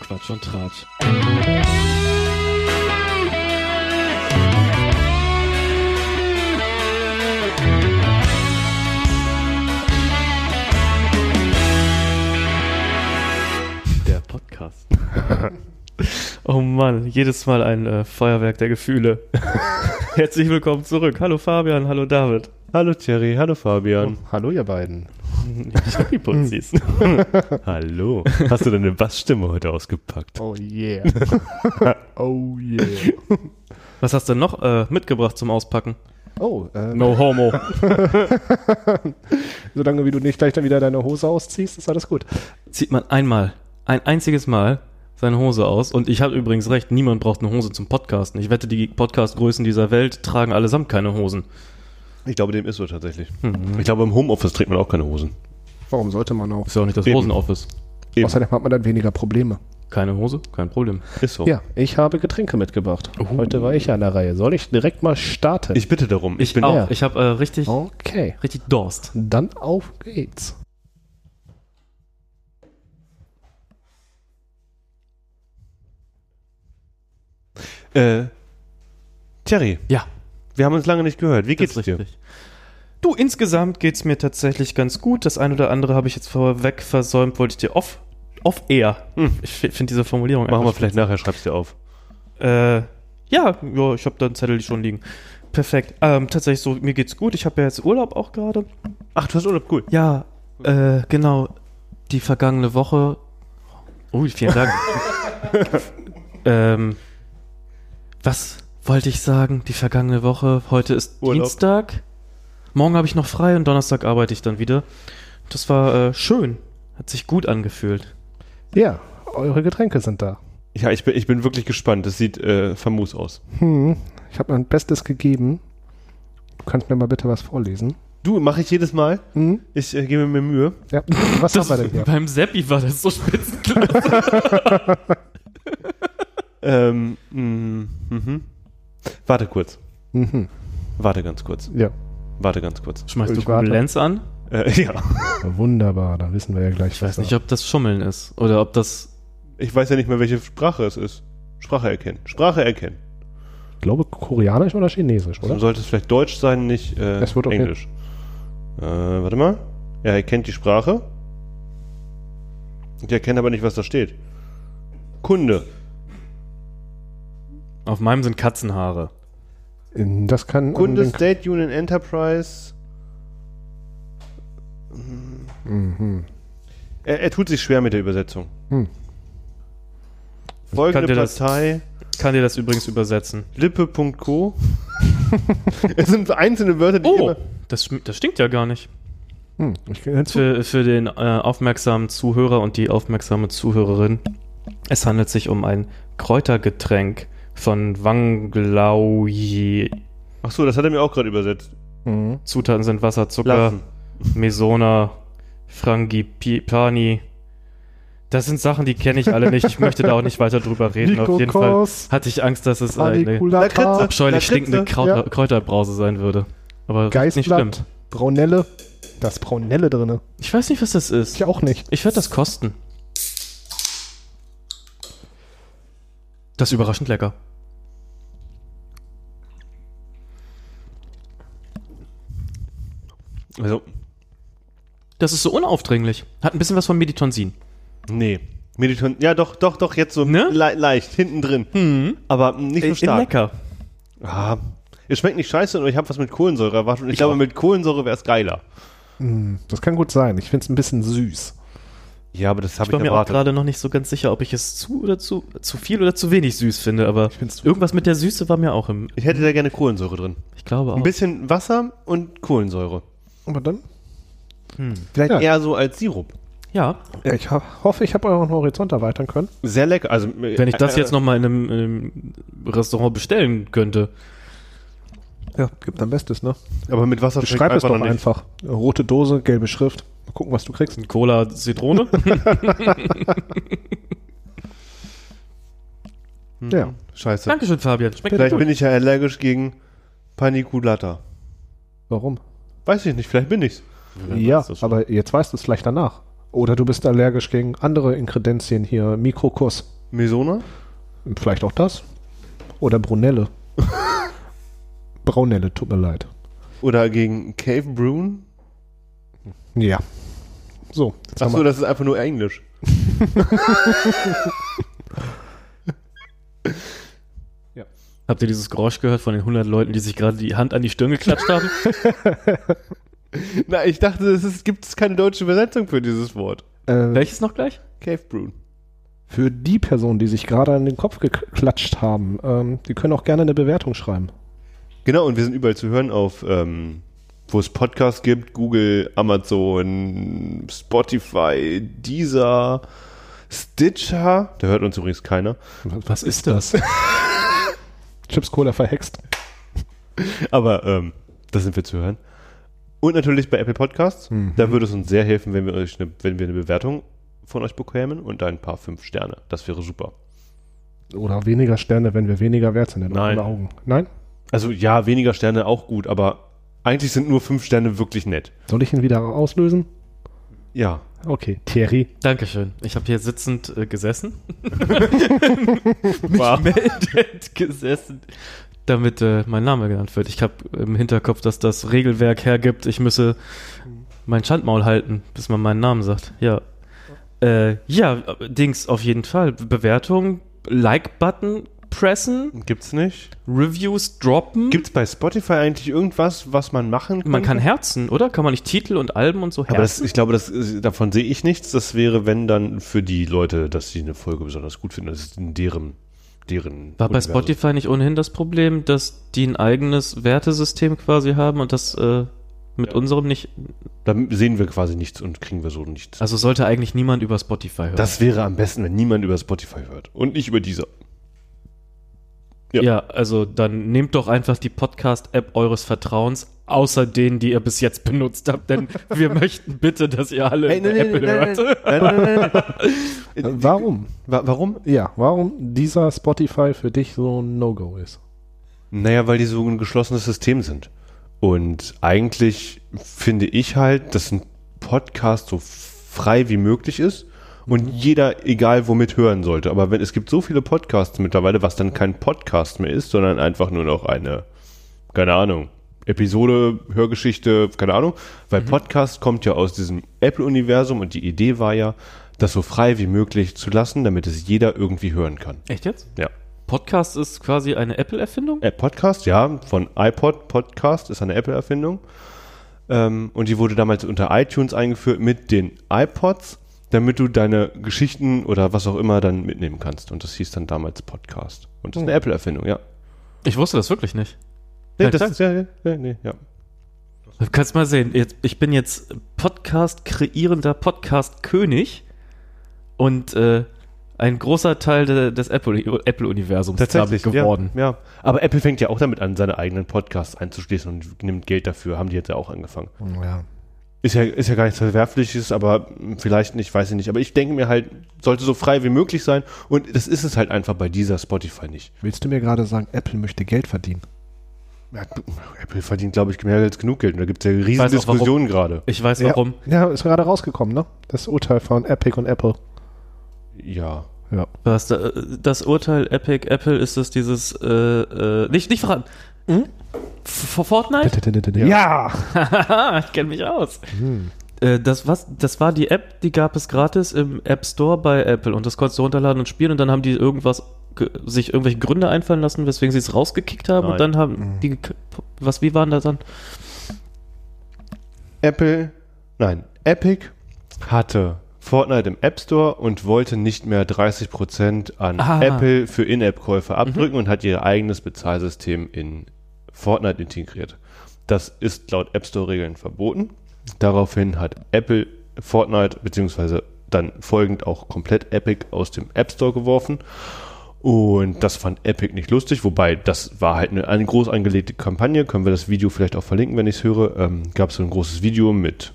Quatsch und Tratsch. Der Podcast. oh Mann, jedes Mal ein äh, Feuerwerk der Gefühle. Herzlich willkommen zurück. Hallo Fabian, hallo David. Hallo Thierry, hallo Fabian. Hallo ihr beiden. Ich hab die Pulsis. Oh. Hallo. Hast du deine Bassstimme heute ausgepackt? Oh yeah. oh yeah. Was hast du denn noch äh, mitgebracht zum Auspacken? Oh, äh, No homo. solange wie du nicht gleich dann wieder deine Hose ausziehst, ist alles gut. Zieht man einmal, ein einziges Mal seine Hose aus. Und ich habe übrigens recht, niemand braucht eine Hose zum Podcasten. Ich wette, die Podcastgrößen dieser Welt tragen allesamt keine Hosen. Ich glaube, dem ist so tatsächlich. Ich glaube, im Homeoffice trägt man auch keine Hosen. Warum sollte man auch? Ist ja auch nicht das Eben. Hosenoffice. Eben. Außerdem hat man dann weniger Probleme. Keine Hose, kein Problem. Ist so. Ja, ich habe Getränke mitgebracht. Heute war ich an der Reihe. Soll ich direkt mal starten? Ich bitte darum. Ich auch. Ja. Ich habe äh, richtig, okay, richtig Durst. dann auf geht's. Äh, Thierry, Ja, wir haben uns lange nicht gehört. Wie geht's das ist dir? richtig. Du, insgesamt geht's mir tatsächlich ganz gut. Das ein oder andere habe ich jetzt vorweg versäumt, wollte ich dir off, off air. Hm. Ich finde diese Formulierung Machen wir einfach vielleicht nachher, schreib's dir auf. Äh, ja, ja, ich habe da einen Zettel schon liegen. Perfekt. Ähm, tatsächlich so, mir geht's gut. Ich habe ja jetzt Urlaub auch gerade. Ach, du hast Urlaub, cool. Ja, äh, genau. Die vergangene Woche. Ui, vielen Dank. ähm, was wollte ich sagen? Die vergangene Woche. Heute ist Urlaub. Dienstag. Morgen habe ich noch frei und Donnerstag arbeite ich dann wieder. Das war äh, schön. Hat sich gut angefühlt. Ja, eure Getränke sind da. Ja, ich bin, ich bin wirklich gespannt. Das sieht äh, famos aus. Hm, ich habe mein Bestes gegeben. Du kannst mir mal bitte was vorlesen. Du, mache ich jedes Mal. Hm? Ich äh, gebe mir Mühe. Ja, was haben wir denn hier? Beim Seppi war das so spitzenklasse. Ähm, mh, mhm. Warte kurz. Mhm, Warte ganz kurz. ja. Warte ganz kurz. Schmeißt du Ich warte. Google Lens an? Äh, ja. Wunderbar, dann wissen wir ja gleich, Ich weiß nicht, ob das Schummeln ist oder ob das. Ich weiß ja nicht mehr, welche Sprache es ist. Sprache erkennen. Sprache erkennen. Ich glaube, koreanisch oder chinesisch, Dann oder? sollte es vielleicht Deutsch sein, nicht äh, Es wird okay. Englisch. Äh, warte mal. Ja, er kennt die Sprache. Und er kennt aber nicht, was da steht. Kunde. Auf meinem sind Katzenhaare. In- Das kann. an Kunde den- State Union Enterprise. Mhm. Er, er tut sich schwer mit der Übersetzung. Hm. Folgende Kann dir das- Partei. Kann dir das übrigens übersetzen. Lippe.co. es sind einzelne Wörter, die Oh, immer. das, schm- das stinkt ja gar nicht. Hm, ich kenne zu. Für, für den äh, aufmerksamen Zuhörer und die aufmerksame Zuhörerin. Es handelt sich um ein Kräutergetränk von Wanglauji. Ach so, das hat er mir auch gerade übersetzt. Mhm. Zutaten sind Wasser, Zucker, Lassen. Mesona, Frangipani. Das sind Sachen, die kenne ich alle nicht. Ich möchte da auch nicht weiter drüber reden. Auf jeden Fall Nikokos, hatte ich Angst, dass es eine Paniculata, Lakritze. abscheulich stinkende Lakritze, Krauter, ja. Kräuterbrause sein würde. Aber nicht schlimm. Geißblatt, Braunelle. Da ist Braunelle drin. Ich weiß nicht, was das ist. Ich auch nicht. Ich werde das kosten. Das ist überraschend lecker. Also, Das ist so unaufdringlich. Hat ein bisschen was von Meditonsin. nee. Mediton. Ja, doch, doch, doch, jetzt so Ne? le leicht, hinten drin. Aber mh, nicht so Äh, stark. lecker. Ah, es schmeckt nicht scheiße, aber ich habe was mit Kohlensäure erwartet und ich, glaube, mit Kohlensäure wäre es geiler. Hm, Das kann gut sein. Ich finde es ein bisschen süß. Ja, aber das Ich habe war mir auch gerade noch nicht so ganz sicher, ob ich es zu oder zu, zu viel oder zu wenig süß finde, aber Ich find's- irgendwas mit der Süße war mir auch im. Ich hätte da gerne Kohlensäure drin. Ich glaube auch. Ein bisschen Wasser und Kohlensäure. Aber dann? Vielleicht Hm. Ja. eher so als Sirup. Ja, Ja, ich ho- hoffe, ich habe euren Horizont erweitern können. Sehr lecker. Also, wenn ich das jetzt nochmal in einem, in einem Restaurant bestellen könnte. Ja, gibt am Bestes, ne? Aber mit Wasser schmeckt Beschreib es doch noch nicht. einfach. Rote Dose, gelbe Schrift. Mal gucken, was du kriegst. Cola Zitrone? Ja. Scheiße. Dankeschön, Fabian. Schmeckt Vielleicht gut. bin ich ja allergisch gegen Paniculata. Warum? Weiß ich nicht, vielleicht bin ich's. Ja, weiß das schon. aber jetzt weißt du es vielleicht danach. Oder du bist allergisch gegen andere Inkredenzien hier, Mikrokuss. Mesona? Vielleicht auch das. Oder Brunelle. Braunelle, tut mir leid. Oder gegen Cave Brewing? Ja. So, jetzt haben Achso, wir- das ist einfach nur Englisch. Habt ihr dieses Geräusch gehört von den 100 Leuten, die sich gerade die Hand an die Stirn geklatscht haben? Na, ich dachte, es ist- gibt es keine deutsche Übersetzung für dieses Wort. äh, Welches noch gleich? Cave Brewing. für die Personen, die sich gerade an den Kopf geklatscht haben, ähm, die können auch gerne eine Bewertung schreiben. Genau, und wir sind überall zu hören auf, ähm, wo es Podcasts gibt, Google, Amazon, Spotify, Deezer, Stitcher. Da hört uns übrigens keiner. Was ist das? Chips Cola verhext. Aber ähm, da sind wir zu hören. Und natürlich bei Apple Podcasts. Da würde es uns sehr helfen, wenn wir, euch eine, wenn wir eine Bewertung von euch bekämen und ein paar fünf Sterne. Das wäre super. Oder weniger Sterne, wenn wir weniger wert sind in Nein. unseren Augen. Nein? Also ja, weniger Sterne auch gut, aber eigentlich sind nur fünf Sterne wirklich nett. Soll ich ihn wieder auslösen? Ja. Okay, Thierry. Dankeschön. Ich habe hier sitzend äh, gesessen. Wow. Meldend gesessen. Damit äh, mein Name genannt wird. Ich habe im Hinterkopf, dass das Regelwerk hergibt, ich müsse mein Schandmaul halten, bis man meinen Namen sagt. Ja. Äh, ja, äh, Dings auf jeden Fall. Bewertung, Like-Button pressen, Gibt's nicht? Reviews droppen. Gibt's bei Spotify eigentlich irgendwas, was man machen kann? man kann Herzen, oder? Kann man nicht Titel und Alben und so Aber das, Herzen? ich glaube, das, ist- davon sehe ich nichts. Das wäre, wenn dann für die Leute, dass sie eine Folge besonders gut finden. Das ist in deren, deren. War bei Universum. Spotify nicht ohnehin das Problem, dass die ein eigenes Wertesystem quasi haben und das äh, mit unserem nicht. Da sehen wir quasi nichts und kriegen wir so nichts. Also sollte eigentlich niemand über Spotify hören. Das wäre am besten, wenn niemand über Spotify hört. Und nicht über diese. ja. also dann nehmt doch einfach die Podcast-App eures Vertrauens, außer denen, die ihr bis jetzt benutzt habt, denn wir möchten bitte, dass ihr alle über Apple hört. Äh, Warum? Warum? Ja, warum dieser Spotify für dich so ein No-Go ist? Naja, weil die so ein geschlossenes System sind. Und eigentlich finde ich halt, dass ein Podcast so frei wie möglich ist und jeder, egal womit, hören sollte. Aber wenn es gibt so viele Podcasts mittlerweile, was dann kein Podcast mehr ist, sondern einfach nur noch eine, keine Ahnung, Episode, Hörgeschichte, keine Ahnung. Weil Podcast kommt ja aus diesem Apple-Universum und die Idee war ja, das so frei wie möglich zu lassen, damit es jeder irgendwie hören kann. Echt jetzt? Ja. Podcast ist quasi eine Apple-Erfindung? Äh, Podcast, ja, von iPod Podcast, ist eine Apple-Erfindung. Ähm, und die wurde damals unter iTunes eingeführt mit den iPods, damit du deine Geschichten oder was auch immer dann mitnehmen kannst. Und das hieß dann damals Podcast. Und das ist eine Apple-Erfindung, ja. Ich wusste das wirklich nicht. Nee, Ja, das klar. ist, ja, ja, ja, nee, ja. Du kannst mal sehen, jetzt, ich bin jetzt Podcast-kreierender Podcast-König und äh, ein großer Teil de, des Apple- Apple-Universums damit geworden. Ja, ja. Aber Apple fängt ja auch damit an, seine eigenen Podcasts einzuschließen und nimmt Geld dafür. Haben die jetzt ja auch angefangen. Ja. Ist ja, ist ja gar nichts Verwerfliches, aber mh, vielleicht nicht, weiß ich nicht. Aber ich denke mir halt, sollte so frei wie möglich sein. Und das ist es halt einfach bei dieser Spotify nicht. Willst du mir gerade sagen, Apple möchte Geld verdienen? Ja, Apple verdient, glaube ich, mehr als genug Geld. Und da gibt es ja riesen Weiß auch, warum. Diskussionen gerade. Ich weiß warum. Ja, ist gerade rausgekommen, ne? Das Urteil von Epic und Apple. Ja. Ja. Was, da- das Urteil Epic Apple ist es dieses äh, äh, nicht nicht verraten. F Fortnite? Ja! Haha, ich kenne mich aus. Äh, Das, was, das war die App, die gab es gratis im App Store bei Apple und das konntest du runterladen und spielen und dann haben die irgendwas ge- sich irgendwelche Gründe einfallen lassen, weswegen sie es rausgekickt haben Nein. und dann haben die gek- was wie waren da dann? Apple, nein, Epic hatte Fortnite im App Store und wollte nicht mehr 30% an Ah. Mhm. Apple für In-App-Käufe abdrücken und hat ihr eigenes Bezahlsystem in Fortnite integriert. Das ist laut App Store-Regeln verboten. Daraufhin hat Apple Fortnite beziehungsweise dann folgend auch komplett Epic aus dem App Store geworfen. Und das fand Epic nicht lustig, wobei das war halt eine, eine groß angelegte Kampagne. Können wir das Video vielleicht auch verlinken, wenn ich es höre? Ähm, Gab es so ein großes Video mit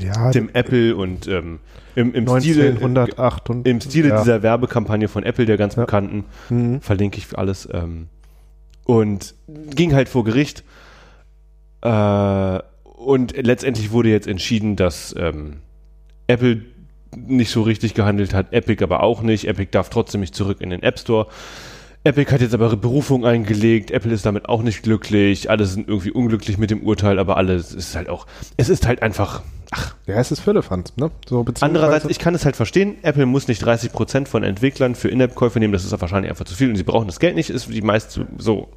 Ja, dem Apple und ähm, im, im Stile, 1908 und. im Stile ja. dieser Werbekampagne von Apple, der ganz bekannten, Mhm. Hm. verlinke ich für alles. Ähm, und ging halt vor Gericht. Äh, und letztendlich wurde jetzt entschieden, dass ähm, Apple nicht so richtig gehandelt hat, Epic aber auch nicht. Epic darf trotzdem nicht zurück in den App Store. Epic hat jetzt aber Berufung eingelegt, Apple ist damit auch nicht glücklich, alle sind irgendwie unglücklich mit dem Urteil, aber alles ist halt auch, es ist halt einfach, ach, Ja, es ist Firlefanz, ne? So, beziehungsweise- Andererseits, ich kann es halt verstehen, Apple muss nicht 30% von Entwicklern für In-App-Käufe nehmen, das ist ja wahrscheinlich einfach zu viel und sie brauchen das Geld nicht, ist die meist so,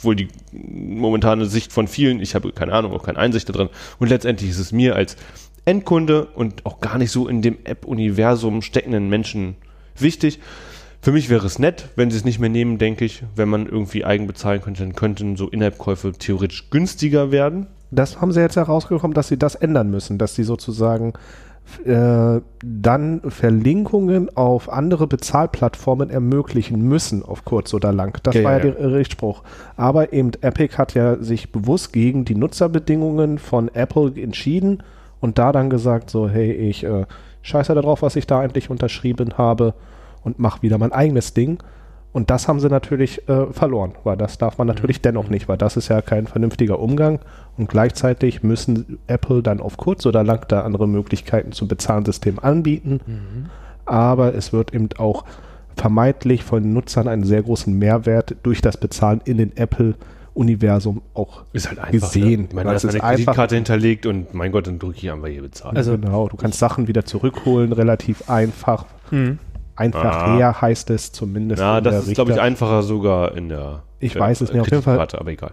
wohl die momentane Sicht von vielen, ich habe keine Ahnung, auch keine Einsicht da drin und letztendlich ist es mir als Endkunde und auch gar nicht so in dem App-Universum steckenden Menschen wichtig. Für mich wäre es nett, wenn sie es nicht mehr nehmen, denke ich, wenn man irgendwie eigen bezahlen könnte, dann könnten so In-App-Käufe theoretisch günstiger werden. Das haben sie jetzt herausgekommen, dass sie das ändern müssen, dass sie sozusagen äh, dann Verlinkungen auf andere Bezahlplattformen ermöglichen müssen, auf kurz oder lang. Das Ja, war ja, ja, ja. der Richtspruch. Aber eben Epic hat ja sich bewusst gegen die Nutzerbedingungen von Apple entschieden und da dann gesagt, so, hey, ich äh, scheiße darauf, was ich da eigentlich unterschrieben habe und mach wieder mein eigenes Ding. Und das haben sie natürlich äh, verloren, weil das darf man natürlich dennoch nicht, weil das ist ja kein vernünftiger Umgang. Und gleichzeitig müssen Apple dann auf kurz oder lang da andere Möglichkeiten zum Bezahlsystem anbieten. Aber es wird eben auch vermeintlich von Nutzern einen sehr großen Mehrwert durch das Bezahlen in den Apple-Universum auch Ist halt einfach. gesehen. Ne? Ich meine, Weil da es ist eine ist einfach, Kreditkarte hinterlegt und mein Gott, dann drücke ich einfach hier bezahlen. Also- genau, du kannst Sachen wieder zurückholen, relativ einfach. Hm. Einfach Ah. her heißt es zumindest. Na, in der das ist, glaube ich, Richter- einfacher sogar in der Ich äh, weiß es nicht, auf jeden Kreditkarte, aber egal.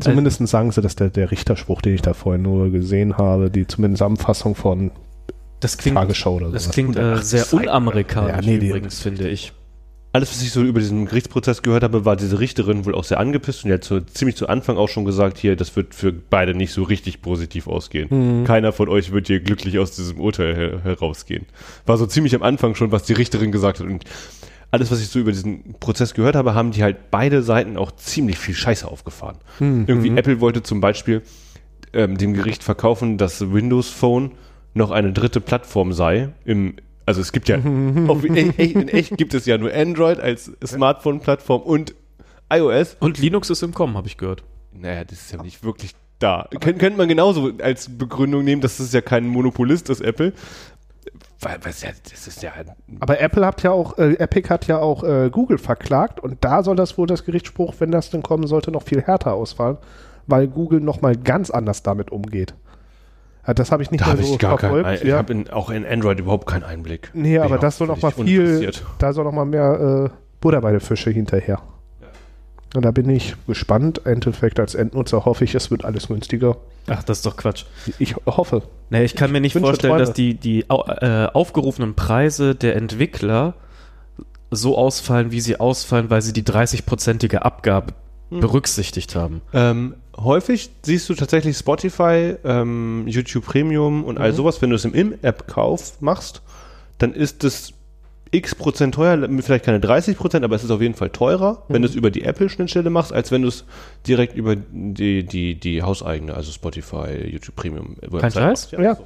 Zumindest sagen sie, dass der, der Richterspruch, den ich da vorhin nur gesehen habe, die zumindest Zusammenfassung von Das klingt, Tagesschau oder das sowas. klingt äh, 180 sehr Seiten. unamerikanisch Ja, nee, die- übrigens, finde ich. Alles, was ich so über diesen Gerichtsprozess gehört habe, war diese Richterin wohl auch sehr angepisst und die hat so, ziemlich zu Anfang auch schon gesagt, hier, das wird für beide nicht so richtig positiv Mhm. ausgehen. Keiner von euch wird hier glücklich aus diesem Urteil her herausgehen. War so ziemlich am Anfang schon, was die Richterin gesagt hat. Und alles, was ich so über diesen Prozess gehört habe, haben die halt beide Seiten auch ziemlich viel Scheiße aufgefahren. Hm, Irgendwie mhm. Apple wollte zum Beispiel ähm, dem Gericht verkaufen, dass Windows Phone noch eine dritte Plattform sei. Im, also es gibt ja, auf, echt, echt, in echt gibt es ja nur Android als Smartphone-Plattform und iOS. Und Linux ist im Kommen, habe ich gehört. Naja, das ist ja nicht wirklich da. Kön könnte man genauso als Begründung nehmen, dass es ja kein Monopolist ist, Apple. Weil, weil es ja, das ist ja Aber Apple hat ja auch, äh, Epic hat ja auch äh, Google verklagt und da soll das wohl das Gerichtsspruch, wenn das denn kommen sollte, noch viel härter ausfallen, weil Google nochmal ganz anders damit umgeht. Ja, das habe ich nicht Da mehr habe so ich gar keinen. verfolgt. Ich ja. habe in, auch in Android überhaupt keinen Einblick. Nee, Bin aber auch das soll noch mal völlig viel, uninteressiert. da soll noch mal mehr äh, Butter bei den Fische hinterher. Und da bin ich gespannt. Im Endeffekt als Endnutzer hoffe ich, es wird alles günstiger. Ach, das ist doch Quatsch. Ich hoffe. Nee, ich kann mir nicht wünsche vorstellen, Träume. dass die, die au- äh, aufgerufenen Preise der Entwickler so ausfallen, wie sie ausfallen, weil sie die 30-prozentige Abgabe berücksichtigt haben. Ähm, häufig siehst du tatsächlich Spotify, ähm, YouTube Premium und Mhm. all sowas, wenn du es im In-App-Kauf machst, dann ist es x Prozent teurer, vielleicht keine 30 Prozent, aber es ist auf jeden Fall teurer, wenn Mhm. du es über die Apple-Schnittstelle machst, als wenn du es direkt über die, die, die hauseigene, also Spotify, YouTube Premium. Kein Website Scheiß? machst. Ja.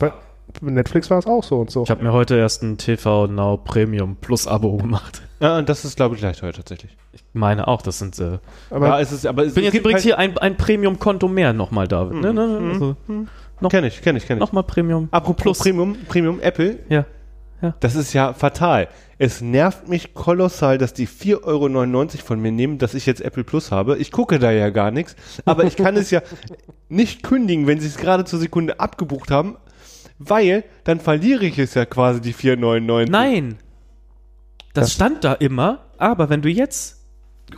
Bei Netflix war es auch so und so. Ich habe mir heute erst ein TV Now Premium Plus Abo gemacht. Ja, und das ist, glaube ich, gleich teuer tatsächlich. Ich meine auch, das sind. Äh, Aber- ja, es ist, aber es ich bin jetzt gibt halt übrigens hier kein- ein, ein Premium-Konto mehr nochmal, David. Ne, ne, ne, also, Kenn ich, kenn ich, kenn ich. nochmal Premium. Apropos Premium, Premium Apple, Ja. Das ist ja fatal. Es nervt mich kolossal, dass die 4,99 Euro von mir nehmen, dass ich jetzt Apple Plus habe. Ich gucke da ja gar nichts. Aber ich kann es ja nicht kündigen, wenn sie es gerade zur Sekunde abgebucht haben, weil dann verliere ich es ja quasi die 4,99. Nein. Das, Das- stand da immer, aber wenn du jetzt.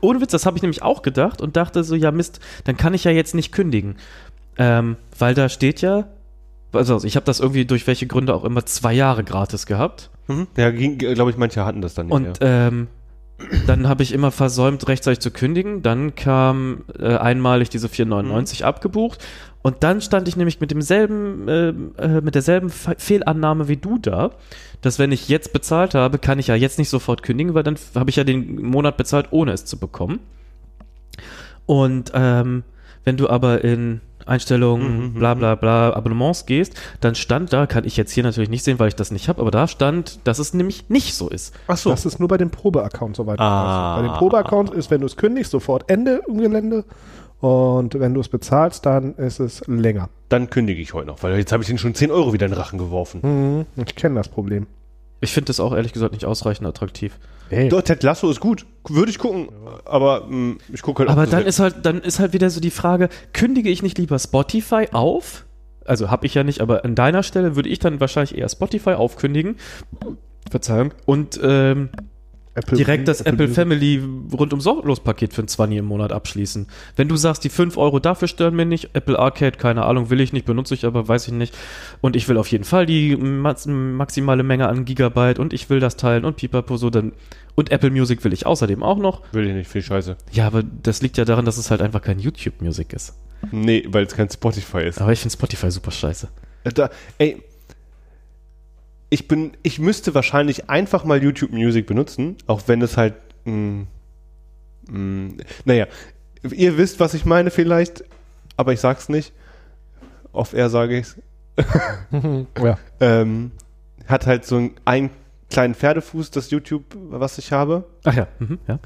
Ohne Witz, das habe ich nämlich auch gedacht und dachte so, ja Mist, dann kann ich ja jetzt nicht kündigen. Ähm, weil da steht ja. Also ich habe das irgendwie durch welche Gründe auch immer zwei Jahre gratis gehabt. Mhm. Ja, glaube ich, manche hatten das dann nicht. Und ja. ähm, dann habe ich immer versäumt, rechtzeitig zu kündigen. Dann kam äh, einmalig diese 4,99 abgebucht. Und dann stand ich nämlich mit demselben, ähm, äh, mit derselben Fe Fehlannahme wie du da, dass wenn ich jetzt bezahlt habe, kann ich ja jetzt nicht sofort kündigen, weil dann f- habe ich ja den Monat bezahlt, ohne es zu bekommen. Und ähm, wenn du aber in Einstellungen, bla bla bla, Abonnements gehst, dann stand da, kann ich jetzt hier natürlich nicht sehen, weil ich das nicht habe, aber da stand, dass es nämlich nicht so ist. Ach so. Das ist nur bei dem Probe-Account soweit. Ah. Bei dem Probe-Account ist, wenn du es kündigst, sofort Ende im Gelände. Und wenn du es bezahlst, dann ist es länger. Dann kündige ich heute noch, weil jetzt habe ich den schon 10 Euro wieder in den Rachen geworfen. Mhm. Ich kenne das Problem. Ich finde das auch ehrlich gesagt nicht ausreichend attraktiv. Hey. Doch, Ted Lasso ist gut. Würde ich gucken. Aber mh, ich gucke halt Aber auch so dann sehr- ist halt, dann ist halt wieder so die Frage, kündige ich nicht lieber Spotify auf? Also habe ich ja nicht, aber an deiner Stelle würde ich dann wahrscheinlich eher Spotify aufkündigen. Verzeihung. Und ähm, Apple- direkt das Apple, Music. Family rundum sorglos Paket für ein 20 im Monat abschließen. Wenn du sagst, die 5 Euro dafür stören mir nicht, Apple Arcade, keine Ahnung, will ich nicht, benutze ich aber, weiß ich nicht. Und ich will auf jeden Fall die max- maximale Menge an Gigabyte und ich will das teilen und pipapo so dann. Und Apple Music will ich außerdem auch noch. Will ich nicht, viel Scheiße. Ja, aber das liegt ja daran, dass es halt einfach kein YouTube Music ist. Nee, weil es kein Spotify ist. Aber ich finde Spotify super scheiße. Da, ey, ich bin, ich müsste wahrscheinlich einfach mal YouTube Music benutzen, auch wenn es halt, mh, mh, naja, ihr wisst, was ich meine vielleicht, aber ich sag's nicht. Off Air sage ich's. Ja. Ähm, hat halt so einen, einen kleinen Pferdefuß, das YouTube, was ich habe. Ach ja, mhm, ja.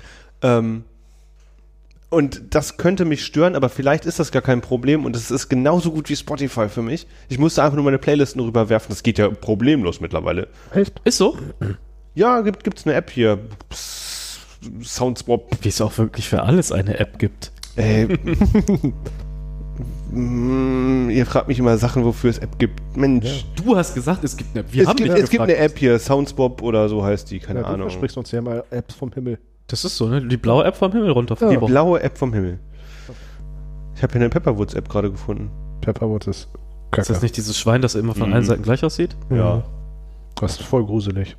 Ähm, und das könnte mich stören, aber vielleicht ist das gar kein Problem und es ist genauso gut wie Spotify für mich. Ich musste einfach nur meine Playlisten rüberwerfen. Das geht ja problemlos mittlerweile. Echt? Ist so. Ja, gibt, gibt's eine App hier. Psst, Soundswap. Wie es auch wirklich für alles eine App gibt. Ey. Mm, Ihr fragt mich immer Sachen, wofür es App gibt. Mensch. Du hast gesagt, es gibt eine App. Wir es haben gibt, nicht es gibt gefragt. eine App hier, Soundswap oder so heißt die, keine Ja, du Ahnung. versprichst uns ja mal Apps vom Himmel. Das ist so, ne? Die blaue App vom Himmel runter. Ja. Die Woche. Blaue App vom Himmel. Ich habe hier eine Pepperwoods-App gerade gefunden. Pepperwood ist Ist das kacke. nicht dieses Schwein, das immer von allen Seiten gleich aussieht? Mhm. Ja. Das ist voll gruselig.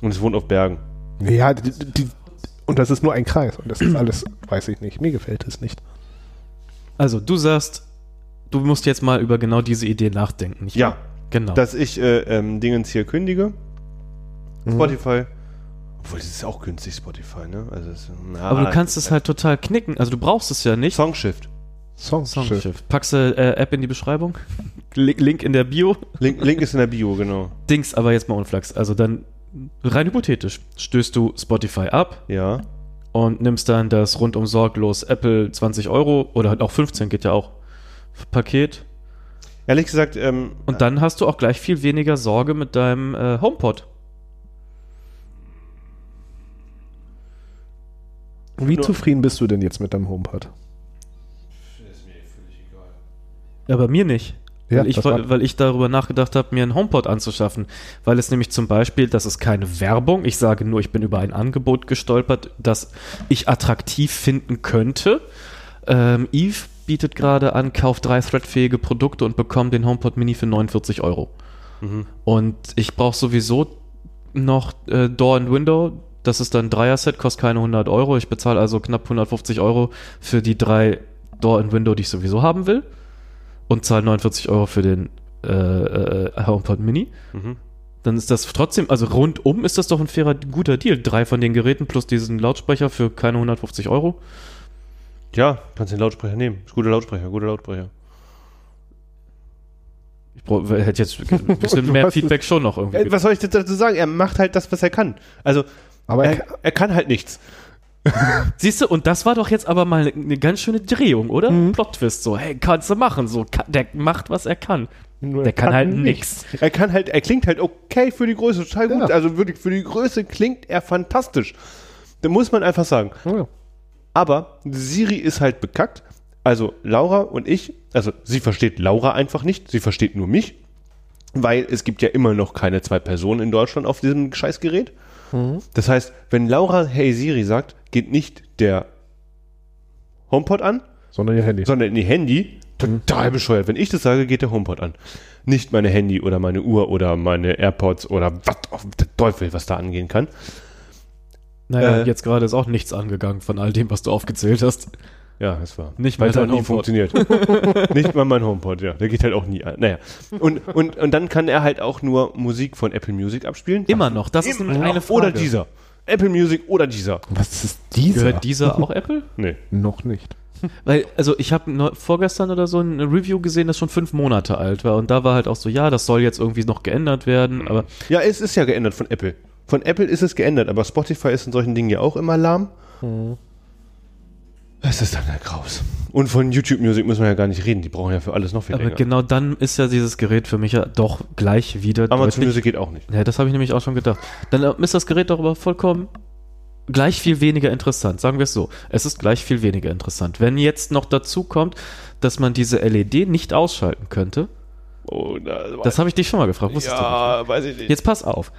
Und es wohnt auf Bergen. Ja, die, die, und das ist nur ein Kreis. Und das ist alles, weiß ich nicht. Mir gefällt es nicht. Also, du sagst, du musst jetzt mal über genau diese Idee nachdenken. nicht Ja, wahr? Genau. dass ich äh, ähm, Dingens hier kündige. Mhm. Spotify. Obwohl, das ist ja auch günstig, Spotify, ne? Also, es, na, Aber du kannst es halt total knicken. Also, du brauchst es ja nicht. Songshift. Song Songschiff. Songschiff. Packst du äh, App in die Beschreibung? Li- Link in der Bio. Link, Link ist in der Bio, genau. Dings, aber jetzt mal unflax. Also, dann rein hypothetisch stößt du Spotify ab Ja. und nimmst dann das rundum sorglos Apple 20 Euro oder halt auch 15 geht ja auch Paket. Ehrlich gesagt, ähm, Und dann hast du auch gleich viel weniger Sorge mit deinem äh, HomePod. Wie Nur- zufrieden bist du denn jetzt mit deinem HomePod? Aber mir nicht. Ja, weil, ich, das war- weil ich darüber nachgedacht habe, mir einen HomePod anzuschaffen. Weil es nämlich zum Beispiel, das ist keine Werbung, ich sage nur, ich bin über ein Angebot gestolpert, das ich attraktiv finden könnte. Ähm, Eve bietet gerade an, kauft drei threadfähige Produkte und bekommt den HomePod Mini für 49 Euro. mhm, Und ich brauche sowieso noch äh, Door and Window. Das ist dann ein Dreier-Set, kostet keine 100 Euro. Ich bezahle also knapp 150 Euro für die drei Door and Window, die ich sowieso haben will. Und zahle 49 Euro für den äh, äh, HomePod Mini. mhm. Dann ist das trotzdem, also rundum ist das doch ein fairer, guter Deal. Drei von den Geräten plus diesen Lautsprecher für keine 150 Euro. ja, kannst den Lautsprecher nehmen. Ist guter Lautsprecher, guter Lautsprecher. Ich brauch, hätte jetzt ein bisschen Du mehr hast es- Feedback schon noch irgendwie. Äh, was soll ich jetzt dazu sagen? Er macht halt das, was er kann. Also, Aber er, er kann halt nichts. Siehst du, und das war doch jetzt aber mal eine ganz schöne Drehung, oder? Plot-Twist, so, hey, kannst du machen, so, ka- der macht, was er kann. Nur der er kann, kann halt nichts. nichts. Er kann halt, er klingt halt okay für die Größe, total gut. Ja. Also wirklich für die Größe klingt er fantastisch. Da muss man einfach sagen. Ja. Aber Siri ist halt bekackt. Also Laura und ich, also sie versteht Laura einfach nicht, sie versteht nur mich, weil es gibt ja immer noch keine zwei Personen in Deutschland auf diesem Scheißgerät. Das heißt, wenn Laura Hey Siri sagt, geht nicht der HomePod an, sondern ihr Handy. sondern in die Handy. Total bescheuert. Wenn ich das sage, geht der HomePod an. Nicht meine Handy oder meine Uhr oder meine AirPods oder was auf der Teufel, was da angehen kann. Naja, Äh. jetzt gerade ist auch nichts angegangen von all dem, was du aufgezählt hast. Ja, das war. Nicht weil mal es auch dein nie HomePod. funktioniert. nicht mal mein HomePod, ja. Der geht halt auch nie an. Naja. Und, und, und dann kann er halt auch nur Musik von Apple Music abspielen. Immer noch, das ist nämlich eine Frage. Oder dieser. Apple Music oder dieser. Was ist dieser? Gehört dieser auch Apple? Nee. Noch nicht. Weil, also ich habe vorgestern oder so ein Review gesehen, das schon fünf Monate alt war. Und da war halt auch so, ja, das soll jetzt irgendwie noch geändert werden, aber Ja, es ist ja geändert von Apple. Mhm. Von Apple ist es geändert, aber Spotify ist in solchen Dingen ja auch immer lahm. Es ist dann der Graus. Und von YouTube Music müssen wir ja gar nicht reden. Die brauchen ja für alles noch viel Aber länger. genau dann ist ja dieses Gerät für mich ja doch gleich wieder Amazon deutlich. Music geht auch nicht. Ja, das habe ich nämlich auch schon gedacht. Dann äh, ist das Gerät doch aber vollkommen gleich viel weniger interessant. Sagen wir es so. Es ist gleich viel weniger interessant. Wenn jetzt noch dazu kommt, dass man diese LED nicht ausschalten könnte, Oh, na, das habe ich dich schon mal gefragt. ne? Wusstest du nicht? ja, weiß ich nicht. Jetzt pass auf.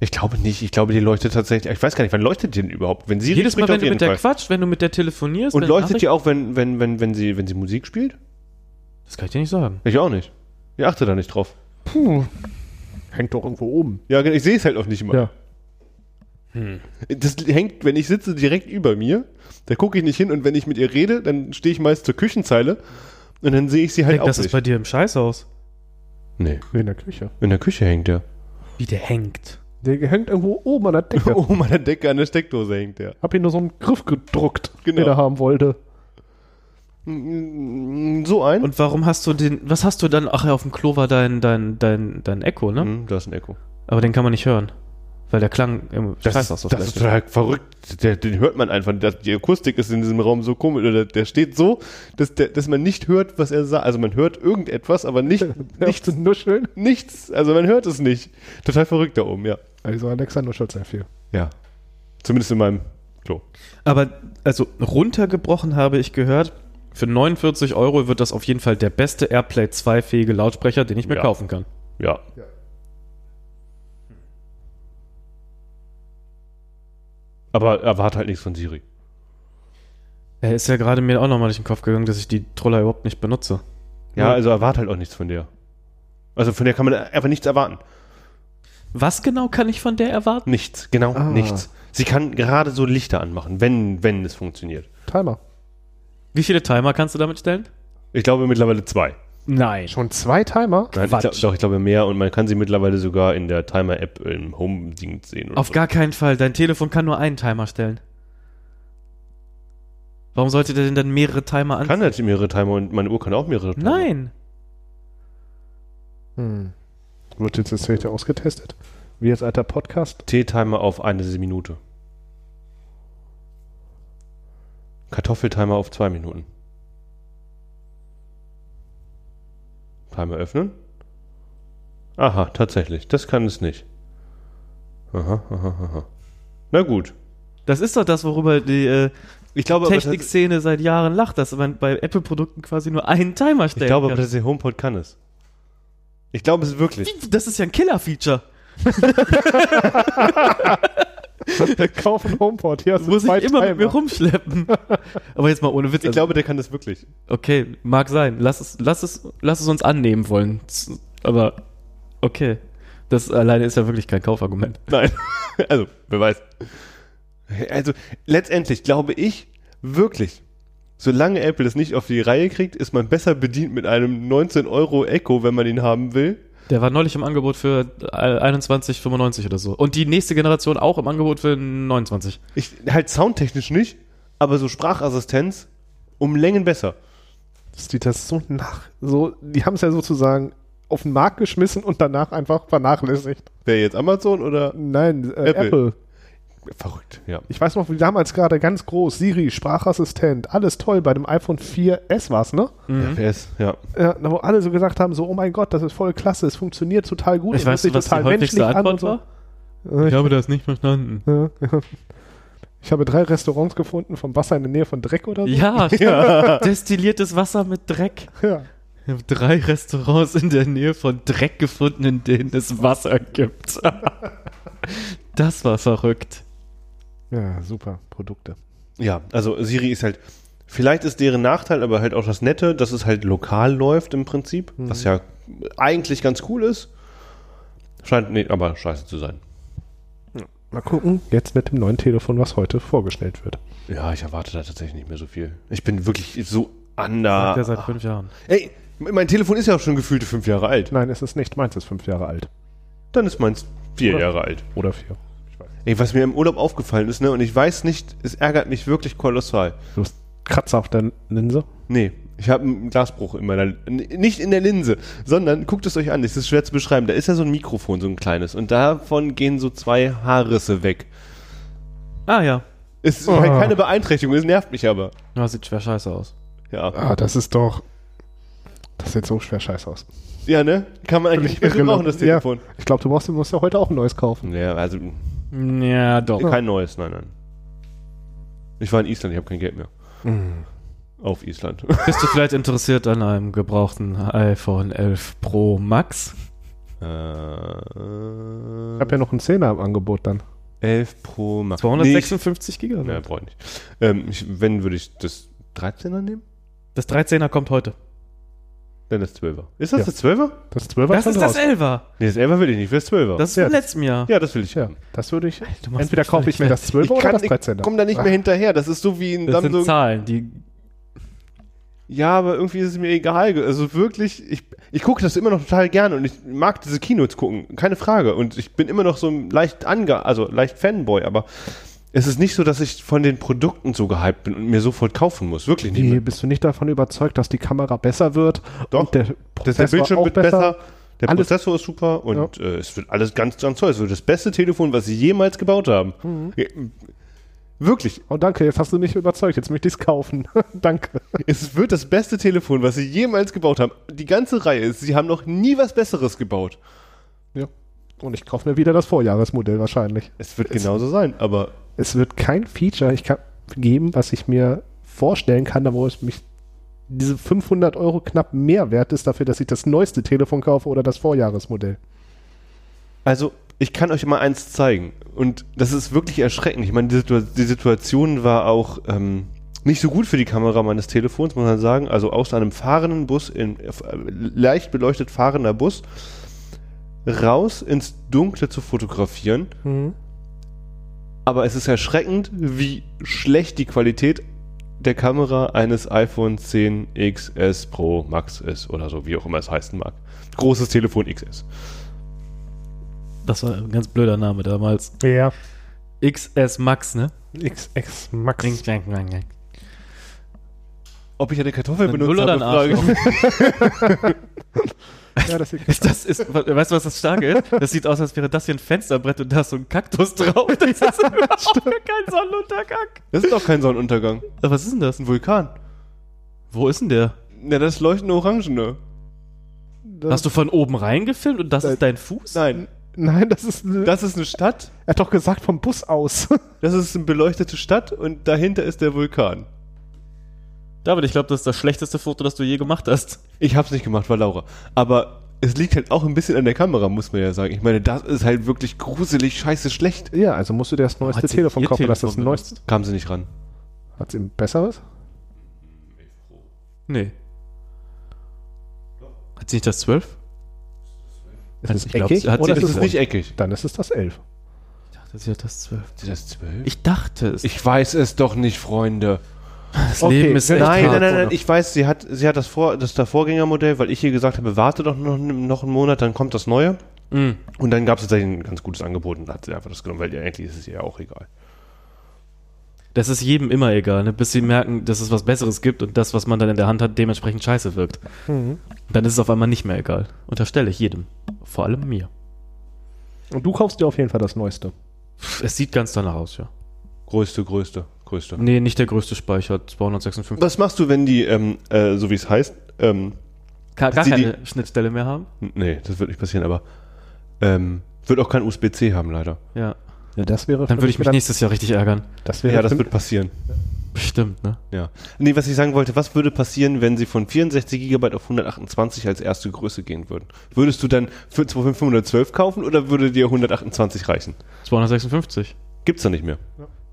Ich glaube nicht. Ich glaube, die leuchtet tatsächlich. Ich weiß gar nicht, wann leuchtet die denn überhaupt? Wenn sie Jedes Mal, spricht, wenn auf du mit der jeden Fall. quatscht, wenn du mit der telefonierst, Und wenn leuchtet die Nachrichten- auch, wenn, wenn, wenn, wenn, sie, wenn sie Musik spielt? Das kann ich dir nicht sagen. Ich auch nicht. Ich achte da nicht drauf. Hängt doch irgendwo oben. Ja, genau, ich sehe es halt auch nicht immer. Ja. Hm. Das hängt, wenn ich sitze direkt über mir, da gucke ich nicht hin und wenn ich mit ihr rede, dann stehe ich meist zur Küchenzeile und dann sehe ich sie halt Hängt auch das ist nicht. bei dir im Scheißhaus. Nee, In der Küche. in der Küche hängt der. Wie der hängt. Der hängt irgendwo oben an der Decke. Oben an der Decke an der Steckdose hängt der. Hab hier nur so einen Griff gedruckt, Genau. den er haben wollte. Mm, So ein. Und warum hast du den, was hast du dann, ach ja, auf dem Klo war dein, dein, dein, dein Echo, ne? Hm, da ist ein Echo. Aber den kann man nicht hören. Weil der Klang im Scheißhaus so das ist total verrückt. Der, den hört man einfach. Das, die Akustik ist in diesem Raum so komisch. Oder der steht so, dass, der, dass man nicht hört, was er sagt. Also man hört irgendetwas, aber nicht, Nicht nichts, zu nuscheln. nichts. Also man hört es nicht. Total verrückt da oben, ja. Also Alexa nuschelt sehr viel. Ja. Zumindest in meinem Klo. Aber, also runtergebrochen habe ich gehört, für 49 Euro wird das auf jeden Fall der beste Airplay 2-fähige Lautsprecher, den ich mir Ja. kaufen kann. Ja. Aber erwarte halt nichts von Siri. Er ist ja gerade mir auch nochmal durch den Kopf gegangen, dass ich die Troller überhaupt nicht benutze. Ja, Ja. also erwarte halt auch nichts von der. Also von der kann man einfach nichts erwarten. Was genau kann ich von der erwarten? Nichts, genau Ah. nichts. Sie kann gerade so Lichter anmachen, wenn, wenn es funktioniert. Timer. Wie viele Timer kannst du damit stellen? Ich glaube mittlerweile zwei. Nein. Schon zwei Timer? Nein, ich Quatsch. glaub, doch, ich glaube mehr und man kann sie mittlerweile sogar in der Timer-App im Home-Ding sehen. oder Auf so. gar keinen Fall. Dein Telefon kann nur einen Timer stellen. Warum sollte der denn dann mehrere Timer an? kann natürlich mehrere Timer und meine Uhr kann auch mehrere Timer. Nein. Hm. Wird jetzt das zweite ausgetestet? Wie jetzt alter Podcast? T-Timer auf eine Minute. Kartoffeltimer auf zwei Minuten. Timer öffnen. Aha, tatsächlich. Das kann es nicht. Aha, aha, aha. Na gut. Das ist doch das, worüber die äh, Ich glaube, aber dass- Technikszene seit Jahren lacht, dass man bei Apple-Produkten quasi nur einen Timer ich stellen glaube, aber, kann. dass der HomePod kann es. Ich glaube es wirklich. Das ist ja ein Killer-Feature. Wir kaufen HomePod. Hier hast du Muss zwei ich immer Timer. mit mir rumschleppen. Aber jetzt mal ohne Witz. also, Ich glaube, der kann das wirklich. okay, mag sein. Lass es, lass es, lass es uns annehmen wollen. Z- Aber okay. Das alleine ist ja wirklich kein Kaufargument. Nein. Also, wer weiß. Also, letztendlich glaube ich wirklich, solange Apple es nicht auf die Reihe kriegt, ist man besser bedient mit einem 19 Euro Echo, wenn man ihn haben will. Der war neulich im Angebot für äh, 21,95 oder so. Und die nächste Generation auch im Angebot für 29. Ich, halt soundtechnisch nicht, aber so Sprachassistenz um Längen besser. Dass die das so nach. So, die haben es ja sozusagen auf den Markt geschmissen und danach einfach vernachlässigt. Wer jetzt Amazon oder? Nein, äh, Apple. Apple. Verrückt, ja. Ich weiß noch, wie damals gerade ganz groß, Siri, Sprachassistent, alles toll, bei dem iPhone 4S war es, ne? FPS, ja. Ja, na, wo alle so gesagt haben, so, oh mein Gott, das ist voll klasse, es funktioniert total gut. Ich es weiß hört nicht, sich was die häufigste menschlich an Antwort und so. war. Äh, habe das nicht verstanden. Ja, ja. Ich habe drei Restaurants gefunden vom Wasser in der Nähe von Dreck oder so. Ja, destilliertes Wasser mit Dreck. Ja. Ich habe drei Restaurants in der Nähe von Dreck gefunden, in denen es Wasser gibt. Das war verrückt. Ja, super Produkte. Ja, also Siri ist halt, vielleicht ist deren Nachteil, aber halt auch das Nette, dass es halt lokal läuft im Prinzip, was ja eigentlich ganz cool ist. Scheint, nee, aber scheiße zu sein. Mal gucken, jetzt mit dem neuen Telefon, was heute vorgestellt wird. Ja, ich erwarte da tatsächlich nicht mehr so viel. Ich bin wirklich so under. Ah. Der seit fünf Jahren. Ey, mein Telefon ist ja auch schon gefühlte fünf Jahre alt. Nein, es ist nicht. Meins ist fünf Jahre alt. Dann ist meins vier Jahre alt. Oder vier. Ey, was mir im Urlaub aufgefallen ist, ne, und ich weiß nicht, es ärgert mich wirklich kolossal. Du hast Kratzer auf der Linse. Nee, ich habe einen Glasbruch in meiner, N- nicht in der Linse, sondern guckt es euch an, es ist schwer zu beschreiben. Da ist ja so ein Mikrofon, so ein kleines, und davon gehen so zwei Haarrisse weg. Ah ja. Es ist halt keine Beeinträchtigung, es nervt mich aber. Ja, sieht schwer scheiße aus. Ja. Ah, das ist doch. Das sieht so schwer scheiße aus. Ja, ne? Kann man eigentlich nicht mehr gebrauchen, das Telefon. Ja, ich glaube, du brauchst, du musst ja heute auch ein neues kaufen. Ja, also Ja, doch. kein neues, nein, nein. Ich war in Island, ich habe kein Geld mehr. Mhm. Auf Island. Bist du vielleicht interessiert an einem gebrauchten iPhone 11 Pro Max? äh, Ich habe ja noch einen Zehner im Angebot dann. 11 Pro Max. Nee, 256 ich, Gigabyte. ne, brauche ich nicht. Ähm, ich, wenn, würde ich das 13er nehmen? Das 13er kommt heute. Dann das 12er. Ist das Ja. das 12er? Das 12er Das schon ist das raus. 11er. Nee, das 11er will ich nicht, ich will das 12er. Das ist Ja, von das- letztem Jahr. ja, das will ich Ja, haben. das würde ich. Du machst Entweder mich kaufe ich mir verrückt. das 12er oder das 13er. komm da nicht mehr hinterher. Das ist so wie in Das sind Samsung. Zahlen, die Ja, aber irgendwie ist es mir egal. Also wirklich, ich, ich gucke das immer noch total gerne und ich mag diese Keynotes gucken, keine Frage. Und ich bin immer noch so ein leicht Ange also leicht Fanboy, aber es ist nicht so, dass ich von den Produkten so gehypt bin und mir sofort kaufen muss. Wirklich nicht. Nee, mehr. bist du nicht davon überzeugt, dass die Kamera besser wird? Doch. Und der, Das der Prozessor Bildschirm auch wird besser, der Alles- Prozessor ist super und äh, es wird alles ganz, ganz toll. Es wird das beste Telefon, was sie jemals gebaut haben. Mhm. Ja, Wirklich, Oh, danke, jetzt hast du mich überzeugt. Jetzt möchte ich es kaufen. danke. es wird das beste Telefon, was sie jemals gebaut haben. Die ganze Reihe ist, sie haben noch nie was Besseres gebaut. Und ich kaufe mir wieder das Vorjahresmodell wahrscheinlich. Es wird genauso sein, aber Es wird kein Feature ich kann, geben, was ich mir vorstellen kann, da wo es mich diese 500 Euro knapp mehr wert ist dafür, dass ich das neueste Telefon kaufe oder das Vorjahresmodell. also ich kann euch mal eins zeigen und das ist wirklich erschreckend. Ich meine, die, Situa die Situation war auch ähm, nicht so gut für die Kamera meines Telefons, muss man sagen. Also aus einem fahrenden Bus, in, äh, leicht beleuchtet fahrender Bus, raus ins Dunkle zu fotografieren. Mhm. Aber es ist erschreckend, wie schlecht die Qualität der Kamera eines iPhone 10 XS Pro Max ist oder so, wie auch immer es heißen mag. Großes Telefon XS. Das war ein ganz blöder Name damals. Ja. XS Max, ne? XX Max. Kling, klang, klang, klang. Ob ich eine Kartoffel Eine benutzt Null oder habe, ein frage ich. Ja, das sieht Ist Das ist, we- weißt du, was das Starke ist? Das sieht aus, als wäre das hier ein Fensterbrett und da ist so ein Kaktus drauf. Das ist überhaupt gar kein Sonnenuntergang. Das ist doch kein Sonnenuntergang. Aber Was ist denn das? Ein Vulkan. Wo ist denn der? Na, das leuchtende Orangene. Hast du von oben reingefilmt und das Nein. ist dein Fuß? Nein, Nein, das ist. Er das ist eine Stadt. hat doch gesagt, vom Bus aus. Das ist eine beleuchtete Stadt und dahinter ist der Vulkan. David, ich glaube, das ist das schlechteste Foto, das du je gemacht hast. Ich hab's nicht gemacht, war Laura. Aber es liegt halt auch ein bisschen an der Kamera, muss man ja sagen. Ich meine, das ist halt wirklich gruselig, scheiße schlecht. ja, also musst du dir das neueste Hat sie Telefon ihr kaufen, das Telefon das neueste. Kamen sie nicht ran. Hat sie ein besseres? Nee. Hat sie nicht das 12? Ist Also ich glaub, sie hat- oder sie- Das Es ist ist, es nicht nicht eckig. Dann ist es das 11. Ich dachte, sie hat das 12. Sind das zwölf? Ich dachte es. Ich weiß es doch nicht, Freunde. das okay, Leben ist nein, echt Nein, hart. nein, nein, nein, ich weiß, sie hat, sie hat das, Vor, das, das Vorgängermodell, weil ich ihr gesagt habe, warte doch noch, noch einen Monat, dann kommt das neue. Mhm. Und dann gab es tatsächlich ein ganz gutes Angebot und hat sie einfach das genommen, weil ihr eigentlich ist es ihr ja auch egal. Das ist jedem immer egal, ne? bis sie merken, dass es was Besseres gibt und das, was man dann in der Hand hat, dementsprechend scheiße wirkt. Mhm. Dann ist es auf einmal nicht mehr egal. Unterstelle ich jedem. Vor allem mir. Und du kaufst dir auf jeden Fall das neueste. Pff, Es sieht ganz danach aus, ja. Größte, größte, größte. Nee, nicht der größte Speicher, 256. Was machst du, wenn die, ähm, äh, so wie es heißt, ähm, Gar, gar Sie die- keine Schnittstelle mehr haben? n- nee, das wird nicht passieren, aber ähm, wird auch kein USB-C haben, leider. Ja. Ja, das wäre. Dann würde ich mich nächstes Jahr richtig ärgern. Das wäre Ja, das für- wird passieren. Bestimmt, ne? Ja. Nee, was ich sagen wollte, was würde passieren, wenn sie von 64 GB auf 128 als erste Größe gehen würden? Würdest du dann für 512 kaufen oder würde dir 128 reichen? 256. Gibt's da nicht mehr.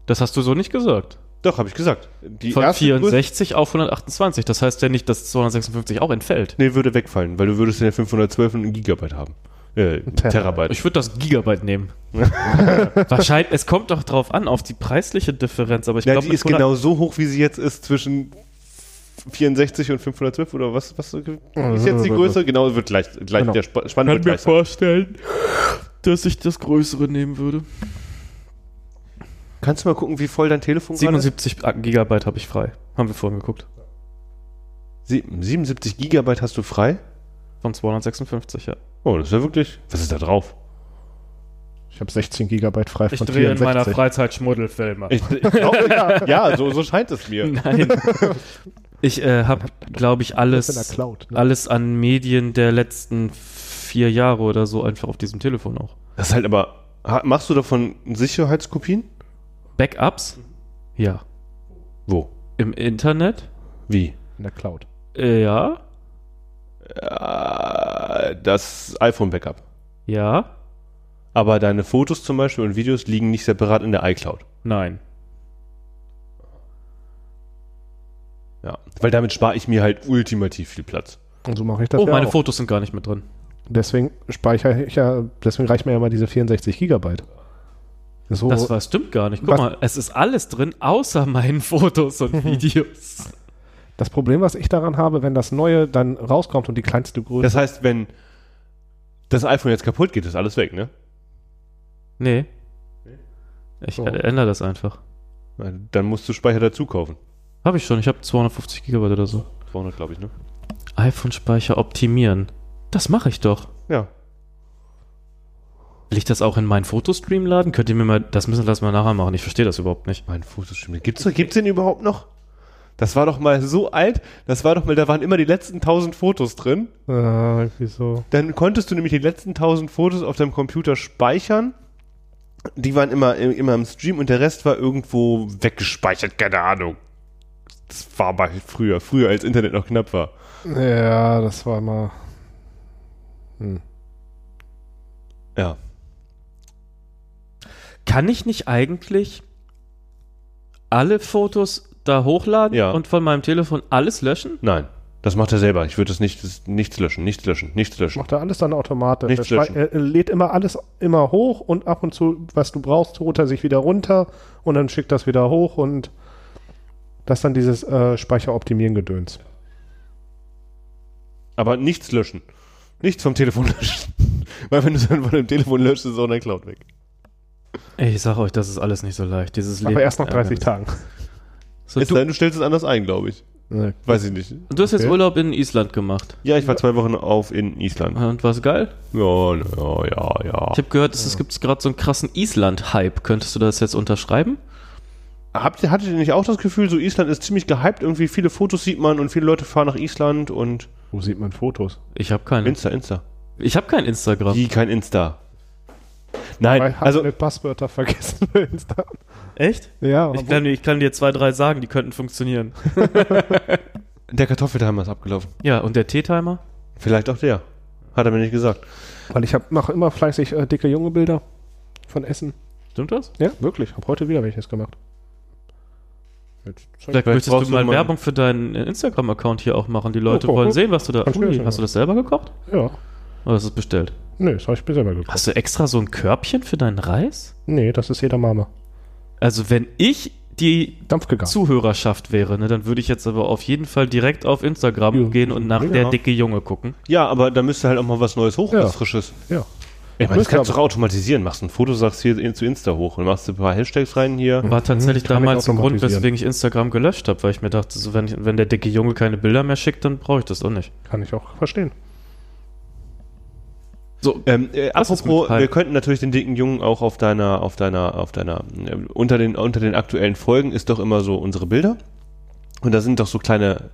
Das hast du so nicht gesagt. Doch, habe ich gesagt. Die Von erste Größe- 64 auf 128. Das heißt ja nicht, dass 256 auch entfällt. Nee, würde wegfallen, weil du würdest in der 512 einen Gigabyte haben. Äh, Terabyte. Terabyte. Ich würde das Gigabyte nehmen. Wahrscheinlich, es kommt doch drauf an, auf die preisliche Differenz, aber ich Ja, glaube, die ist genau so hoch, wie sie jetzt ist, zwischen 64 und 512 oder was, was so ge- ist jetzt die Größe? Genau, wird gleich, gleich Genau. der Sp Spann kann wird mir gleich sein. vorstellen, dass ich das größere nehmen würde. Kannst du mal gucken, wie voll dein Telefon gerade ist? 77 Gigabyte habe ich frei. Haben wir vorhin geguckt. Sie- 77 Gigabyte hast du frei? Von 256, ja. Oh, das ist ja wirklich. Was ist da drauf? Ich habe 16 Gigabyte frei Ich von drehe in meiner 64. Freizeit Schmuddelfilme. Ich, ich glaube, ja, ja so, so scheint es mir. Nein. Ich äh, habe, glaube ich, Das ist in der alles, Cloud. Ne? alles an Medien der letzten vier Jahre oder so einfach auf diesem Telefon auch. Das ist halt aber. ha- Machst du davon Sicherheitskopien? Mhm. Backups? Ja. Wo? Im Internet? Wie? In der Cloud. Äh, ja. Äh, das iPhone-Backup. Ja. Aber deine Fotos zum Beispiel und Videos liegen nicht separat in der iCloud. Nein. Ja. Weil damit spare ich mir halt ultimativ viel Platz. Und so mache ich das Oh, ja meine auch. Fotos sind gar nicht mit drin. Deswegen speichere ich ja, deswegen reicht mir ja mal diese 64 Gigabyte. So, Das war, stimmt gar nicht. Guck Was- mal, es ist alles drin, außer meinen Fotos und Videos. das Problem, was ich daran habe, wenn das Neue dann rauskommt und die kleinste Größe, Das heißt, wenn das iPhone jetzt kaputt geht, ist alles weg, ne? Nee. Ich So. äh, ändere das einfach. Na, Dann musst du Speicher dazu kaufen. Habe ich schon, ich habe 250 Gigabyte oder so. 200, glaube ich, ne? iPhone-Speicher optimieren. Das mache ich doch. Ja. Will ich das auch in meinen Fotostream laden? Könnt ihr mir mal, das müssen wir das mal nachher machen. Ich verstehe das überhaupt nicht. Mein Fotostream. Gibt's, gibt's den überhaupt noch? Das war doch mal so alt. Das war doch mal, da waren immer die letzten 1000 Fotos drin. äh, irgendwie so. Dann konntest du nämlich die letzten 1000 Fotos auf deinem Computer speichern. Die waren immer, immer im Stream und der Rest war irgendwo weggespeichert, keine Ahnung. Das war mal früher, früher als Internet noch knapp war. Ja, das war mal. Ja. Kann ich nicht eigentlich alle Fotos da hochladen Ja. und von meinem Telefon alles löschen? Nein, das macht er selber. Ich würde das nicht, das, nichts löschen, nichts löschen, nichts löschen. Macht er alles dann automatisch. Nichts er, löschen. spei- er lädt immer alles immer hoch und ab und zu, was du brauchst, holt er sich wieder runter und dann schickt das wieder hoch und das dann dieses äh, Speicheroptimieren-Gedöns. Aber nichts löschen. Nichts vom Telefon löschen. Weil wenn du es dann von dem Telefon löschst, ist es auch in der Cloud weg. Ey, ich sag euch, das ist alles nicht so leicht. Dieses Leben. Aber erst nach 30 Ärgernis. Tagen. So, Es du, sei denn, du stellst es anders ein, glaube ich. Nee. Weiß ich nicht. du hast jetzt okay. Urlaub in Island gemacht. Ja, ich war zwei Wochen auf in Island. Ah. Und war's geil? Ja, ja, ja, ja. Ich habe gehört, es, es gibt gerade so einen krassen Island-Hype. Könntest du das jetzt unterschreiben? Habt ihr, hattet ihr nicht auch das Gefühl, so Island ist ziemlich gehypt, irgendwie viele Fotos sieht man und viele Leute fahren nach Island und Wo sieht man Fotos? Ich habe keinen. Insta, Insta. Ich habe kein Instagram. Die kein Insta. Nein, Weil also also mit Passwörter vergessen für Insta. Echt? Ja, Ich kann, ich kann dir zwei, drei sagen, die könnten funktionieren. der Kartoffeltimer ist abgelaufen. Ja, und der Teetimer? Vielleicht auch der. Hat er mir nicht gesagt. weil ich hab, mache immer fleißig äh, dicke junge Bilder von Essen. Stimmt das? Ja, wirklich. Habe heute wieder welches gemacht. Jetzt zeig- Vielleicht, möchtest brauchst du du mal mal- Werbung für deinen Instagram-Account hier auch machen. Die Leute Oh, oh, wollen oh. sehen, was du da. Kannst du Ui, mir hast du das selber gekocht? Ja, Oder ist es bestellt? nee, das habe ich mir selber gekauft. Hast du extra so ein Körbchen für deinen Reis? Nee, das ist jeder Mama. Also, wenn ich die Dampfgegangen. Zuhörerschaft wäre, ne, dann würde ich jetzt aber auf jeden Fall direkt auf Instagram Ja. gehen und nach Ja. der dicke Junge gucken. Ja, aber da müsste halt auch mal was Neues hoch, Ja. was Frisches. Ja. Ich meine, das Müsste kannst du aber- doch automatisieren. Machst ein Foto, sagst hier in- zu Insta hoch und machst ein paar Hashtags rein hier. Mhm. War tatsächlich kann ich damals ein Grund, automatisieren. weswegen ich Instagram gelöscht habe, weil ich mir dachte, so, wenn, ich, wenn der dicke Junge keine Bilder mehr schickt, dann brauche ich das auch nicht. Kann ich auch verstehen. So, Ähm, äh, Das ist apropos, gut, Halt. Kai. wir könnten natürlich den dicken Jungen auch auf deiner, auf deiner, auf deiner, äh, unter den, unter den aktuellen Folgen ist doch immer so unsere Bilder. Und da sind doch so kleine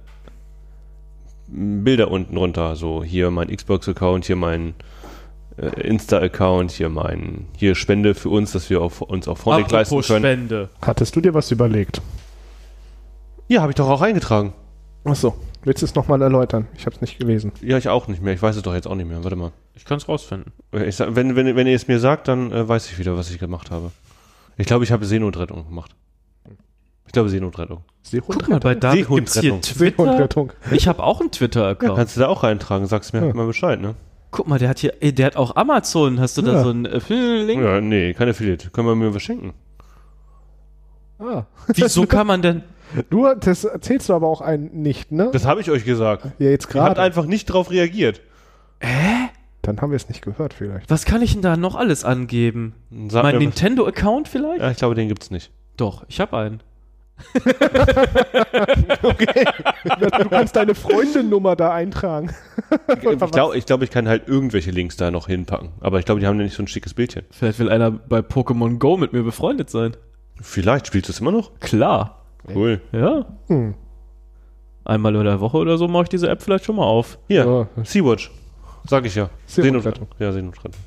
m, Bilder unten runter. So hier mein Xbox-Account, hier mein äh, Insta-Account, hier mein, hier Spende für uns, dass wir auf, uns auch Frontex leisten apropos können. Spende. Hattest du dir was überlegt? Ja, habe ich doch auch eingetragen. Achso, willst du es nochmal erläutern? Ich habe es nicht gelesen. Ja, ich auch nicht mehr. Ich weiß es doch jetzt auch nicht mehr. Warte mal. Ich kann es rausfinden. Ich sag, wenn, wenn, wenn ihr es mir sagt, dann äh, weiß ich wieder, was ich gemacht habe. Ich glaube, ich habe Seenotrettung gemacht. Ich glaube, Seenotrettung. Guck mal, bei David gibt's hier Seehundrettung. Twitter. Seehundrettung. Ich habe auch einen Twitter-Account. Kannst du da auch reintragen? Sagst mir Ja. halt mal Bescheid, ne? Guck mal, der hat hier, ey, der hat auch Amazon. Hast du da Ja. so einen äh, Link? Ja, nee, kein Affiliate. Können wir mir was schenken? Ah. Wieso kann man denn? Du, das erzählst du aber auch einen nicht, ne? Das habe ich euch gesagt. ja, jetzt Ihr habt gerade. einfach nicht drauf reagiert. Dann haben wir es nicht gehört vielleicht. Was kann ich denn da noch alles angeben? Sag mein mir, was- Nintendo-Account vielleicht? ja, ich glaube, den gibt's nicht. Doch, ich habe einen. Du kannst deine Freundennummer da eintragen. Ich glaube, ich, glaub, ich kann halt irgendwelche Links da noch hinpacken. Aber ich glaube, die haben ja nicht so ein schickes Bildchen. Vielleicht will einer bei Pokémon Go mit mir befreundet sein. Vielleicht spielst du es immer noch? Klar. Cool. Ja. Hm. Einmal in der Woche oder so mache ich diese App vielleicht schon mal auf. Hier, Sea-Watch. Sag ich ja. Seenotrettung. Ja, Seenotrettung.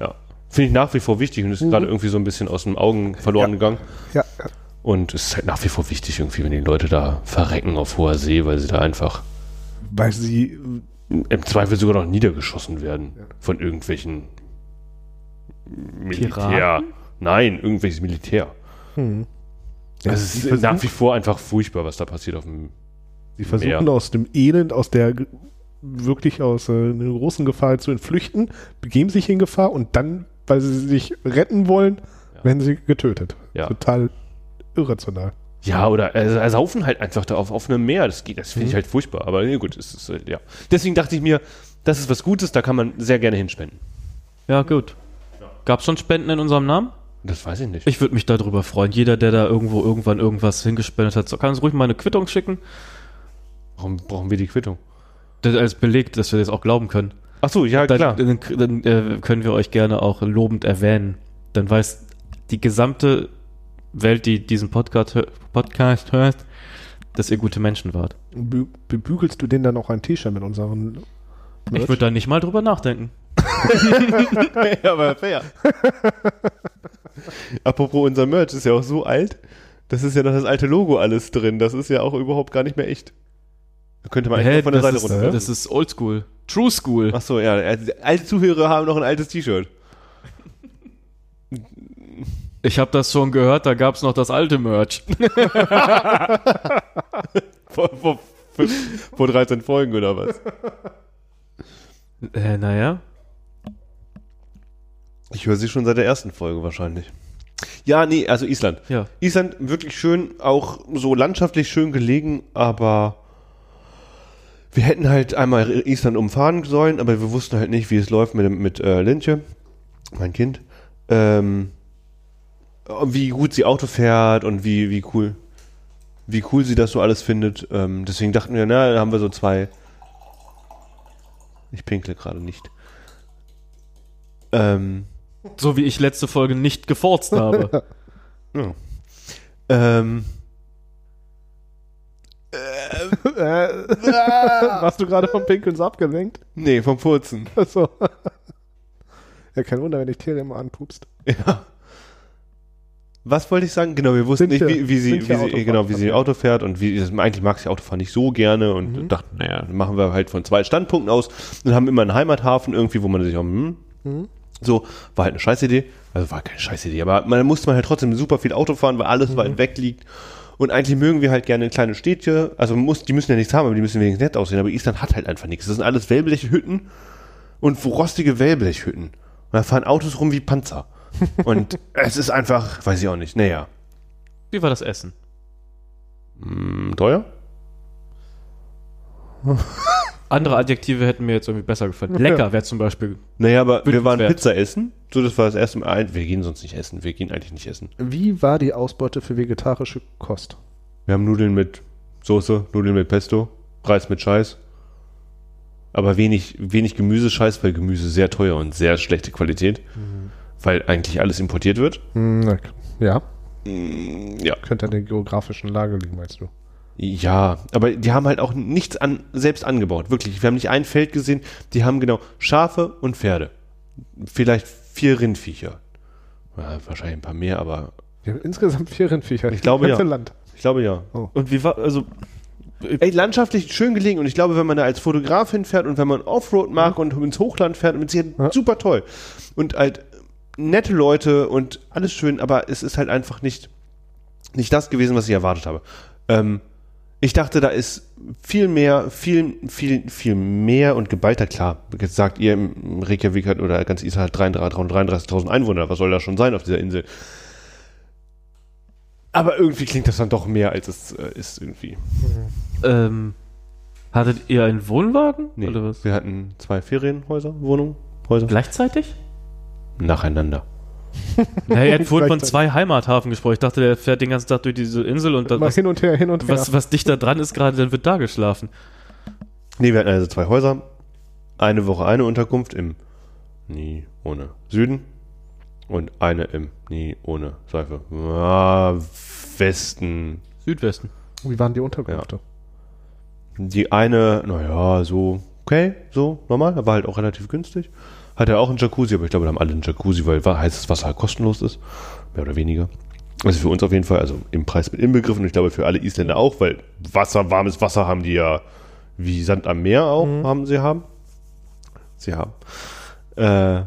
Ja. Finde ich nach wie vor wichtig und ist Mhm. gerade irgendwie so ein bisschen aus den Augen verloren gegangen. Ja, Und es ist halt nach wie vor wichtig irgendwie, wenn die Leute da verrecken auf hoher See, weil sie da einfach weil sie im Zweifel sogar noch niedergeschossen werden von irgendwelchen Militär. Piraten? Nein, irgendwelches Militär. Hm. Ja, Also es sie ist nach versuchen- wie vor einfach furchtbar, was da passiert auf dem. Sie versuchen Mehr. aus dem Elend, aus der ge- wirklich aus äh, einer großen Gefahr zu entflüchten, begeben sich in Gefahr und dann, weil sie sich retten wollen, Ja. werden sie getötet. Ja. Total irrational. Ja, oder also, also saufen halt einfach da auf offenem Meer. Das geht, das finde ich halt furchtbar. Aber nee, gut, es ist äh, ja. Deswegen dachte ich mir, das ist was Gutes, da kann man sehr gerne hinspenden. Ja, gut. Gab's schon Spenden in unserem Namen? Das weiß ich nicht. Ich würde mich darüber freuen. Jeder, der da irgendwo irgendwann irgendwas hingespendet hat, so- kann uns ruhig mal eine Quittung schicken. Warum brauchen wir die Quittung? Das als Beleg, dass wir das auch glauben können. Ach so, ja Dann, klar. dann, dann äh, können wir euch gerne auch lobend erwähnen. Dann weiß die gesamte Welt, die diesen Podcast, hö- Podcast hört, dass ihr gute Menschen wart. Bü- Bebügelst du denen dann auch ein T-Shirt mit unseren ne? Ich würde da nicht mal drüber nachdenken. Ja, aber fair. Apropos unser Merch ist ja auch so alt. Das ist ja noch das alte Logo alles drin. Das ist ja auch überhaupt gar nicht mehr echt. Da könnte man Hä, eigentlich mal von der Seite das, runter. ist, das ist Oldschool. True School. Ach so, ja. also Alte Zuhörer haben noch ein altes T-Shirt. Ich habe das schon gehört, da gab's noch das alte Merch. Vor, vor, vor- vor 13 Folgen oder was? Äh, naja. Ich höre sie schon seit der ersten Folge wahrscheinlich. Ja, nee, also Island. Ja. Island wirklich schön, auch so landschaftlich schön gelegen, aber wir hätten halt einmal Island umfahren sollen, aber wir wussten halt nicht, wie es läuft mit, dem- mit äh, Lintje, mein Kind. Ähm, wie gut sie Auto fährt und wie, wie cool wie cool sie das so alles findet. Ähm, deswegen dachten wir, na, dann haben wir so zwei. Ich pinkle gerade nicht. Ähm, So wie ich letzte Folge nicht geforzt habe. ja. ähm, äh, Ah! Warst du gerade vom Pinkeln so abgelenkt? nee, vom Furzen. Achso. Ja, kein Wunder, wenn ich Tiere immer anpupst. Ja. Was wollte ich sagen? Genau, wir wussten nicht, Sind wir- wie, wie sie, sind wie wir sie, Autofahrer. genau, wie sie Auto fährt und wie, eigentlich mag sie Autofahren nicht so gerne und Mhm. dachten, naja, dann machen wir halt von zwei Standpunkten aus und haben immer einen Heimathafen irgendwie, wo man sich auch, hm, Mhm. so, war halt eine Scheißidee. Also war keine Scheißidee, aber man musste man halt trotzdem super viel Auto fahren, weil Mhm. alles weit weg liegt. Und eigentlich mögen wir halt gerne kleine Städtchen. Also man muss, die müssen ja nichts haben, aber die müssen wenigstens nett aussehen. Aber Island hat halt einfach nichts. Das sind alles Wellblechhütten und rostige Wellblechhütten. Und da fahren Autos rum wie Panzer. Und es ist einfach, weiß ich auch nicht, naja. Wie war das Essen? Hm, teuer? Andere Adjektive hätten mir jetzt irgendwie besser gefallen. Lecker wäre zum Beispiel. Naja, aber wir waren Wünschenswert. Pizza essen. So, das war das erste Mal. Wir gehen sonst nicht essen. Wir gehen eigentlich nicht essen. Wie war die Ausbeute für vegetarische Kost? Wir haben Nudeln mit Soße, Nudeln mit Pesto, Reis mit Scheiß. Aber wenig, wenig Gemüsescheiß, weil Gemüse sehr teuer und sehr schlechte Qualität. Weil eigentlich alles importiert wird. Hm, ja, Ja. könnte an der geografischen Lage liegen, meinst du? Ja, aber die haben halt auch nichts an, selbst angebaut, wirklich. Wir haben nicht ein Feld gesehen, die haben genau Schafe und Pferde. Vielleicht vier Rindviecher. Ja, wahrscheinlich ein paar mehr, aber Wir haben insgesamt vier Rindviecher. Ich glaube, das ganze ja. Land. ich glaube ja. Und wie war, also, Oh. Ey, landschaftlich schön gelegen und ich glaube, wenn man da als Fotograf hinfährt und wenn man Offroad mag und ins Hochland fährt, mit sich super toll. Und halt nette Leute und alles schön, aber es ist halt einfach nicht, nicht das gewesen, was ich erwartet habe. Ähm, ich dachte, da ist viel mehr, viel, viel, viel mehr und geballter. Klar, jetzt sagt ihr, im Reykjavik hat oder ganz Israel hat 33 33.000 Einwohner. Was soll da schon sein auf dieser Insel? Aber irgendwie klingt das dann doch mehr, als es äh, ist irgendwie. ähm, hattet ihr einen Wohnwagen? Nee, Oder was? wir hatten zwei Ferienhäuser, Wohnungen, Häuser. Gleichzeitig? Nacheinander. Naja, er hat vorhin von zwei Heimathafen gesprochen. Ich dachte, der fährt den ganzen Tag durch diese Insel und dann, Mal was, hin und her, hin und her. was, was dichter dran ist gerade, dann wird da geschlafen. Nee, wir hatten also zwei Häuser. Eine Woche eine Unterkunft im nie ohne Süden und eine im nie ohne Seife. Ah, Westen. Südwesten. Wie waren die Unterkünfte? Die eine, naja, so, okay, so, normal, aber halt auch relativ günstig. Hat er auch einen Jacuzzi, aber ich glaube, da haben alle einen Jacuzzi, weil wa- heißes Wasser halt kostenlos ist. Mehr oder weniger. Also für uns auf jeden Fall, also im Preis mit inbegriffen und ich glaube für alle Isländer auch, weil Wasser, warmes Wasser haben die ja wie Sand am Meer auch, haben sie haben. Sie haben. Äh,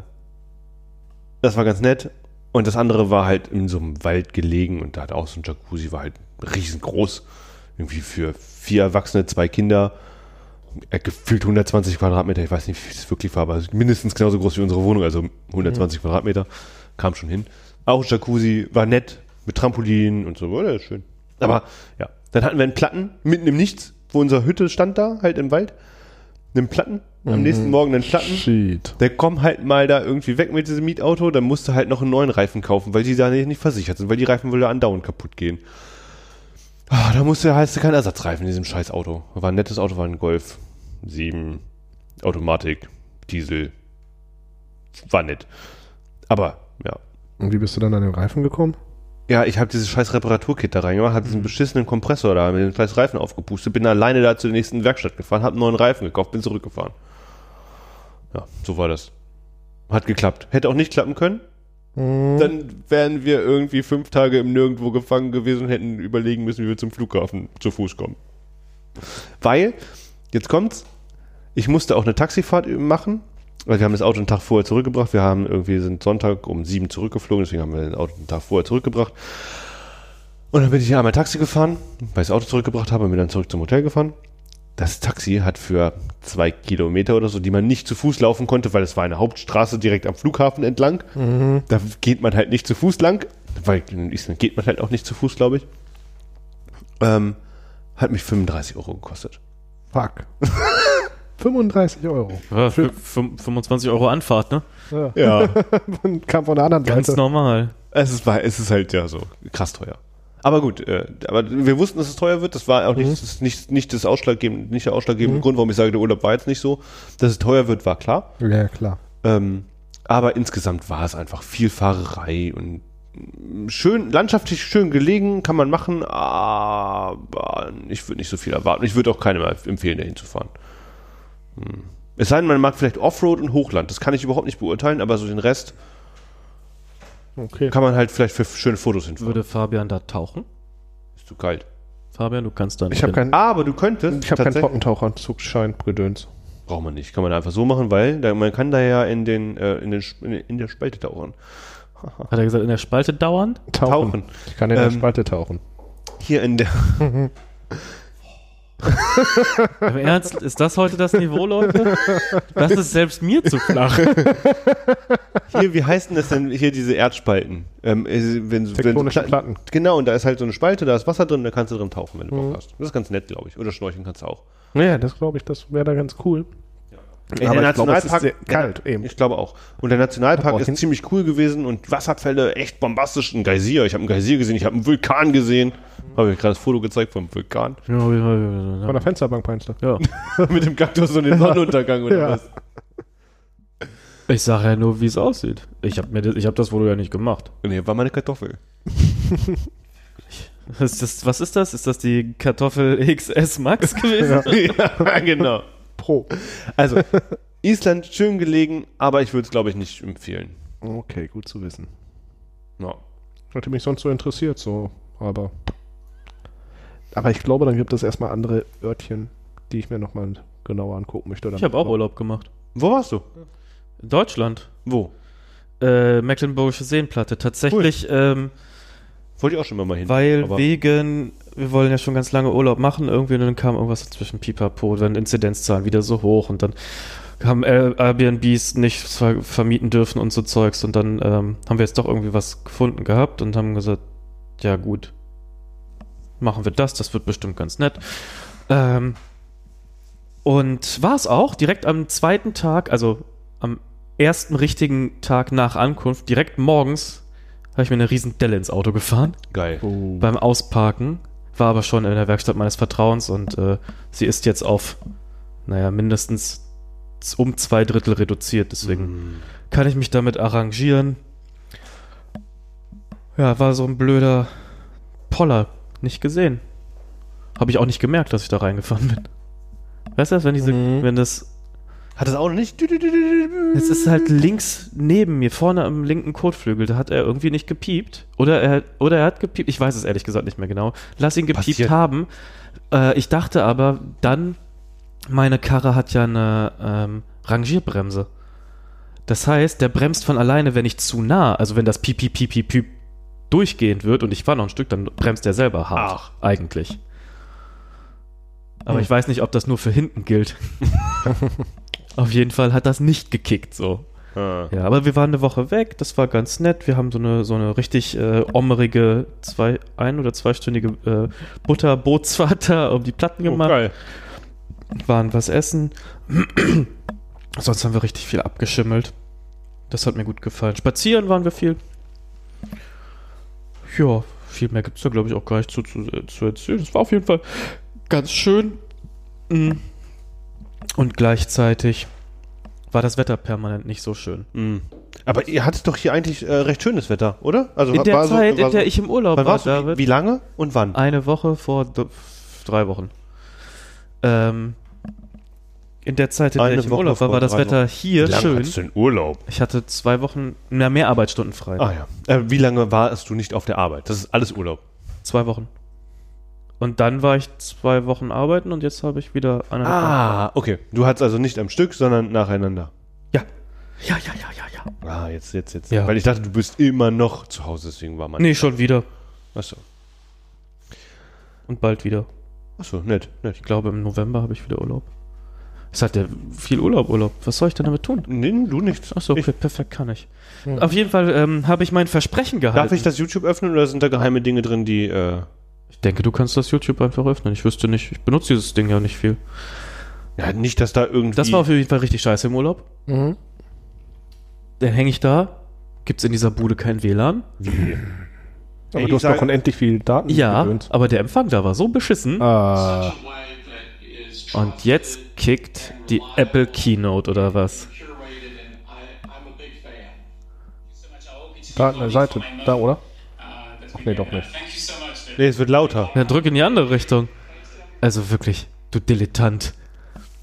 das war ganz nett. Und das andere war halt in so einem Wald gelegen und da hat auch so ein Jacuzzi, war halt riesengroß. Irgendwie für vier Erwachsene, zwei Kinder. Äh, Gefühlt 120 Quadratmeter, ich weiß nicht, wie viel es wirklich war, aber mindestens genauso groß wie unsere Wohnung, also 120 Quadratmeter. Kam schon hin. Auch Jacuzzi, war nett, mit Trampolin und so, war ja schön. Aber ja, dann hatten wir einen Platten mitten im Nichts, wo unsere Hütte stand da, halt im Wald. Einen Platten, am nächsten Morgen einen Platten. Shit. Der kommt halt mal da irgendwie weg mit diesem Mietauto, dann musst du halt noch einen neuen Reifen kaufen, weil die da nicht nicht versichert sind, weil die Reifen würde andauernd kaputt gehen. Ah, da musst du, hast du keinen Ersatzreifen in diesem scheiß Auto. War ein nettes Auto, war ein Golf 7, Automatik, Diesel. War nett. Aber, ja. Und wie bist du dann an den Reifen gekommen? Ja, ich habe dieses scheiß Reparaturkit da reingemacht, hab diesen beschissenen Kompressor da mit dem scheiß Reifen aufgepustet, bin alleine da zur nächsten Werkstatt gefahren, hab einen neuen Reifen gekauft, bin zurückgefahren. Ja, so war das. Hat geklappt. Hätte auch nicht klappen können. Hm, Mhm. Dann wären wir irgendwie fünf Tage im Nirgendwo gefangen gewesen und hätten überlegen müssen, wie wir zum Flughafen zu Fuß kommen. Weil, jetzt kommt's, ich musste auch eine Taxifahrt machen. weil Wir haben das Auto einen Tag vorher zurückgebracht. Wir haben irgendwie sind Sonntag um sieben zurückgeflogen, deswegen haben wir das Auto einen Tag vorher zurückgebracht. Und dann bin ich hier einmal Taxi gefahren, weil ich das Auto zurückgebracht habe und bin dann zurück zum Hotel gefahren. Das Taxi hat für zwei Kilometer oder so, die man nicht zu Fuß laufen konnte, weil es war eine Hauptstraße direkt am Flughafen entlang. mhm. Da geht man halt nicht zu Fuß lang, weil in Island geht man halt auch nicht zu Fuß, glaube ich. Ähm, hat mich 35 Euro gekostet. Fuck. 35 Euro. Ja, fün- fün- 25 Euro Anfahrt, ne? Ja. Ja. Und Hm, kam von der anderen Ganz Seite. normal. Es ist, war- es ist halt ja so krass teuer. Aber gut, äh, aber wir wussten, dass es teuer wird. Das war auch nicht, das, nicht, nicht, das ausschlaggebende, nicht der ausschlaggebende Grund, warum ich sage, der Urlaub war jetzt nicht so. Dass es teuer wird, war klar. Ja, klar. Ähm, aber insgesamt war es einfach viel Fahrerei und schön, landschaftlich schön gelegen, kann man machen, aber ich würde nicht so viel erwarten. Ich würde auch keinem empfehlen, dahin zu fahren. Hm. Es sei denn, man mag vielleicht Offroad und Hochland. Das kann ich überhaupt nicht beurteilen, aber so den Rest Okay. kann man halt vielleicht für schöne Fotos hinfahren. Würde Fabian da tauchen? Ist zu kalt. Fabian, du kannst da nicht. Ich habe hin. keinen, Aber du könntest. ich hab keinen tatsächlich- Trockentauchanzugschein, Gedöns. Braucht man nicht. Kann man einfach so machen, weil da, man kann da ja in, den, äh, in, den, Sp- in, in der Spalte tauchen. Hat er gesagt, in der Spalte dauernd? Tauchen. Ich kann in der Ähm, Spalte tauchen. Hier in der. Im Ernst, ist das heute das Niveau, Leute? Das ist selbst mir zu flach. Hier, wie heißen das denn hier diese Erdspalten? Ähm, äh, wenn, Tektonische wenn, Platten. Mhm. Genau, und da ist halt so eine Spalte, da ist Wasser drin, da kannst du drin tauchen, wenn du Bock hast. Das ist ganz nett, glaube ich. Oder schnorcheln kannst du auch. Ja, das glaube ich, das wäre da ganz cool. In Aber ich glaube, es ist sehr kalt eben. Ich glaube auch. Und der Nationalpark Brauch ist hin- ziemlich cool gewesen und Wasserfälle echt bombastisch. Ein Geysir, ich habe einen Geysir gesehen, ich habe einen Vulkan gesehen. Habe ich gerade das Foto gezeigt vom Vulkan. Von der Fensterbank meinst du? Ja. Mit dem Kaktus und dem Sonnenuntergang oder Ja. was? Ich sage ja nur, wie es aussieht. Ich habe das, ich hab das Foto ja nicht gemacht. Nee, war meine Kartoffel. Ist das, was ist das? Ist das die Kartoffel XS Max gewesen? ja, genau. Pro. Also, Island schön gelegen, aber ich würde es, glaube ich, nicht empfehlen. Okay, gut zu wissen. Ja. Hätte mich sonst so interessiert, so, aber. Aber ich glaube, dann gibt es erstmal andere Örtchen, die ich mir nochmal genauer angucken möchte. Oder Ich habe auch Urlaub gemacht. Wo warst du? In Deutschland. Wo? Äh, Mecklenburgische Seenplatte. Tatsächlich, ähm, Wollte ich auch schon immer mal hin. weil aber wegen, wir wollen ja schon ganz lange Urlaub machen, irgendwie und dann kam irgendwas dazwischen, pipapo, dann Inzidenzzahlen wieder so hoch und dann haben Air- Airbnbs nicht ver vermieten dürfen und so Zeugs und dann ähm, haben wir jetzt doch irgendwie was gefunden gehabt und haben gesagt, ja gut, machen wir das, das wird bestimmt ganz nett. Ähm, und war es auch direkt am zweiten Tag, also am ersten richtigen Tag nach Ankunft, direkt morgens, habe ich mir eine riesen Delle ins Auto gefahren. Geil. Oh. beim Ausparken, war aber schon in der Werkstatt meines Vertrauens und äh, sie ist jetzt auf, naja, mindestens z- um zwei Drittel reduziert. Deswegen kann ich mich damit arrangieren. Ja, war so ein blöder Poller. Nicht gesehen. Habe ich auch nicht gemerkt, dass ich da reingefahren bin. Weißt du das, wenn diese, Mhm. wenn das. Hat das auch noch nicht? Es ist halt links neben mir, vorne am linken Kotflügel, da hat er irgendwie nicht gepiept. Oder er, oder er hat gepiept, ich weiß es ehrlich gesagt nicht mehr genau. Lass ihn gepiept Passiert. haben. Äh, ich dachte aber, dann, meine Karre hat ja eine ähm, Rangierbremse. Das heißt, der bremst von alleine, wenn ich zu nah, also wenn das piep, piep, piep, piep, piep durchgehend wird und ich fahre noch ein Stück, dann bremst der selber hart. Ach. Hm. Eigentlich. Aber ich weiß nicht, ob das nur für hinten gilt. Auf jeden Fall hat das nicht gekickt so. Ah. Ja, aber wir waren eine Woche weg, das war ganz nett. Wir haben so eine, so eine richtig äh, ommerige zwei, ein- oder zweistündige äh, Butterbootsfahrt da um die Platten Oh, gemacht, geil. waren was essen. Sonst haben wir richtig viel abgeschimmelt. Das hat mir gut gefallen. Spazieren waren wir viel. Ja, viel mehr gibt es da, glaube ich, auch gar nicht zu, zu, zu erzählen. Das war auf jeden Fall ganz schön. Mm. Und gleichzeitig war das Wetter permanent nicht so schön. Mhm. Aber ihr hattet doch hier eigentlich äh, recht schönes Wetter, oder? Also In wa- der war so- Zeit, in war so- der ich im Urlaub Wann war, Ah, warst du? Wie, David, wie lange und wann? eine Woche vor d- drei Wochen. Ähm, in der Zeit, in der Eine ich im Woche Urlaub war, vor war das drei Wetter hier wie lange schön. hattest du denn Urlaub? Ich hatte zwei Wochen, na, mehr Arbeitsstunden frei. Ah ja. Äh, wie lange warst du nicht auf der Arbeit? Das ist alles Urlaub. Zwei Wochen. Und dann war ich zwei Wochen arbeiten und jetzt habe ich wieder eine. Ah, okay. Du hattest also nicht am Stück, sondern nacheinander. Ja. Ja, ja, ja, ja, ja. Ah, jetzt, jetzt, jetzt. Ja. Weil ich dachte, du bist immer noch zu Hause, deswegen war man. Nee, schon wieder. Achso. Und bald wieder. Achso, nett, nett. Ich glaube, im November habe ich wieder Urlaub. Es hat ja viel Urlaub, Urlaub. Was soll ich denn damit tun? Nee, du nichts. Achso, Ich- Hm. okay, perfekt kann ich. Auf jeden Fall ähm, habe ich mein Versprechen gehalten. Darf ich das YouTube öffnen oder sind da geheime Dinge drin, die. Äh, Ich denke, du kannst das YouTube einfach öffnen. Ich wüsste nicht, ich benutze dieses Ding ja nicht viel. ja, nicht, dass da irgendwie. Das war auf jeden Fall richtig scheiße im Urlaub. Mhm. Dann hänge ich da. Gibt's in dieser Bude kein WLAN? Aber Ey, du ich hast doch sag- unendlich viel Daten Ja, gewöhnt. aber der Empfang da war so beschissen. Ah, Und jetzt kickt die Apple Keynote oder was? Da an der Seite, da, oder? Ach nee, doch nicht. nee, es wird lauter. Ja, drück in die andere Richtung. Also wirklich, du Dilettant.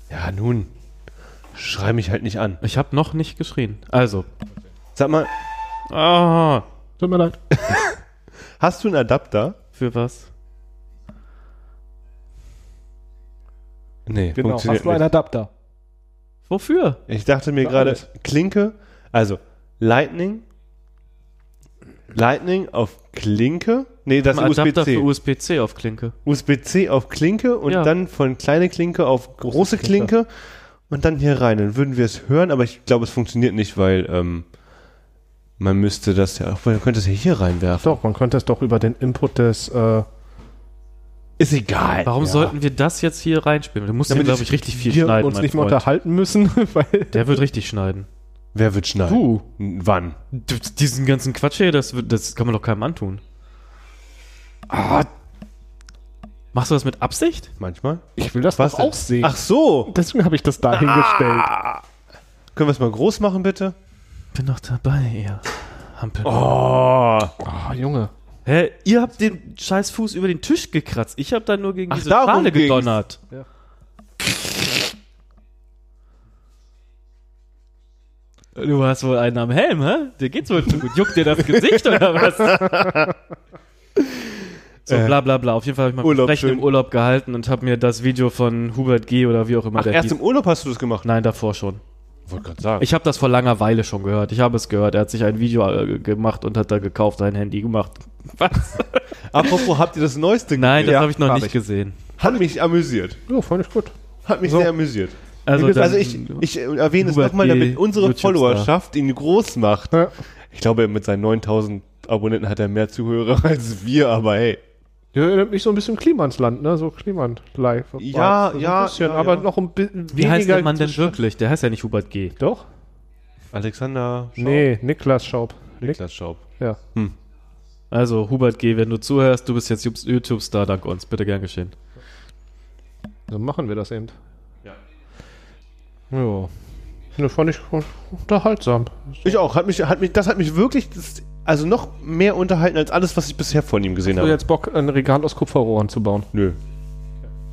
Ja, nun. Schrei mich halt nicht an. Ich habe noch nicht geschrien. Also. Sag mal, Ah, Tut mir leid. hast du einen Adapter? für was? Nee, genau. Hast du einen Adapter? Wofür? Ich dachte mir gerade, alles. Klinke, also Lightning, Lightning auf Klinke, nee, das Ein Adapter für USB-C USB-C. auf Klinke. USB-C auf Klinke und Ja. dann von kleine Klinke auf große Klinke und dann hier rein. Dann würden wir es hören, aber ich glaube, es funktioniert nicht, weil ähm, man müsste das ja, auch, man könnte es ja hier reinwerfen. Doch, man könnte es doch über den Input des. Äh, Ist egal. Warum sollten wir das jetzt hier reinspielen? Du musst hier, Damit glaube ich, richtig viel wir schneiden. uns mein nicht mehr Freund. unterhalten müssen, weil. Der wird richtig schneiden. Wer wird schneiden? Du. Wann? D- Diesen ganzen Quatsch hier, das, wird- das kann man doch keinem antun. Ah. Machst du das mit Absicht? Manchmal? Ich will das Was doch denn? auch sehen. Ach so. Deswegen habe ich das da hingestellt. Können wir es mal groß machen, bitte? Bin doch dabei, ihr Hampel. Oh. Ah, Junge. Hä? Ihr habt den scheiß Fuß über den Tisch gekratzt. Ich hab da nur gegen Ach, diese darum Schale ging's. gedonnert. Du hast wohl einen am Helm, hä? Dir geht's wohl zu gut. Juckt dir das Gesicht oder was? So, bla bla bla. Auf jeden Fall habe ich mal Äh. Urlaub Versprechen schön. im Urlaub gehalten und habe mir das Video von Hubert G. oder wie auch immer Ach, erst im Urlaub hast du das gemacht? Nein, davor schon. Wollte gerade sagen. Ich habe das vor langer Weile schon gehört. Ich habe es gehört. Er hat sich ein Video äh, gemacht und hat da gekauft, sein Handy gemacht. Was? Apropos, habt ihr das Neueste Nein, das gesehen? habe ich noch hab nicht gesehen. Hat mich amüsiert. Ja, fand ich gut. Hat mich sehr amüsiert. Also, dann- also ich, ich äh, erwähne es Hubert nochmal, G. damit unsere YouTube-Star. Followerschaft ihn groß macht. Ja. Ich glaube, mit seinen 9000 Abonnenten hat er mehr Zuhörer als wir, aber hey. Ja, erinnert mich so ein bisschen Klimansland, ne? So Kliman live. Ja, so ja, Ein bisschen, ja, aber ja. noch ein bisschen wie heißt weniger. der Mann denn wirklich? Der heißt ja nicht Hubert G. Doch. Alexander Schaub? Nee, Niklas Schaub. Niklas Schaub. Ja. Also, Hubert G., wenn du zuhörst, du bist jetzt YouTube-Star, dank uns. Bitte gern geschehen. So machen wir das eben. Ja. Ja. Das fand ich unterhaltsam. Ich auch. Hat mich, hat mich, das hat mich wirklich das, also noch mehr unterhalten als alles, was ich bisher von ihm gesehen Ich habe habe. jetzt Bock, ein Regal aus Kupferrohren zu bauen. Nö.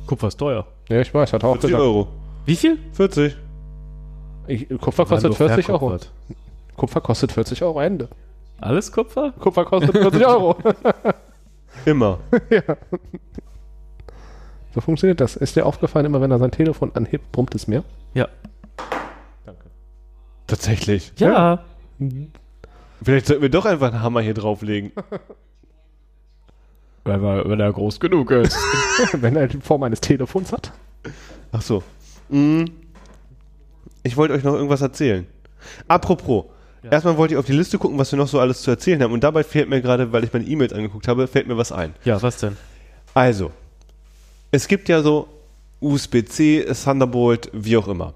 Kupfer ist teuer. Ja, ich weiß, hat er auch 40 gesagt. Euro. Wie viel? 40. Ich, Kupfer kostet Wann du 40 Euro. verkupfert. Kupfer kostet 40 Euro, Ende. Alles Kupfer? Kupfer kostet 40 Euro. Immer. So funktioniert das. Ist dir aufgefallen, immer wenn er sein Telefon anhebt, brummt es mehr? Ja. Tatsächlich. Ja. Vielleicht sollten wir doch einfach einen Hammer hier drauflegen. Wenn, er, wenn er groß genug ist. wenn er die Form eines Telefons hat? Ach so. Mm. Ich wollte euch noch irgendwas erzählen. Apropos. Erstmal wollte ich auf die Liste gucken, was wir noch so alles zu erzählen haben. Und dabei fällt mir gerade, weil ich meine E-Mails angeguckt habe, fällt mir was ein. ja, was denn? Also, es gibt ja so USB-C, Thunderbolt, wie auch immer.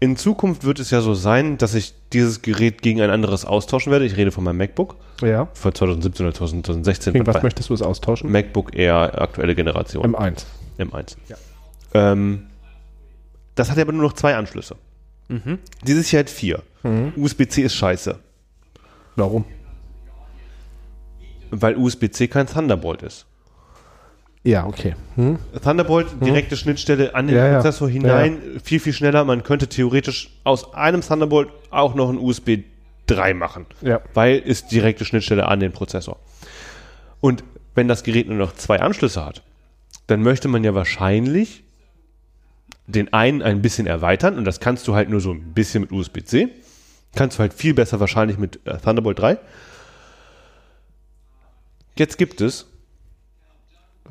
In Zukunft wird es ja so sein, dass ich dieses Gerät gegen ein anderes austauschen werde. Ich rede von meinem MacBook Ja. von 2017 oder 2016. Gegen was Bei- möchtest du es austauschen? MacBook Air, aktuelle Generation, M1. M1. Ähm, das hat ja aber nur noch zwei Anschlüsse. Mhm. Dieses Jahr hat halt vier. USB-C ist scheiße, Warum? weil USB-C kein Thunderbolt ist. Ja, okay. Hm? Thunderbolt, direkte Schnittstelle an den Ja, ja. Prozessor hinein, viel, viel schneller. Man könnte theoretisch aus einem Thunderbolt auch noch ein USB 3 machen, Ja. weil ist direkte Schnittstelle an den Prozessor. Und wenn das Gerät nur noch zwei Anschlüsse hat, dann möchte man ja wahrscheinlich den einen ein bisschen erweitern und das kannst du halt nur so ein bisschen mit USB-C. Kannst du halt viel besser wahrscheinlich mit äh, Thunderbolt 3. Jetzt gibt es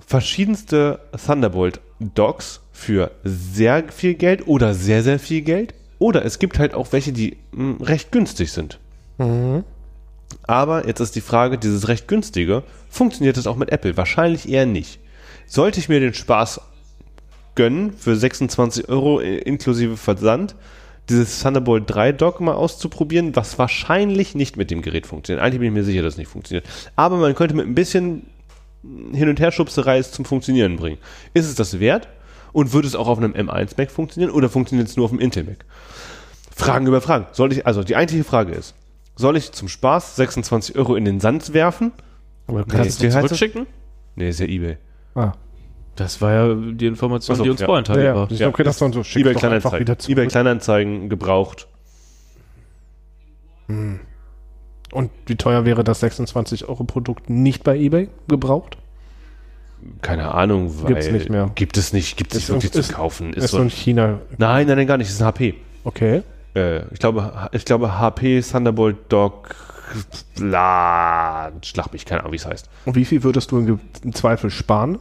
verschiedenste Thunderbolt-Docs für sehr viel Geld oder sehr, sehr viel Geld. Oder es gibt halt auch welche, die mh, recht günstig sind. Aber jetzt ist die Frage, dieses recht günstige, funktioniert das auch mit Apple? Wahrscheinlich eher nicht. Sollte ich mir den Spaß gönnen, für 26 Euro i- inklusive Versand, dieses Thunderbolt 3 Dock mal auszuprobieren, was wahrscheinlich nicht mit dem Gerät funktioniert. Eigentlich bin ich mir sicher, dass es nicht funktioniert. Aber man könnte mit ein bisschen hin und her Schubserei es zum Funktionieren bringen. Ist es das wert? Und würde es auch auf einem M1 Mac funktionieren oder funktioniert es nur auf einem Intel Mac? Fragen über Fragen. Soll ich, also die eigentliche Frage ist, soll ich zum Spaß 26 Euro in den Sand werfen? Kannst wie du heißt das? zurückschicken? Nee, ist ja eBay. Ah, Das war ja die Information, Ach so, die uns ja. vorhin ja, teilhaber ja. war. Ich Ja. hab gedacht, so, schick eBay doch einfach Kleinanzeigen. wieder zurück. eBay Kleinanzeigen gebraucht. Und wie teuer wäre das 26 Euro Produkt nicht bei eBay gebraucht? Keine Ahnung, weil Gibt's nicht mehr. Gibt es nicht, gibt es nicht Ist- wirklich ist- zu kaufen. Ist Ist so so, in China. nein, nein, nein, gar nicht. Es ist ein HP. Okay. Äh, ich glaube, ich glaube HP Thunderbolt Dock. Bla, schlag mich, keine Ahnung, wie es heißt. Und wie viel würdest du im, Ge- im Zweifel sparen?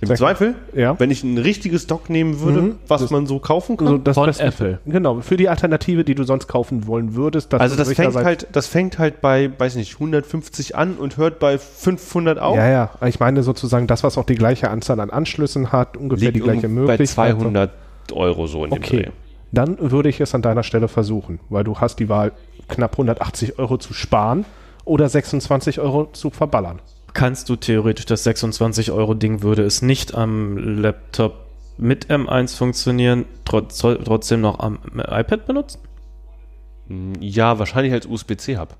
Im Sag- Zweifel, Ja. wenn ich ein richtiges Dock nehmen würde, Mhm. was Das- Also man so kaufen kann. So das Von Beste- Apple. Genau, für die Alternative, die du sonst kaufen wollen würdest. dass also du das sicher fängt sein- halt, das fängt halt bei, weiß nicht, 150 an und hört bei 500 auf. Ja, ja. Ich meine sozusagen das, was auch die gleiche Anzahl an Anschlüssen hat, ungefähr die gleiche irgendwo bei Möglichkeit. 200 Euro so in dem Okay. Dreh. Dann würde ich es an deiner Stelle versuchen, weil du hast die Wahl, knapp 180 Euro zu sparen oder 26 Euro zu verballern. Kannst du theoretisch das 26 Euro Ding würde es nicht am Laptop mit M1 funktionieren, trotz, trotzdem noch am iPad benutzen? Ja, wahrscheinlich als USB-C-Hub.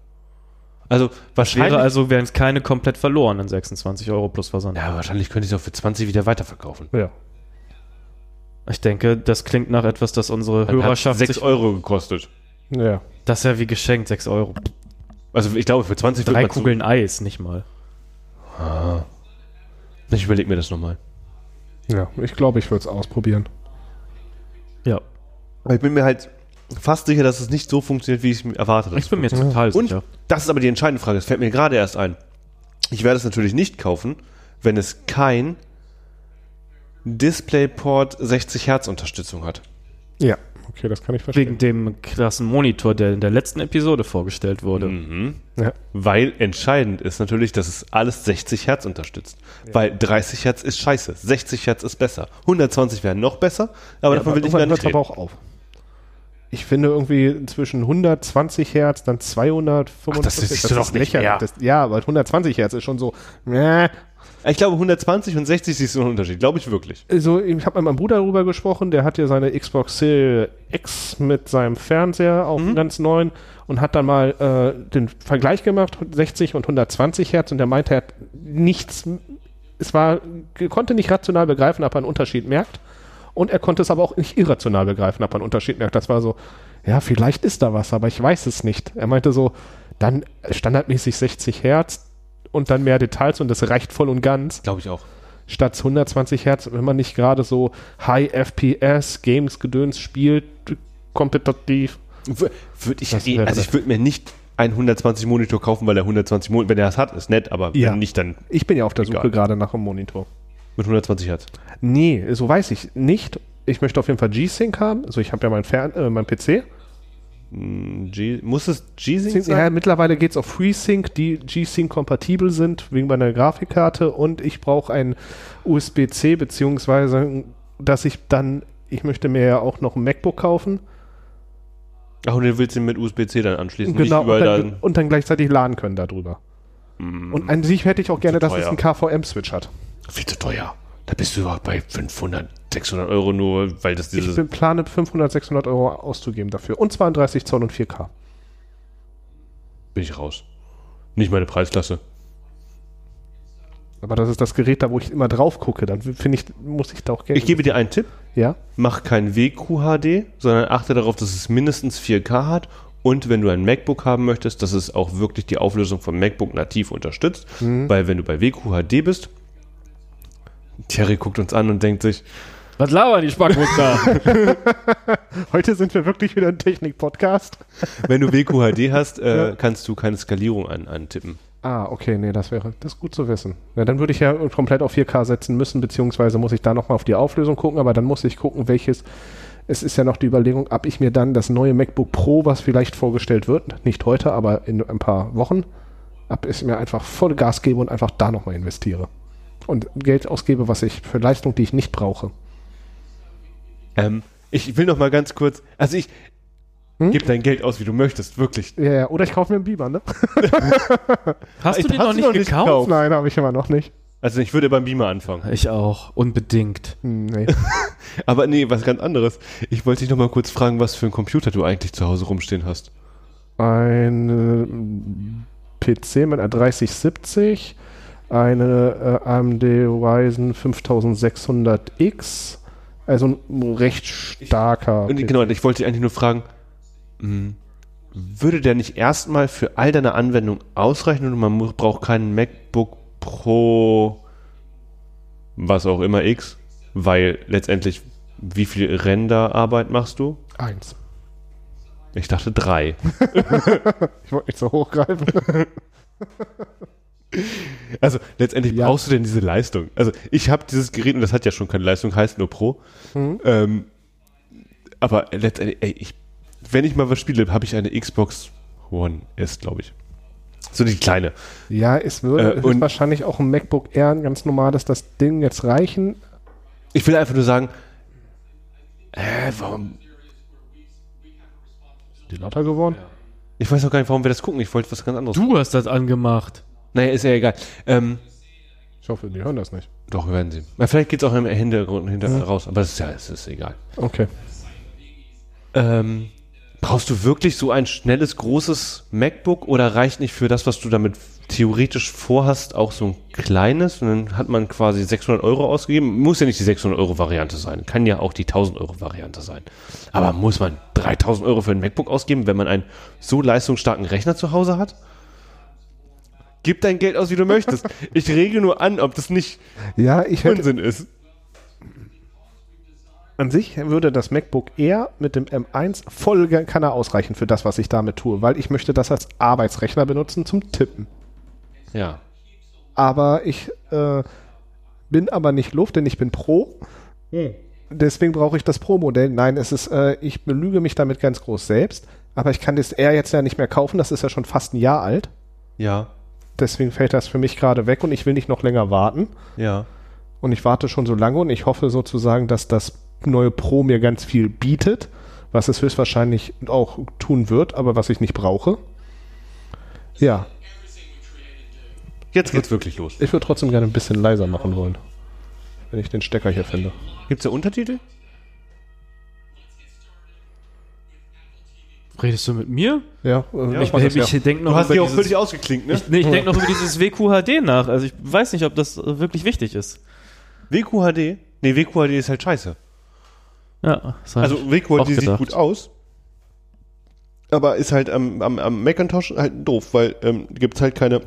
Also wahrscheinlich, Wäre also, wären es keine komplett verloren an 26 Euro plus Versand. ja, wahrscheinlich könnte ich es auch für 20 wieder weiterverkaufen. Ja. Ich denke, das klingt nach etwas, das unsere Dann hat Hörerschaft 6 sich... Euro gekostet. Ja. Das ist ja wie geschenkt, 6 Euro. Also ich glaube, für 20 wird Drei man zu- Kugeln Eis, nicht mal. Ich überlege mir das nochmal. Ja, ich glaube, ich würde es ausprobieren. Ja, Ich bin mir halt fast sicher, dass es nicht so funktioniert, wie ich es mir erwartet habe. ich bin mir total Und sicher. das ist aber die entscheidende Frage. Das fällt mir gerade erst ein. Ich werde es natürlich nicht kaufen, wenn es kein DisplayPort 60 Hertz Unterstützung hat. Ja. Okay, das kann ich verstehen. Wegen dem krassen Monitor, der in der letzten Episode vorgestellt wurde. Ja. Weil entscheidend ist natürlich, dass es alles 60 Hertz unterstützt. Weil 30 Hertz ist scheiße, 60 Hertz ist besser. 120 wären noch besser, aber davon will ich Irgendwann gar nicht hört's reden. aber auch auf. Ich finde irgendwie inzwischen 120 Hertz, dann 245. Ach, das siehst du doch nicht, lächerlich. ja. Das, ja, aber 120 Hertz ist schon so. Äh, Ich glaube, 120 und 60 siehst du einen Unterschied. Glaube ich wirklich. also ich habe mit meinem Bruder darüber gesprochen, der hat ja seine Xbox Series X mit seinem Fernseher auf ganz neuen und hat dann mal äh, den Vergleich gemacht, 60 und 120 Hertz und der meinte, er hat nichts, es war, er konnte nicht rational begreifen, ob er einen Unterschied merkt und er konnte es aber auch nicht irrational begreifen, ob er einen Unterschied merkt. Das war so, ja, vielleicht ist da was, aber ich weiß es nicht. Er meinte so, dann standardmäßig 60 Hertz und dann mehr Details und das reicht voll und ganz Glaube ich auch. statt 120 Hertz, wenn man nicht gerade so High FPS Games Gedöns spielt, kompetitiv. Würde ich, Das eh- wäre also das- ich würde mir nicht einen 120 Monitor kaufen, weil er 120 Monitor, wenn er das hat, ist nett, aber Ja. wenn nicht, dann Ich bin ja auf der Egal. Suche gerade nach einem Monitor. mit 120 Hertz. Nee, so weiß ich nicht. Ich möchte auf jeden Fall G-Sync haben. Also ich habe ja mein, Fern äh, mein PC. Hm, G muss es G-Sync Ja, sein? mittlerweile geht es auf FreeSync, die G-Sync kompatibel sind wegen meiner Grafikkarte und ich brauche ein USB-C beziehungsweise, dass ich dann, ich möchte mir ja auch noch ein MacBook kaufen. Ach, und du willst ihn mit USB-C dann anschließen, Genau, nicht und überall dann, dann. Mhm. und dann gleichzeitig laden können darüber. Und an sich hätte ich auch gerne, dass es teuer. einen KVM-Switch hat. Viel zu teuer. Da bist du überhaupt bei 500, 600 Euro nur, weil das Ich dieses... bin, plane 500, 600 Euro auszugeben dafür. Und 32 Zoll und 4K. bin ich raus. Nicht meine Preisklasse. Aber das ist das Gerät da, wo ich immer drauf gucke. Dann finde ich, muss ich da auch Geld. Ich gebe dir einen Tipp. ja? Mach kein WQHD, sondern achte darauf, dass es mindestens 4K hat. Und wenn du ein MacBook haben möchtest, dass es auch wirklich die Auflösung von MacBook nativ unterstützt. Weil wenn du bei WQHD bist, Terry guckt uns an und denkt sich, Was labern die Spackwurst da? Heute sind wir wirklich wieder ein Technik-Podcast. wenn du WQHD hast, äh, kannst du keine Skalierung an, antippen. Ah, okay, nee, das wäre das ist gut zu wissen. Ja, dann würde ich ja komplett auf 4K setzen müssen, beziehungsweise muss ich da nochmal auf die Auflösung gucken, aber dann muss ich gucken, welches. Es ist ja noch die Überlegung, ob ich mir dann das neue MacBook Pro, was vielleicht vorgestellt wird, nicht heute, aber in ein paar Wochen, ob ich mir einfach voll Gas gebe und einfach da nochmal investiere. Und Geld ausgebe, was ich für Leistung, die ich nicht brauche. Ähm, ich will noch mal ganz kurz, also ich Hm? gib dein Geld aus, wie du möchtest, wirklich. Ja, ja, oder ich kaufe mir einen Beamer, ne? Hast du den Hast noch du nicht noch nicht gekauft? gekauft? Nein, habe ich immer noch nicht. Also ich würde beim Beamer anfangen. Ich auch, unbedingt. Hm, nee. Aber nee, was ganz anderes. Ich wollte dich noch mal kurz fragen, was für einen Computer du eigentlich zu Hause rumstehen hast. ein äh, PC mit einer 3070, eine äh, AMD Ryzen 5600X, also ein recht starker. Und genau, ich wollte dich eigentlich nur fragen, mh, würde der nicht erstmal für all deine Anwendungen ausreichen und man mu- braucht keinen MacBook Pro, was auch immer X, weil letztendlich wie viel Renderarbeit machst du? Eins. Ich dachte drei. Ich wollte nicht so hochgreifen. Also letztendlich Ja. brauchst du denn diese Leistung? Also ich habe dieses Gerät und das hat ja schon keine Leistung, heißt nur Pro. Ähm, aber letztendlich, ey, ich, wenn ich mal was spiele, habe ich eine Xbox One S, glaube ich. So die kleine. ja, es würde Äh, und- wahrscheinlich auch ein MacBook Air, ein ganz normales, das Ding jetzt reichen. Ich will einfach nur sagen, äh, warum? Die lauter geworden. Ich weiß auch gar nicht, warum wir das gucken. Ich wollte was ganz anderes. Du hast das angemacht. Naja, ist ja egal. Ähm, Ich hoffe, die hören das nicht. doch, wir werden sehen. Na, vielleicht geht es auch im Hintergrund hinter raus, aber es ist ja, es ist egal. Okay. Ähm, brauchst du wirklich so ein schnelles, großes MacBook oder reicht nicht für das, was du damit theoretisch vorhast, auch so ein kleines? Und dann hat man quasi 600 Euro ausgegeben. Muss ja nicht die 600 Euro Variante sein. Kann ja auch die 1000 Euro Variante sein. Aber muss man 3000 Euro für ein MacBook ausgeben, wenn man einen so leistungsstarken Rechner zu Hause hat? Gib dein Geld aus, wie du möchtest. Ich rege nur an, ob das nicht Ja, ich hätte Unsinn ist. An sich würde das MacBook Air mit dem M1 voll ge- kann er ausreichen für das, was ich damit tue, weil ich möchte das als Arbeitsrechner benutzen zum Tippen. Ja. Aber ich äh, bin aber nicht Luft, denn ich bin Pro. Deswegen brauche ich das Pro-Modell. Nein, es ist, äh, ich belüge mich damit ganz groß selbst. Aber ich kann das Air jetzt ja nicht mehr kaufen. Das ist ja schon fast ein Jahr alt. Ja. Deswegen fällt das für mich gerade weg und ich will nicht noch länger warten. Ja. Und ich warte schon so lange und ich hoffe sozusagen, dass das neue Pro mir ganz viel bietet, was es höchstwahrscheinlich auch tun wird, aber was ich nicht brauche. Ja, Jetzt geht's wirklich los. ich würde trotzdem gerne ein bisschen leiser machen wollen, wenn ich den Stecker hier finde. Gibt's da Untertitel? Redest du mit mir? Ja, äh, Ich, mach das ich, ich denke noch, Du hast die über auch völlig dieses- ausgeklinkt, ne? ich, nee, ich denk noch über dieses WQHD nach. Also ich weiß nicht, ob das äh, wirklich wichtig ist. WQHD? Nee, WQHD ist halt scheiße. Ja, das hab Also ich WQHD auch sieht gedacht. gut aus. Aber ist halt am, am, am Macintosh halt doof, weil ähm, gibt's halt keine.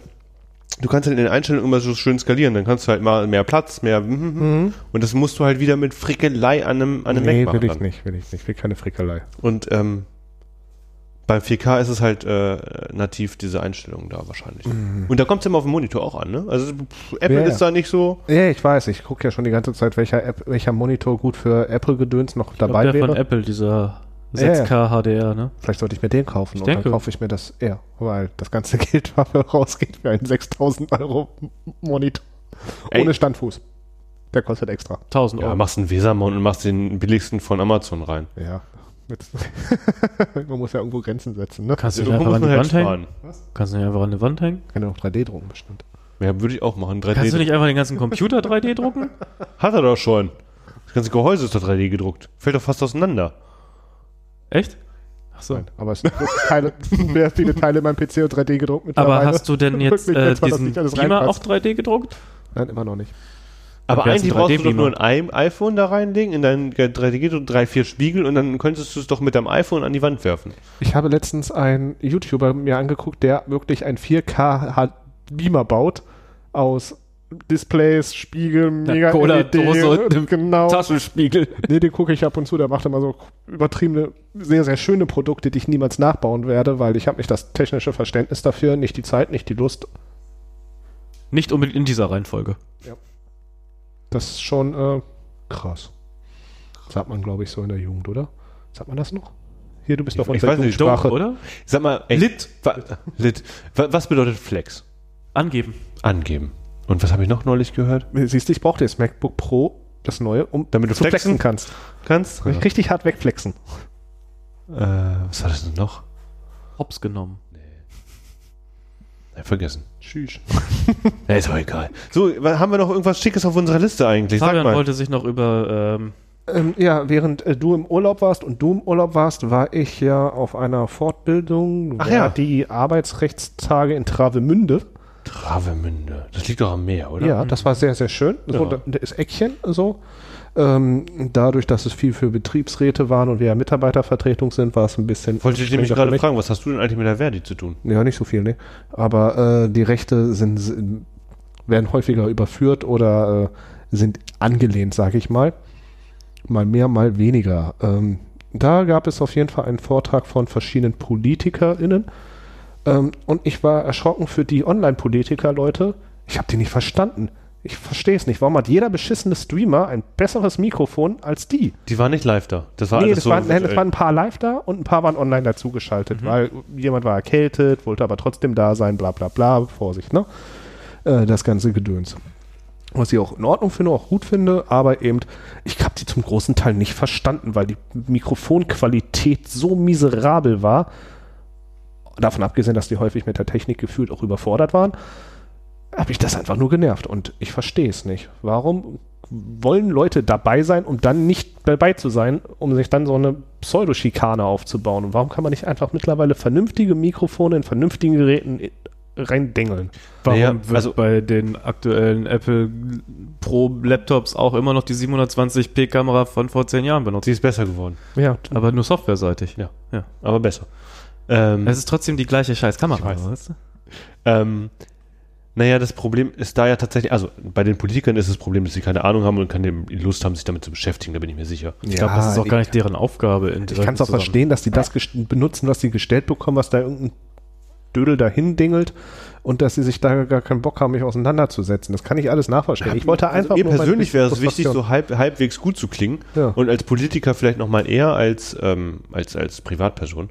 Du kannst halt in den Einstellungen immer so schön skalieren. Dann kannst du halt mal mehr Platz, mehr. hm, Und das musst du halt wieder mit Frickelei an einem, an einem Mhm. Mac nee, machen. will ich dann. nicht, will ich nicht, will keine Frickelei. Und ähm, beim 4K ist es halt äh, nativ diese Einstellungen da wahrscheinlich. Und da kommt es immer auf dem Monitor auch an, ne? Also pff, Apple Mhm. Ja, ja. ist da nicht so. Ja, ich weiß, ich gucke ja schon die ganze Zeit, welcher, App, welcher Monitor gut für Apple-Gedöns noch Ich glaub, dabei der wäre. von Apple, dieser Ja, ja. 6K HDR, ne? Vielleicht sollte ich mir den kaufen Ich und dann denke. kaufe ich mir das eher, weil das ganze Geld dafür rausgeht für einen 6000 Euro Monitor. Ey. Ohne Standfuß. Der kostet extra. 1000 Ja, Euro. machst einen Wesermount und machst den billigsten von Amazon rein. Ja. Jetzt- Man muss ja irgendwo Grenzen setzen, ne? Kannst du ihn Irgendwo einfach an die Wand hängen? halt sparen. Kannst du ihn einfach an die Wand hängen? Kann ja auch 3D drucken bestimmt. Ja, würde ich auch machen. 3D Kannst du nicht einfach den ganzen Computer 3D drucken? Hat er doch schon. Das ganze Gehäuse ist doch 3D gedruckt. Fällt doch fast auseinander. Echt? Ach so. Nein, aber es sind Teile, sehr viele Teile in meinem PC und 3D gedruckt mittlerweile. Aber hast du denn jetzt Rückblickend äh, weiß man, dass diesen nicht alles Beamer auch reinpasst. 3D gedruckt? Nein, immer noch nicht. Aber Ja, eigentlich ist ein brauchst du doch 3D-Beamer. nur ein I- iPhone da reinlegen, in deinen 3D, 3-4 Spiegel und dann könntest du es doch mit deinem iPhone an die Wand werfen. Ich habe letztens einen YouTuber mir angeguckt, der wirklich ein 4K H- Beamer baut aus Displays, Spiegel, mega E Cola-Dose und einem genau. Taschenspiegel. Nee, den gucke ich ab und zu, der macht immer so übertriebene, sehr, sehr schöne Produkte, die ich niemals nachbauen werde, weil ich habe nicht das technische Verständnis dafür, nicht die Zeit, nicht die Lust. Nicht unbedingt in dieser Reihenfolge. Das ist schon äh, krass. Sagt man, glaube ich, so in der Jugend, oder? Sagt man das noch? Hier, du bist doch ich unserer weiß nicht, Dope, Jugendsprache. oder? Sag mal, ey, Lit. Wa Lit. Wa was bedeutet Flex? Angeben. Angeben. Und was habe ich noch neulich gehört? Siehst du, ich brauchte jetzt MacBook Pro, das neue, um Damit du zu flexen flexen, kannst. kannst? Ja. Äh, Richtig hart wegflexen. was war das denn noch? Hops genommen. Nein, vergessen. Tschüss. Na, ist auch egal. So, wa- haben wir noch irgendwas Schickes auf unserer Liste eigentlich? Sag Fabian mal. wollte sich noch über ähm, Ähm, ja, während äh, du im Urlaub warst und du im Urlaub warst, war ich ja auf einer Fortbildung. Ach war ja. Die Arbeitsrechtstage in Travemünde. Travemünde. Das liegt doch am Meer, oder? Ja, das war sehr, sehr schön. So, Ja. da, da ist Eckchen so. Ähm, dadurch, dass es viel für Betriebsräte waren und wir ja Mitarbeitervertretung sind, war es ein bisschen. Wollte ich nämlich anstrengender für gerade mich. fragen, was hast du denn eigentlich mit der Verdi zu tun? Ja, nicht so viel, ne? Aber äh, die Rechte sind, sind, werden häufiger überführt oder äh, sind angelehnt, sage ich mal. Mal mehr, mal weniger. Ähm, da gab es auf jeden Fall einen Vortrag von verschiedenen PolitikerInnen. Ähm, und ich war erschrocken für die Online-Politiker-Leute. Ich habe die nicht verstanden. Ich verstehe es nicht. Warum hat jeder beschissene Streamer ein besseres Mikrofon als die? Die waren nicht live da. Das war Nee, alles das so. äh, Mhm. waren, nein, das virtuell. waren ein paar live da und ein paar waren online dazugeschaltet, weil jemand war erkältet, wollte aber trotzdem da sein, bla bla bla, Vorsicht, ne? Äh, das ganze Gedöns. Was ich auch in Ordnung finde, auch gut finde, aber eben, ich habe die zum großen Teil nicht verstanden, weil die Mikrofonqualität so miserabel war. Davon abgesehen, dass die häufig mit der Technik gefühlt auch überfordert waren, habe ich das einfach nur genervt und ich verstehe es nicht. Warum wollen Leute dabei sein, um dann nicht dabei zu sein, um sich dann so eine Pseudoschikane aufzubauen? Und warum kann man nicht einfach mittlerweile vernünftige Mikrofone in vernünftigen Geräten i- reindengeln? Warum Naja, wird also- bei den aktuellen Apple Pro Laptops auch immer noch die 720p Kamera von vor 10 Jahren benutzt? Sie ist besser geworden. Ja, Aber nur softwareseitig. Ja. ja. Aber besser. Ähm, Es ist trotzdem die gleiche scheiß Kamera. Ich weiß. weißt du? ähm, naja, das Problem ist da ja tatsächlich, also bei den Politikern ist das Problem, dass sie keine Ahnung haben und keine Lust haben, sich damit zu beschäftigen, da bin ich mir sicher. Ich glaube, das ist auch gar nicht deren Aufgabe. In Ich kann es auch verstehen, dass die das gest- benutzen, was sie gestellt bekommen, was da irgendein Dödel dahin dingelt und dass sie sich da gar keinen Bock haben, mich auseinanderzusetzen. Das kann ich alles nachverstehen. Ich wollte einfach also mir nur meine persönlich wäre es wichtig, Frustration- so halb, halbwegs gut zu klingen Ja. und als Politiker vielleicht nochmal eher als, ähm, als, als Privatperson.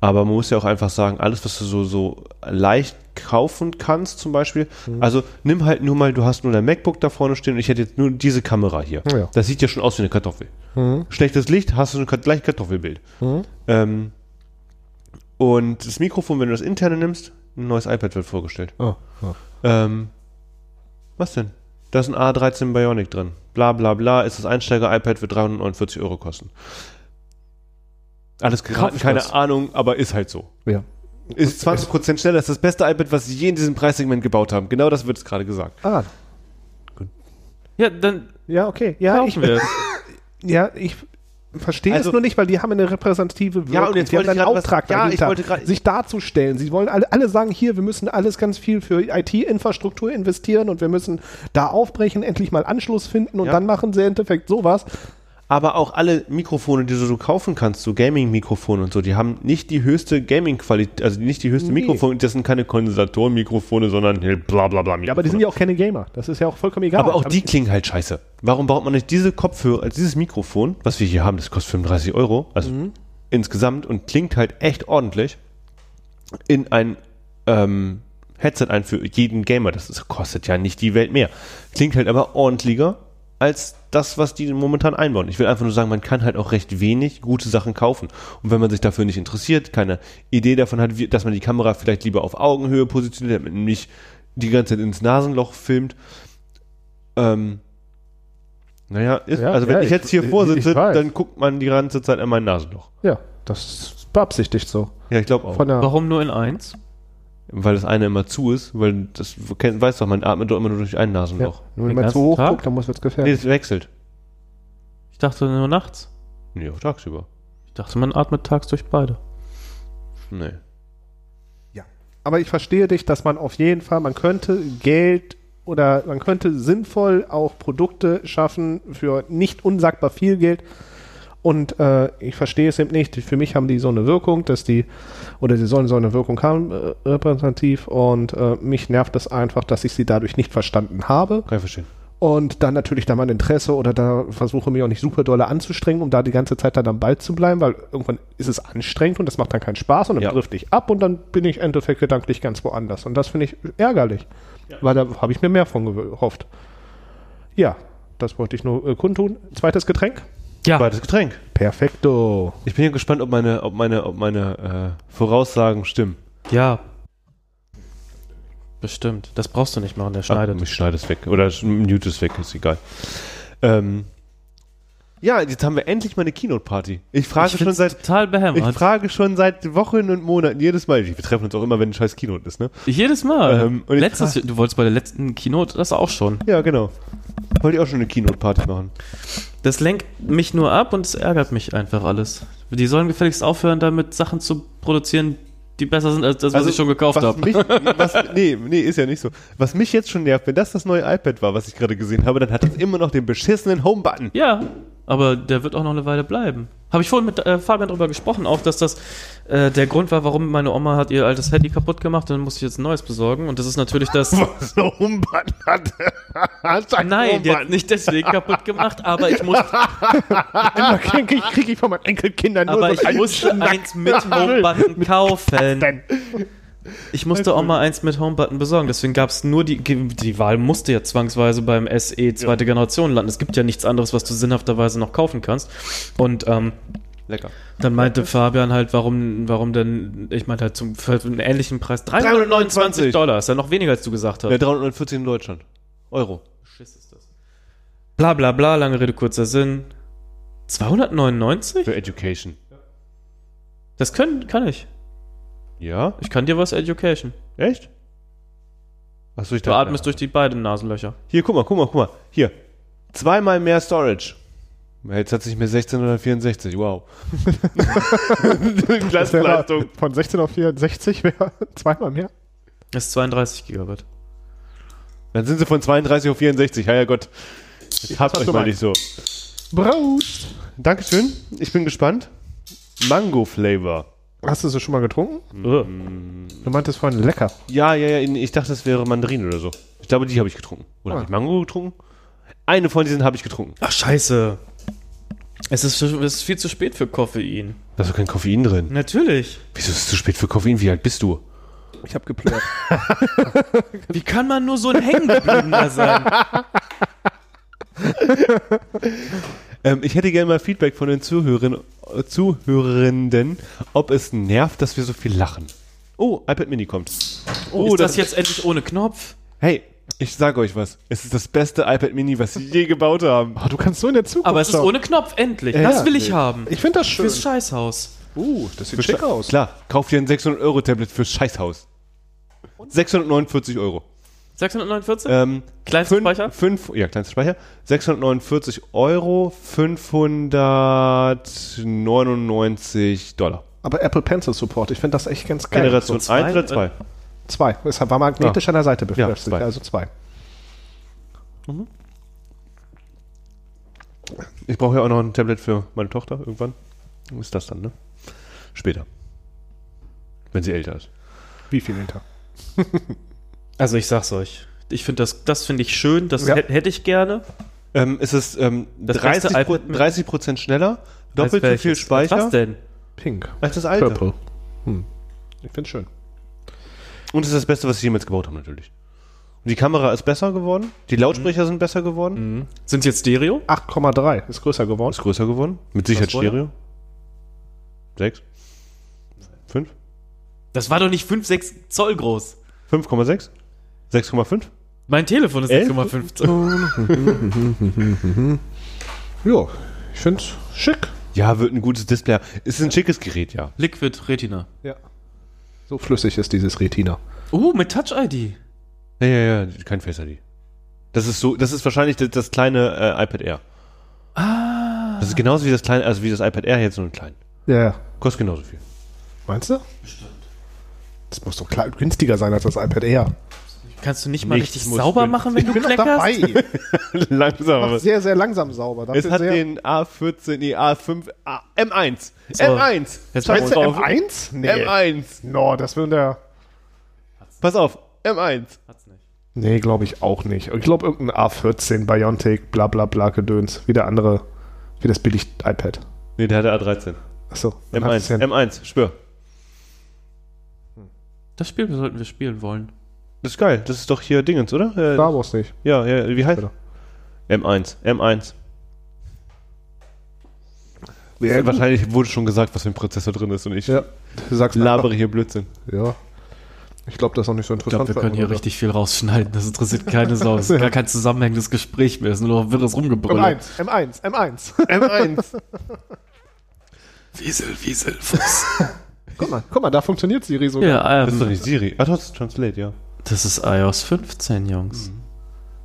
Aber man muss ja auch einfach sagen, alles, was du so, so leicht kaufen kannst, zum Beispiel, Mhm. also nimm halt nur mal, du hast nur dein MacBook da vorne stehen und ich hätte jetzt nur diese Kamera hier. Ja. Mhm. Das sieht ja schon aus wie eine Kartoffel. Schlechtes Licht, hast du ein Kat- gleich Kartoffelbild. Hm? Ähm, und das Mikrofon, wenn du das interne nimmst, ein neues iPad wird vorgestellt. Oh, oh. Ähm, was denn? Da ist ein A13 Bionic drin. Bla bla bla, ist das Einsteiger-iPad, wird 349 Euro kosten. Alles geraten, Kauf keine das. Ahnung, aber ist halt so. Ja. Ist 20% schneller, ist das beste iPad, was sie je in diesem Preissegment gebaut haben. Genau das wird es gerade gesagt. Ah, Ja, dann ja, okay. Ja, ich, kaufen wir es. ja, ich verstehe Also- es nur nicht, weil die haben eine repräsentative Wirkung. Ja, und jetzt die haben wollte ich einen gerade was- Auftrag ja, ich dahinter, wollte gerade- sich darzustellen. Sie wollen alle, alle sagen, hier, wir müssen alles ganz viel für IT-Infrastruktur investieren und wir müssen da aufbrechen, endlich mal Anschluss finden und Ja. dann machen sie im Endeffekt sowas. Aber auch alle Mikrofone, die du so kaufen kannst, so Gaming-Mikrofone und so, die haben nicht die höchste Gaming-Qualität, also nicht die höchste Nee. Mikrofone, das sind keine Kondensatoren-Mikrofone, sondern bla bla bla. Ja, aber die sind ja auch keine Gamer. Das ist ja auch vollkommen egal. Aber auch die klingen halt scheiße. Warum baut man nicht diese Kopfhörer, also dieses Mikrofon, was wir hier haben, das kostet 35 Euro, also insgesamt und klingt halt echt ordentlich, in ein ähm, Headset ein für jeden Gamer. Das ist, kostet ja nicht die Welt mehr. Klingt halt aber ordentlicher als das, was die momentan einbauen. Ich will einfach nur sagen, man kann halt auch recht wenig gute Sachen kaufen. Und wenn man sich dafür nicht interessiert, keine Idee davon hat, wie, dass man die Kamera vielleicht lieber auf Augenhöhe positioniert, damit man nicht die ganze Zeit ins Nasenloch filmt, ähm, naja, ist, Ja, also ja, wenn ich ich- jetzt hier ich- vorsitze, ich weiß. dann guckt man die ganze Zeit an mein Nasenloch. Ja, das ist beabsichtigt so. Ja, ich glaube auch. Von der Warum nur in eins? weil das eine immer zu ist, weil das kennt, weiß doch, man atmet doch immer nur durch ein ja. Nasenloch. Wenn Den man zu ganzen hoch Tag? guckt, dann muss es Nee, gefährlich. das wechselt. Ich dachte nur nachts. Nee, auch tagsüber. Ich dachte, man atmet tags durch beide. Nee. Aber ich verstehe dich, dass man auf jeden Fall, man könnte Geld oder man könnte sinnvoll auch Produkte schaffen für nicht unsagbar viel Geld. Und äh, ich verstehe es eben nicht. Für mich haben die so eine Wirkung, dass die, oder sie sollen so eine Wirkung haben, äh, repräsentativ. Und äh, mich nervt es einfach, dass ich sie dadurch nicht verstanden habe. Kann ich verstehen. Und dann natürlich da mein Interesse oder da versuche mich auch nicht super dolle anzustrengen, um da die ganze Zeit dann am Ball zu bleiben, weil irgendwann ist es anstrengend und das macht dann keinen Spaß und dann Ja. trifft dich ab und dann bin ich im Endeffekt gedanklich ganz woanders. Und das finde ich ärgerlich, weil da habe ich mir mehr von gehofft. Ja, das wollte ich nur äh, kundtun. Zweites Getränk? Ja, Zweites Getränk. Perfekto. Ich bin ja gespannt, ob meine, ob meine, ob meine äh, Voraussagen stimmen. Ah, ja. Bestimmt. Das brauchst du nicht machen, der schneidet. Ah, ich schneide es weg. Oder sch- mute es weg, ist egal. Ähm, ja, jetzt haben wir endlich mal eine Keynote-Party. Ich frage schon find's seit total Ich behämmert. frage schon seit Wochen und Monaten, jedes Mal. Wir treffen uns auch immer, wenn ein scheiß Keynote ist, ne? Jedes Mal. Ähm, und jetzt Letztes, du wolltest bei der letzten Keynote das auch schon. Ja, genau. Wollte ich auch schon eine Keynote-Party machen. Das lenkt mich nur ab und es ärgert mich einfach alles. Die sollen gefälligst aufhören, damit Sachen zu produzieren, die besser sind als das, was ich schon gekauft Also, was habe. Mich, was, nee, nee, ist ja nicht so. Was mich jetzt schon nervt, wenn das das neue iPad war, was ich gerade gesehen habe, dann hat das immer noch den beschissenen Home-Button. Ja, aber der wird auch noch eine Weile bleiben. Habe ich vorhin mit äh, Fabian drüber gesprochen, auch dass das äh, der Grund war, warum meine Oma hat ihr altes Handy kaputt gemacht und dann musste ich jetzt ein neues besorgen. Und das ist natürlich das. Was ein Home-Button hat. hat ein Oh Nein, die hat Home-Button. nicht deswegen kaputt gemacht, aber ich musste, Immer kriege ich, krieg ich von meinen Enkelkindern nur aber so ich einen musste Schnack. eins mit Homebutton kaufen. Denn- Ich musste auch mal eins mit Homebutton besorgen, deswegen gab es nur die, die Wahl musste ja zwangsweise beim SE zweite Generation landen. Es gibt ja nichts anderes, was du sinnhafterweise noch kaufen kannst. Und ähm, Lecker. dann meinte Fabian halt, warum, warum denn, ich meinte halt zum für einen ähnlichen Preis 329 Dollar, ist ja noch weniger, als du gesagt hast. Ja, 340 in Deutschland. Euro. Schiss ist das. Bla bla bla, lange Rede, kurzer Sinn. 299? Für Education. Das können, kann ich. Ja? Ich kann dir was Education. Echt? Achso, ich Du dachte. atmest durch die beiden Nasenlöcher. Hier, guck mal, guck mal, guck mal. Hier. Zweimal mehr Storage. Jetzt hat sich mir 16 oder 64. Wow. Das wäre von 16 auf 64 wäre zweimal mehr. Das ist 32 Gigabyte. Dann sind sie von 32 auf 64. Ja, ja Gott. Ich hab's euch du mal meinst. nicht so. Braust. Dankeschön. Ich bin gespannt. Mango Flavor. Hast du sie schon mal getrunken? Mhm. Du meintest vorhin lecker. Ja, ja, ja. Ich dachte, das wäre Mandarin oder so. Ich glaube, Ah. die habe ich getrunken. Oder habe ich Mango getrunken? Eine von diesen habe ich getrunken. Ach, scheiße. Es ist, es ist viel zu spät für Koffein. Da ist doch kein Koffein drin. Natürlich. Wieso ist es zu spät für Koffein? Wie alt bist du? Ich habe geplört. Wie kann man nur so ein Hängengebliebener sein? Ähm, ich hätte gerne mal Feedback von den Zuhörerinnen, äh, Zuhörenden, ob es nervt, dass wir so viel lachen. Oh, iPad Mini kommt. Oh, ist das, jetzt endlich ohne Knopf? Hey, ich sage euch was. Es ist das beste iPad Mini, was sie je gebaut haben. Oh, du kannst so in der Zukunft Aber es ist schauen. ohne Knopf, endlich. Ja, das will ich nee. haben. Ich finde das schön. Fürs Scheißhaus. Uh, das sieht schick aus. Klar, kauf dir ein 600-Euro-Tablet fürs Scheißhaus. 649 Euro. 649? Ähm, Kleinstspeicher? Fünf, fünf, ja, kleinster Speicher. 649 Euro, 599 Dollar. Aber Apple Pencil Support, ich finde das echt ganz geil. Generation so zwei, 1 oder äh, 2? Zwei. Es war magnetisch an der Seite befestigt, zwei. also Ah. zwei. Ich brauche ja auch noch ein Tablet für meine Tochter irgendwann. Ist das dann, ne? Später. Wenn sie älter ist. Wie viel hinter? Also ich sag's euch. Ich finde das, das finde ich schön, das Ja. hätt- hätte ich gerne. Ähm, es ist ähm, Das beste 30, Pro- iPad mit- 30 Prozent schneller, doppelt so Als viel welches? Speicher Was denn? Pink. als das alte. Purple. Hm. Ich finde schön. Und es ist das Beste, was sie jemals gebaut haben, natürlich. Und die Kamera ist besser geworden, die Lautsprecher sind besser geworden, Sind jetzt Stereo? 8,3 ist größer geworden. ist größer geworden, mit Sicherheit vorher? Stereo. Sechs? Fünf? Das war doch nicht 5, 6 Zoll groß. 5,6? 6,5? Mein Telefon ist Elf? 6,5 Zoll. Ja, ich finde es schick. Ja, wird ein gutes Display. Ist ein schickes Gerät, ja. Liquid Retina. Ja. So flüssig ist dieses Retina. Uh, mit Touch-ID. Ja, ja, ja, kein Face ID. Das ist so, das ist wahrscheinlich das, das kleine äh, iPad Air. Ah. Das ist genauso wie das kleine, also wie das iPad Air jetzt nur ein klein. Ja. Kostet genauso viel. Meinst du? Bestimmt. Das muss doch klar günstiger sein als das iPad Air. Kannst du nicht mal Nichts richtig muss sauber drin. machen, wenn du Ich bin noch kleckerst? dabei. Langsam. aber- Mach sehr, sehr langsam sauber. Es Dafür hat sehr den A14, nee, A5, A, M1. So. M1. Jetzt Scheiße, machst du auf. M1. M1? Nee. M1. No, das würde der. Pass auf. M1. Hat's nicht. Nee, glaube ich auch nicht. Ich glaube, irgendein A14 Biontech, bla bla bla Gedöns. Wie der andere, wie das billig iPad. Nee, der hatte A13. Achso, dann hat es M1. ja- M1, schwör. Das Spiel sollten wir spielen wollen. Das ist geil. Das ist doch hier Dingens, oder? Äh, Star Wars nicht. ja, ja, wie heißt Oder? M1. M1. Ja, gut. Wahrscheinlich wurde schon gesagt, was für ein Prozessor drin ist und ich Äh, Ja, du sagst labere hier Blödsinn. einfach- Ja. Ich glaube, das ist auch nicht so Ich glaube, interessant. wir für können hier andere. richtig viel rausschneiden. Das interessiert keine Sau. Das ist gar kein zusammenhängendes Gespräch mehr. Es ist nur noch wirres Rumgebrüll. M1, M1, M1. M1. Wiesel, Wiesel, Fuchs. guck mal, guck mal, da funktioniert Siri sogar. ja, Das ist doch ähm, nicht Siri. Ah, trotzdem Translate, ja. das ist iOS 15, Jungs.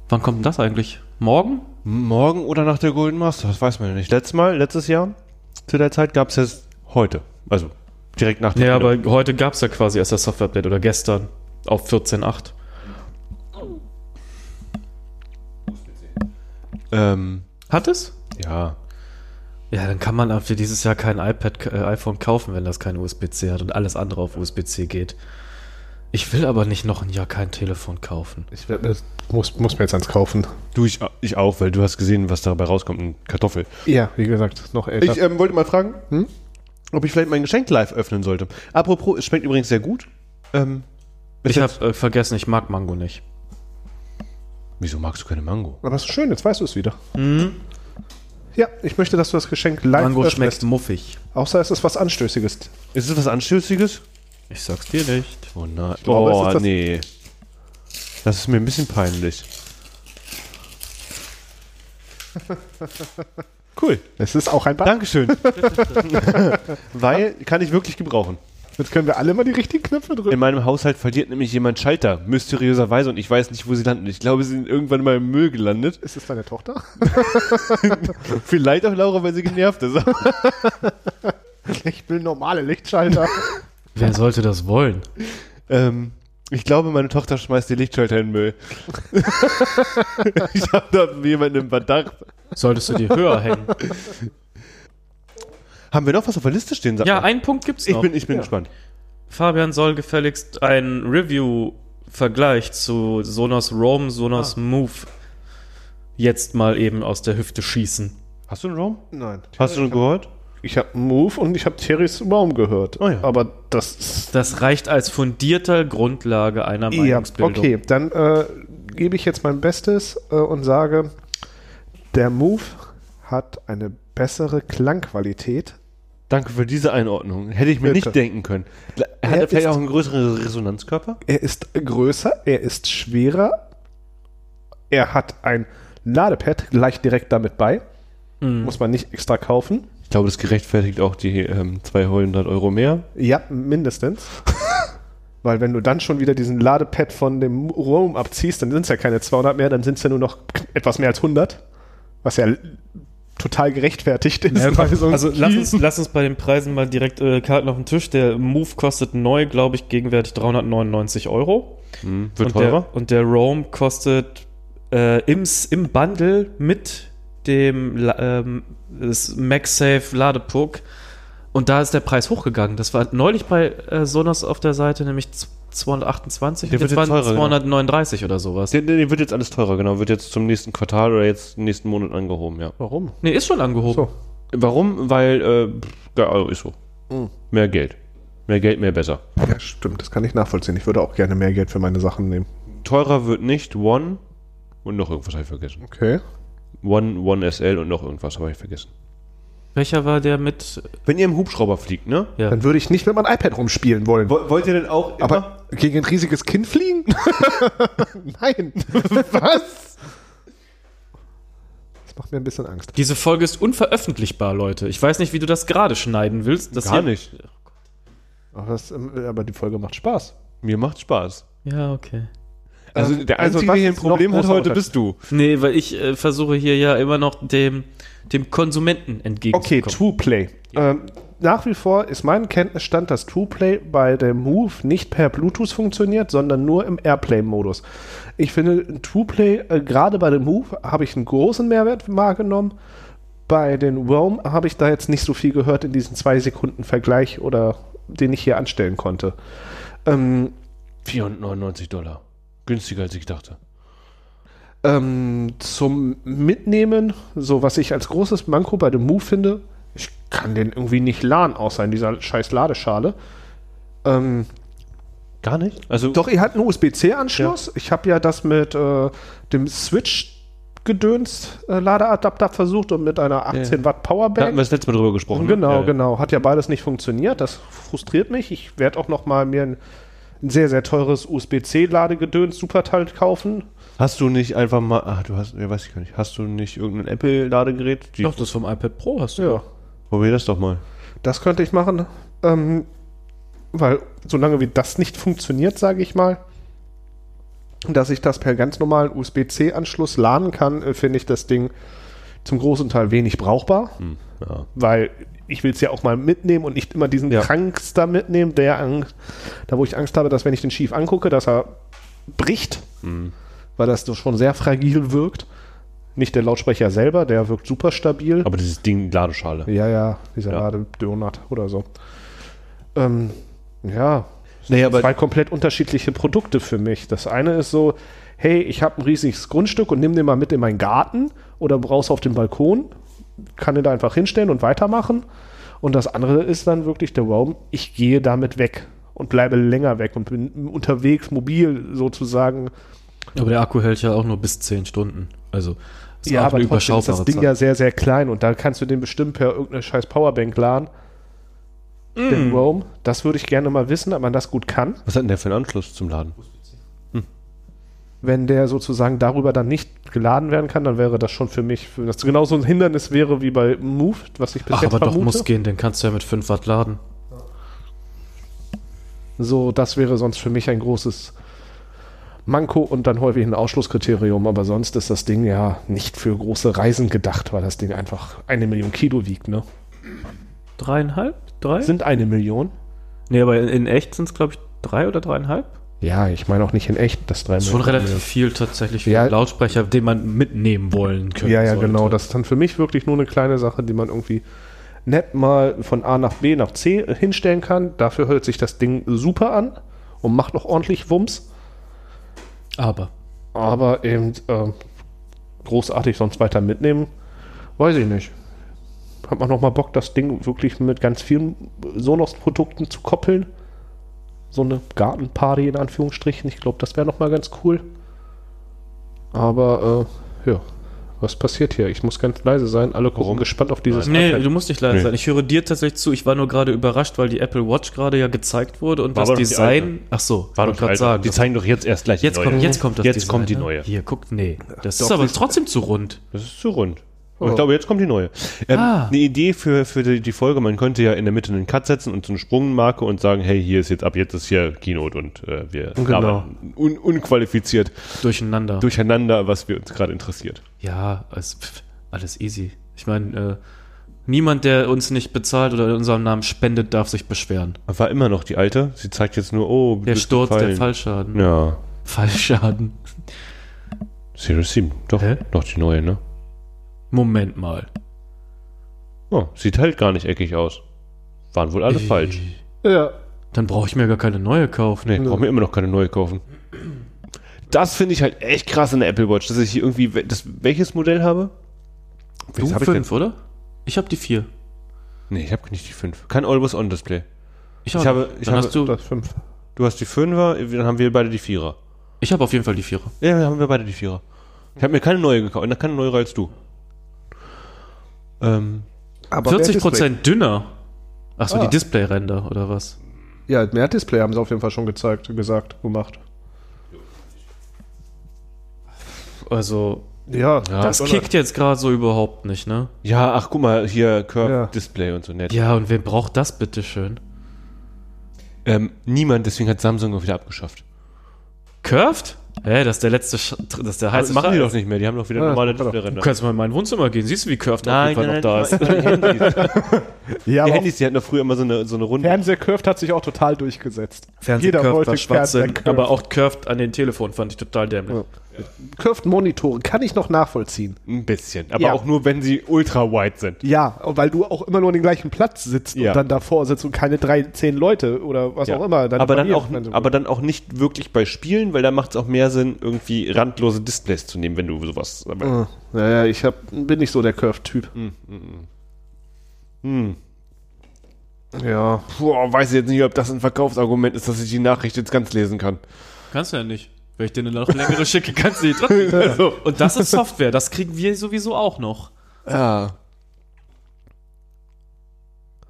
Wann kommt denn das eigentlich? Morgen? Morgen oder nach der Golden Master, das weiß man ja nicht. Letztes Mal, letztes Jahr, zu der Zeit gab es es heute. Also direkt nach der Ja, Golden- aber heute gab es ja quasi erst das Software-Update oder gestern auf 14.8. Ähm, Hat es? ja. Ja, dann kann man ab für dieses Jahr kein iPad, äh, iPhone kaufen, wenn das kein USB-C hat und alles andere auf USB-C geht. Ich will aber nicht noch ein Jahr kein Telefon kaufen. Ich werd mir- muss, muss mir jetzt eins kaufen. Du, ich, ich auch, weil du hast gesehen, was dabei rauskommt. Ein Kartoffel. Ja, wie gesagt, noch älter. Ich ähm, wollte mal fragen, ob ich vielleicht mein Geschenk live öffnen sollte. Apropos, es schmeckt übrigens sehr gut. Ähm, Ich habe äh, vergessen, ich mag Mango nicht. wieso magst du keine Mango? Aber ist schön, jetzt weißt du es wieder. Ja, ich möchte, dass du das Geschenk live Mhm. Mango öffnest. schmeckt muffig. Außer es ist was Anstößiges. Ist es was Anstößiges? Ich sag's dir nicht. Oh nein. glaube, es oh ist das- nee. Das ist mir ein bisschen peinlich. Cool. Es ist auch ein Bad. Dankeschön. Weil kann ich wirklich gebrauchen. Jetzt können wir alle mal die richtigen Knöpfe In drücken. meinem Haushalt verliert nämlich jemand Schalter, mysteriöserweise, und ich weiß nicht, wo sie landen. Ich glaube, sie sind irgendwann mal im Müll gelandet. Ist es deine Tochter? Vielleicht auch Laura, weil sie genervt ist. Ich will normale Lichtschalter. Wer sollte das wollen? ähm, ich glaube, meine Tochter schmeißt die Lichtschalter in den Müll. ich habe da jemanden im Verdacht. Solltest du dir höher hängen? Haben wir noch was auf der Liste stehen? Sag Ja, mal. einen Punkt gibt's ich noch. bin, ich bin gespannt. Fabian soll gefälligst ein Review-Vergleich zu Ah. Sonos Roam, Sonos Move jetzt mal eben aus der Hüfte schießen. Hast du einen Raum? Nein. Hast du schon gehört? Ich habe Move und ich habe Terrys Raum gehört. Oh ja. Aber das ist Das reicht als fundierte Grundlage einer Ja, Meinungsbildung. okay, dann äh, gebe ich jetzt mein Bestes äh, und sage, der Move hat eine bessere Klangqualität. Danke für diese Einordnung. Hätte ich mir Bitte. nicht denken können. Hat er Er vielleicht ist- auch einen größeren Resonanzkörper? Er ist größer, er ist schwerer, er hat ein Ladepad gleich direkt damit bei. Muss man nicht extra kaufen. Ich glaube, das gerechtfertigt auch die ähm, 200 Euro mehr. Ja, mindestens. Weil wenn du dann schon wieder diesen Ladepad von dem Roam abziehst, dann sind es ja keine 200 mehr, dann sind es ja nur noch etwas mehr als 100. Was ja total gerechtfertigt ist. Ja, komm, bei so einem also lass Key. uns, lass uns bei den Preisen mal direkt äh, Karten auf den Tisch. Der Move kostet neu, glaube ich, gegenwärtig 399 Euro. Hm, wird und teurer. Der, und der Roam kostet äh, im, im Bundle mit dem La- ähm, das MagSafe Ladepuck. Und da ist der Preis hochgegangen. Das war neulich bei äh, Sonos auf der Seite, nämlich z- 228. Der wird jetzt waren teurer, genau. 239 oder sowas. Der, der, der wird jetzt alles teurer, genau. Wird jetzt zum nächsten Quartal oder jetzt nächsten Monat angehoben, ja. Warum? Nee, ist schon angehoben. So. Warum? Weil, äh, pff, ja, also ist so. Mehr Geld. Mehr Geld, mehr besser. Ja, stimmt, das kann ich nachvollziehen. Ich würde auch gerne mehr Geld für meine Sachen nehmen. Teurer wird nicht One und noch irgendwas habe ich vergessen. Okay. One, One SL und noch irgendwas habe ich vergessen. Welcher war der mit? Wenn ihr im Hubschrauber fliegt, ne? Ja. Dann würde ich nicht mit meinem iPad rumspielen wollen. Wollt ihr denn auch Aber gegen ein riesiges Kind fliegen? Nein. Was? Das macht mir ein bisschen Angst. Diese Folge ist unveröffentlichbar, Leute. Ich weiß nicht, wie du das gerade schneiden willst. dass Gar hier- nicht. Aber, das, ähm, aber die Folge macht Spaß. Mir macht Spaß. Ja, okay. Also Ähm, der also Einzige, was der hier ein ist noch Problem hat großer heute, Unterschied? bist du. Nee, weil ich äh, versuche hier ja immer noch dem, dem Konsumenten Okay, entgegenzukommen. True Play. Ähm, nach wie vor ist mein Kenntnisstand, dass True Play bei dem Move nicht per Bluetooth funktioniert, sondern nur im Airplay-Modus. Ich finde, True Play, äh, gerade bei dem Move, habe ich einen großen Mehrwert wahrgenommen. Bei den Roam habe ich da jetzt nicht so viel gehört in diesen zwei Sekunden Vergleich oder den ich hier anstellen konnte. Ähm, 499 Dollar. Günstiger, als ich dachte. Ähm, zum Mitnehmen, so was ich als großes Manko bei dem Move finde, ich kann den irgendwie nicht laden, außer in dieser scheiß Ladeschale. Ähm, Gar nicht? Also doch, ihr habt einen USB-C-Anschluss. Ich habe ja das mit äh, dem Switch-Gedöns-Ladeadapter versucht und mit einer 18 Watt da hatten wir Powerbank. das letzte Mal drüber gesprochen. ne? Genau, Äh, genau. Hat ja beides nicht funktioniert. Das frustriert mich. Ich werde auch noch mal mir ein, ein sehr, sehr teures USB-C-Ladegedöns-Superteil kaufen. Hast du nicht einfach mal, ach, du hast, ja, weiß ich gar nicht, hast du nicht irgendein Apple-Ladegerät? Die- Doch, das vom iPad Pro hast du. Ja. Probier das doch mal. Das könnte ich machen. Ähm, weil solange wie das nicht funktioniert, sage ich mal, dass ich das per ganz normalen USB-C-Anschluss laden kann, äh, finde ich das Ding zum großen Teil wenig brauchbar, Hm, Ja. weil ich will es ja auch mal mitnehmen und nicht immer diesen Ja. Krankster mitnehmen, der an, da wo ich Angst habe, dass wenn ich den schief angucke, dass er bricht, Hm. weil das doch schon sehr fragil wirkt. Nicht der Lautsprecher selber, der wirkt super stabil. Aber dieses Ding, Ladeschale. Ja, ja, dieser Ja. Ladedonut oder so. Ähm, ja, Naja, zwei komplett unterschiedliche Produkte für mich. Das eine ist so, hey, ich habe ein riesiges Grundstück und nimm den mal mit in meinen Garten oder raus auf den Balkon, kann den da einfach hinstellen und weitermachen. Und das andere ist dann wirklich der Raum, ich gehe damit weg und bleibe länger weg und bin unterwegs, mobil sozusagen. Aber der Akku hält ja auch nur bis 10 Stunden. Also ist ja, auch aber eine trotzdem ist überschaubare das Ding Zahl. ja sehr, sehr klein und da kannst du den bestimmt per irgendeine scheiß Powerbank laden. Den Mm. Roam. Das würde ich gerne mal wissen, ob man das gut kann, was hat denn der für einen Anschluss zum Laden? wenn der sozusagen darüber dann nicht geladen werden kann, dann wäre das schon für mich, für das genau so ein Hindernis wäre wie bei Move, was ich bis Ach, jetzt aber doch vermute. muss gehen, den kannst du ja mit 5 Watt laden. so, das wäre sonst für mich ein großes Manko und dann häufig ein Ausschlusskriterium, aber sonst ist das Ding ja nicht für große Reisen gedacht, weil das Ding einfach eine Million Kilo wiegt, ne? Dreieinhalb? Drei? Sind eine Million? nee, aber in, in echt sind es, glaube ich, drei oder dreieinhalb. Ja, ich meine auch nicht in echt, das drei Das ist schon relativ viel tatsächlich für Ja. einen Lautsprecher, den man mitnehmen wollen könnte. Ja, ja, genau. Das ist dann für mich wirklich nur eine kleine Sache, die man irgendwie nett mal von A nach B nach C hinstellen kann. Dafür hört sich das Ding super an und macht noch ordentlich Wumms. Aber ähm, Aber eben ähm, großartig sonst weiter mitnehmen, weiß ich nicht. hat man nochmal Bock, das Ding wirklich mit ganz vielen Sonos-Produkten zu koppeln. So eine Gartenparty in Anführungsstrichen. Ich glaube, das wäre nochmal ganz cool. Aber, äh, ja. Was passiert hier? Ich muss ganz leise sein. Alle gucken gespannt auf dieses Nee, iPad. du musst nicht leise Nee. sein. Ich höre dir tatsächlich zu. Ich war nur gerade überrascht, weil die Apple Watch gerade ja gezeigt wurde und War aber das doch die Design. Ach so, War wollte doch gerade sagen. Die das- zeigen doch jetzt erst gleich Jetzt die neue. kommt, jetzt kommt das Jetzt Design, kommt die ne? neue. Hier, guck, nee. Das Doch, ist aber das- trotzdem zu rund. Das ist zu rund. Oh. Ich glaube, jetzt kommt die neue. Ähm, Ah. Eine Idee für, für die, die Folge, man könnte ja in der Mitte einen Cut setzen und so eine Sprungmarke und sagen, hey, hier ist jetzt ab jetzt ist hier Keynote und äh, wir Genau. labern un unqualifiziert Durcheinander. durcheinander, was wir uns gerade interessiert. ja, es, pff, alles easy. Ich meine, äh, niemand, der uns nicht bezahlt oder in unserem Namen spendet, darf sich beschweren. War immer noch die alte. Sie zeigt jetzt nur, oh, du Der bist Sturz, der gefallen. Fallschaden. Ja. Fallschaden. Series 7. Doch, Hä? doch die neue, ne? Moment mal. Oh, sieht halt gar nicht eckig aus. Waren wohl alle Äh, falsch. Ja, Dann brauche ich mir gar keine neue kaufen. Nee, brauchen wir immer noch keine neue kaufen. Das finde ich halt echt krass in der Apple Watch, dass ich hier irgendwie we- das, welches Modell habe? Du Welches habe ich fünf, oder? Ich habe die vier. denn? Nee, ich habe nicht die 5. Kein Always On Display. auch Ich habe- nicht. ich dann habe- hast du, das fünf. Du hast die 5er, dann haben wir beide die 4er. ich habe auf jeden Fall die Vierer. Ja, dann haben wir beide die 4er. Ich habe mir keine neue gekauft, und keine neuere als du. Ähm, Aber 40 mehr Display. Prozent dünner. Achso, Ah. die Display-Ränder oder was? Ja, mehr Display haben sie auf jeden Fall schon gezeigt, gesagt, gemacht. Also, Ja, das oder- kickt jetzt gerade so überhaupt nicht, ne? ja, ach guck mal, hier Curve Ja. Display und so nett. Ja, und wer braucht das bitteschön? Ähm, niemand, deswegen hat Samsung auch wieder abgeschafft. Curved? Hä, das ist der letzte, Sch das ist der Das heiße Also, machen die Scheiß. doch nicht mehr, die haben doch wieder Ja, normale das macht Du er Display-Ränder. kannst mal in mein Wohnzimmer gehen. Siehst du, wie Curved auf jeden Fall noch da ist? da ist. ja Die aber auch Handys, die hatten doch früher immer so eine, so eine runde Fernsehcurved hat sich auch total durchgesetzt. Fernsehcurved war Schwachsinn, Fernsehcurved. aber auch Curved an den Telefon fand ich total dämlich. Curved Monitore kann ich noch nachvollziehen. Ein bisschen, aber Ja. auch nur, wenn sie ultra-wide sind. Ja, weil du auch immer nur an den gleichen Platz sitzt Ja. und dann davor sitzt und keine drei, zehn Leute oder was Ja. auch immer. aber, dann verliert auch, man so. aber dann auch nicht wirklich bei Spielen, weil da macht es auch mehr Sinn, irgendwie randlose Displays zu nehmen, wenn du sowas. Aber Ah, Naja, ich hab, bin nicht so der Curved-Typ. Hm, Hm. Ja. Boah, Mhm. weiß ich jetzt nicht, ob das ein Verkaufsargument ist, dass ich die Nachricht jetzt ganz lesen kann. Kannst du ja nicht. Wenn ich dir eine noch längere schicke, kannst du die trotzdem. Also, Und das ist Software, das kriegen wir sowieso auch noch. ja.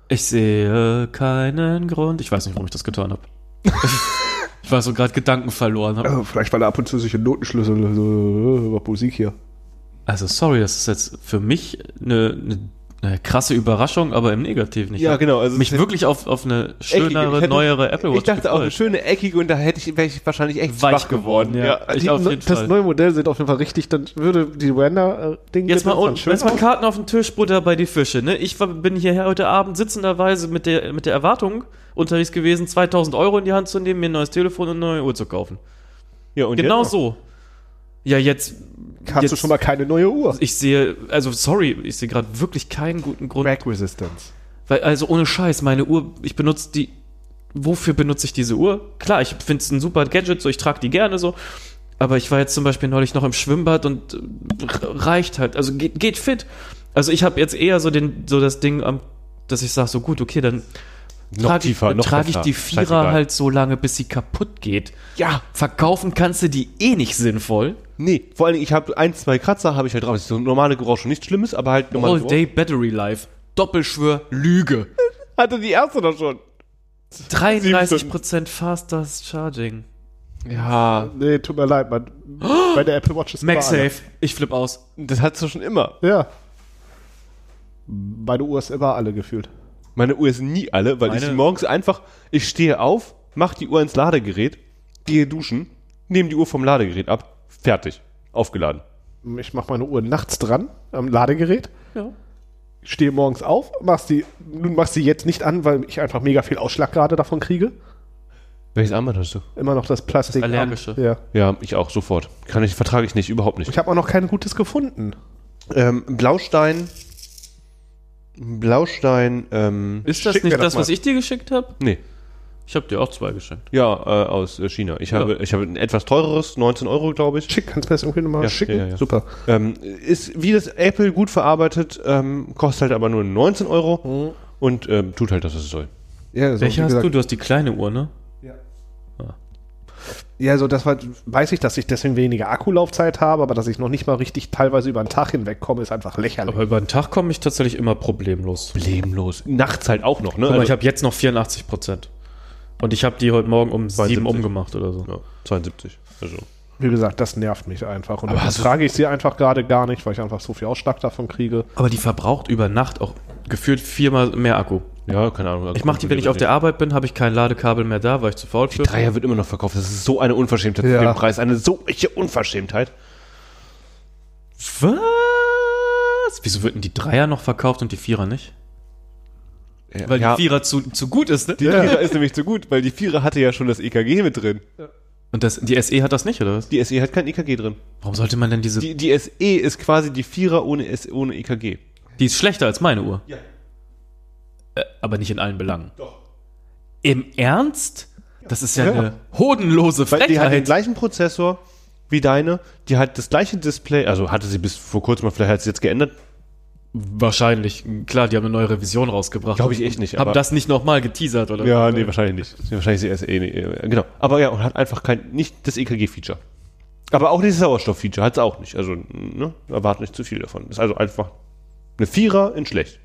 Ich sehe keinen Grund. Ich weiß nicht, warum ich das getan habe. ich war so gerade Gedanken verloren. Oh. Hab. Also vielleicht, weil er ab und zu solche Notenschlüssel so, über Musik hier. Also sorry, das ist jetzt für mich eine, eine, eine krasse Überraschung, aber im Negativen. Ich ja, hab genau. Also mich es ist wirklich auf, auf eine eckige. schönere, Ich hätte- neuere Apple Watch Ich dachte auch, eine gefreut. schöne eckige und da hätte ich, wäre ich wahrscheinlich echt Weich schwach geworden, ja. Ich Die, ne, auf jeden das Fall. neue Modell sieht auf jeden Fall richtig, dann würde die äh, Render-Ding Jetzt mal, unten, schön jetzt mal aus. Karten auf den Tisch, Butter bei die Fische. Ne? Ich war, bin hierher heute Abend sitzenderweise mit der, mit der Erwartung unterwegs gewesen, 2000 Euro in die Hand zu nehmen, mir ein neues Telefon und eine neue Uhr zu kaufen. Ja, und Genau jetzt? so. Ja, jetzt Hast du Jetzt- schon mal keine neue Uhr? Ich sehe, also sorry, ich sehe gerade wirklich keinen guten Grund. Rack Resistance. Weil, also ohne Scheiß, meine Uhr, ich benutze die. Wofür benutze ich diese Uhr? Klar, ich finde es ein super Gadget, so ich trage die gerne so. Aber ich war jetzt zum Beispiel neulich noch im Schwimmbad und äh, r- reicht halt. Also geht, geht fit. Also ich habe jetzt eher so, den, so das Ding am, dass ich sage, so gut, okay, dann Noch trage ich, tiefer, noch trag ich besser. die Vierer Scheißegal. halt so lange, bis sie kaputt geht. Ja, Verkaufen kannst du die eh nicht sinnvoll. nee. Vor allen Dingen, ich habe ein, zwei Kratzer, habe ich halt drauf. Das ist so ein normale Geräusche, nichts Schlimmes, aber halt normale All day Battery Life. Doppelschwör, Lüge. Hatte die erste doch schon. 33% faster Charging. Ja, Nee, tut mir leid, man. Bei der Apple Watch ist überall. MagSafe. Ich flipp aus. das hattest du schon immer. Ja. Meine Uhr ist immer alle gefühlt. Meine Uhr ist nie alle, weil ich Meine- sie morgens einfach, ich stehe auf, mach die Uhr ins Ladegerät, gehe duschen, nehme die Uhr vom Ladegerät ab, fertig, aufgeladen. Ich mache meine Uhr nachts dran am Ladegerät, Ja. stehe morgens auf, machst die, nun machst die jetzt nicht an, weil ich einfach mega viel Ausschlag gerade davon kriege. Welches Armband hast du? Immer noch das Plastik. Das Allergische. Ja. Ja, ich auch, sofort. Kann ich, vertrage ich nicht, überhaupt nicht. Ich habe auch noch kein gutes gefunden. Ähm, Blaustein, Blaustein, ähm, Ist das Schick mir nicht das das, mal. was ich dir geschickt habe? nee. Ich habe dir auch zwei geschenkt. Ja, äh, aus äh, China. Ich habe, ich habe ein etwas teureres, 19 Euro, glaube ich. Schick, kannst du mir das irgendwie nochmal Ja, schicken? ja, ja. Super. Ähm, ist wie das Apple gut verarbeitet, ähm, kostet halt aber nur 19 Euro und ähm, tut halt das, was es soll. Ja, so, Welche wie hast gesagt, du? Du hast die kleine Uhr, ne? Ja, so das war, weiß ich, dass ich deswegen weniger Akkulaufzeit habe, aber dass ich noch nicht mal richtig teilweise über den Tag hinweg komme, ist einfach lächerlich. Aber über den Tag komme ich tatsächlich immer problemlos. Problemlos. Nachts halt auch noch, ne? Guck mal, ich Also- habe jetzt noch 84 Prozent. Und ich habe die heute Morgen um 72. sieben umgemacht oder so. ja, 72. Also. Wie gesagt, das nervt mich einfach. Und das hast du- frage ich sie einfach gerade gar nicht, weil ich einfach so viel Ausschlag davon kriege. Aber die verbraucht über Nacht auch gefühlt viermal mehr Akku. Ja, keine Ahnung. also Ich mache die, wenn ich auf der Arbeit bin, habe ich kein Ladekabel mehr da, weil ich zu faul für. Dreier wird immer noch verkauft. Das ist so eine Unverschämtheit für Ja. den Preis. Eine solche Unverschämtheit. Was? Wieso wird denn die Dreier noch verkauft und die Vierer nicht? Weil ja, die Vierer zu, zu gut ist, ne? die Vierer ist nämlich zu gut, weil die Vierer hatte ja schon das EKG mit drin. Und das, die SE hat das nicht, oder was? Die SE hat kein EKG drin. Warum sollte man denn diese. Die, Die, die SE ist quasi die Vierer ohne, S, ohne E EKG. ist schlechter als meine Uhr. Ja. Äh, aber nicht in allen Belangen. Doch. Im Ernst? Das ist ja, eine hodenlose Weil die hat den Frechheit. gleichen Prozessor wie deine. Die hat das gleiche Display. Also hatte sie bis vor kurzem, vielleicht hat sie jetzt geändert. Wahrscheinlich. Klar, die haben eine neue Revision rausgebracht. Glaube ich echt nicht, Haben aber- das nicht nochmal geteasert, oder? Ja, nee, wahrscheinlich nicht. Nee, wahrscheinlich die SE. Nee, äh, genau. Aber ja, und hat einfach kein, nicht das EKG-Feature. Aber auch nicht das Sauerstoff-Feature hat es auch nicht. Also, ne, erwartet nicht zu viel davon. Ist also einfach eine Vierer in schlecht.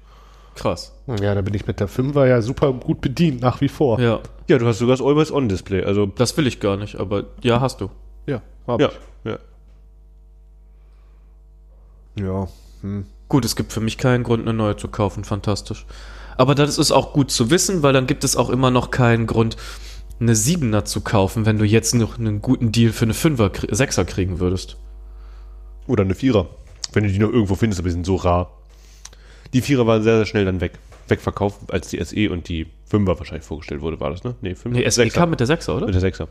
Krass. Ja, da bin ich mit der 5er ja super gut bedient, nach wie vor. Ja. Ja, du hast sogar das Always-On-Display. Also, Das will ich gar nicht, aber ja, hast du. Ja. hab ja, ich. ja. ja. hm. Gut, es gibt für mich keinen Grund, eine neue zu kaufen. Fantastisch. Aber das ist auch gut zu wissen, weil dann gibt es auch immer noch keinen Grund, eine Siebener zu kaufen, wenn du jetzt noch einen guten Deal für eine Fünfer, krie- Sechser kriegen würdest. Oder eine Vierer. Wenn du die noch irgendwo findest, aber die sind so rar. Die Vierer waren sehr, sehr schnell dann weg. Wegverkauft, als die SE und die Fünfer wahrscheinlich vorgestellt wurde, war das, ne? Nee, Fünfer. Nee, SE Sechser. kam mit der Sechser, oder? Mit der Sechser.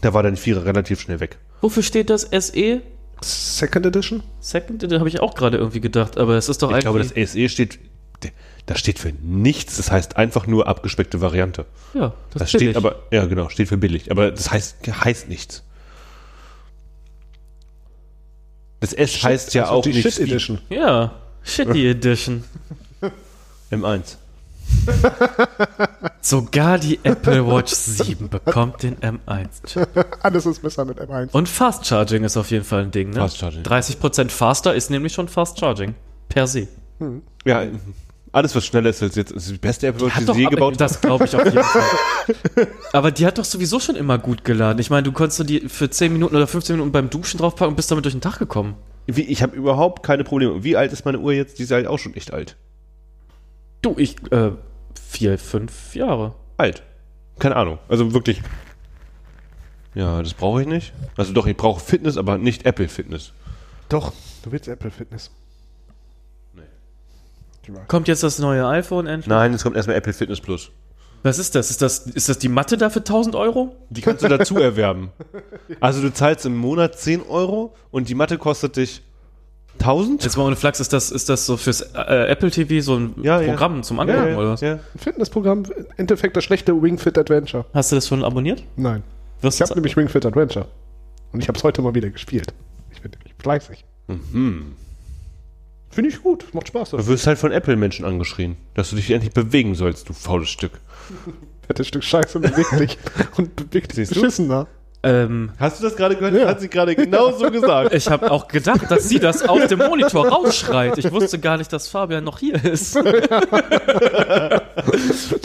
Da war dann die Vierer relativ schnell weg. Wofür steht das SE? Second Edition? Second, da habe ich auch gerade irgendwie gedacht, aber es ist doch Ich glaube, eigentlich. das SE steht, das steht für nichts. Das heißt einfach nur abgespeckte Variante. ja, E- Das, bin steht ich. aber, ja genau, steht für billig. Aber das heißt, heißt nichts. Das S heißt ja auch Also die nichts. Shit Edition. Ja, Shitty Edition. M1. Sogar die Apple Watch 7 bekommt den M1-Chip. Alles ist besser mit M1. Und Fast Charging ist auf jeden Fall ein Ding, ne? Fast Charging. 30% faster ist nämlich schon Fast Charging. Per se. Ja, alles was schneller ist als jetzt, ist die beste Apple Watch, die sie je gebaut Das glaube ich auf jeden Fall. Aber die hat doch sowieso schon immer gut geladen. Ich meine, du konntest du die für 10 Minuten oder 15 Minuten beim Duschen draufpacken und bist damit durch den Tag gekommen. Wie, ich habe überhaupt keine Probleme. Wie alt ist meine Uhr jetzt? Die ist halt auch schon echt alt. Du, ich, äh, vier, fünf Jahre. Alt. Keine Ahnung. Also wirklich. Ja, das brauche ich nicht. Also doch, ich brauche Fitness, aber nicht Apple Fitness. Doch, du willst Apple Fitness. Nee. Kommt jetzt das neue iPhone endlich? Nein, jetzt kommt erstmal Apple Fitness Plus. Was ist das? Ist das, ist das die Matte da für 1000 Euro? Die kannst du dazu erwerben. Also du zahlst im Monat 10 Euro und die Matte kostet dich 1000? Jetzt mal ohne Flachs, ist das, ist das so fürs äh, Apple TV so ein Ja, ja. Programm zum Angucken oder was? Äh, ja. Fitnessprogramm, im Endeffekt das schlechte Wingfit Adventure. Hast du das schon abonniert? Nein. Wirst Ich habe nämlich Ring Fit Adventure. Und ich habe es heute mal wieder gespielt. Ich bin nämlich fleißig. Mhm. Finde ich gut, macht Spaß. Du wirst halt von Apple-Menschen angeschrien, dass du dich endlich bewegen sollst, du faules Stück. Fettes Stück Scheiße bewegt dich und bewegt ne? dich Siehst du? beschissener. ähm, Hast du das gerade gehört? Ja. Hat sie gerade genau so gesagt. ich habe auch gedacht, dass sie das auf dem Monitor rausschreit. Ich wusste gar nicht, dass Fabian noch hier ist.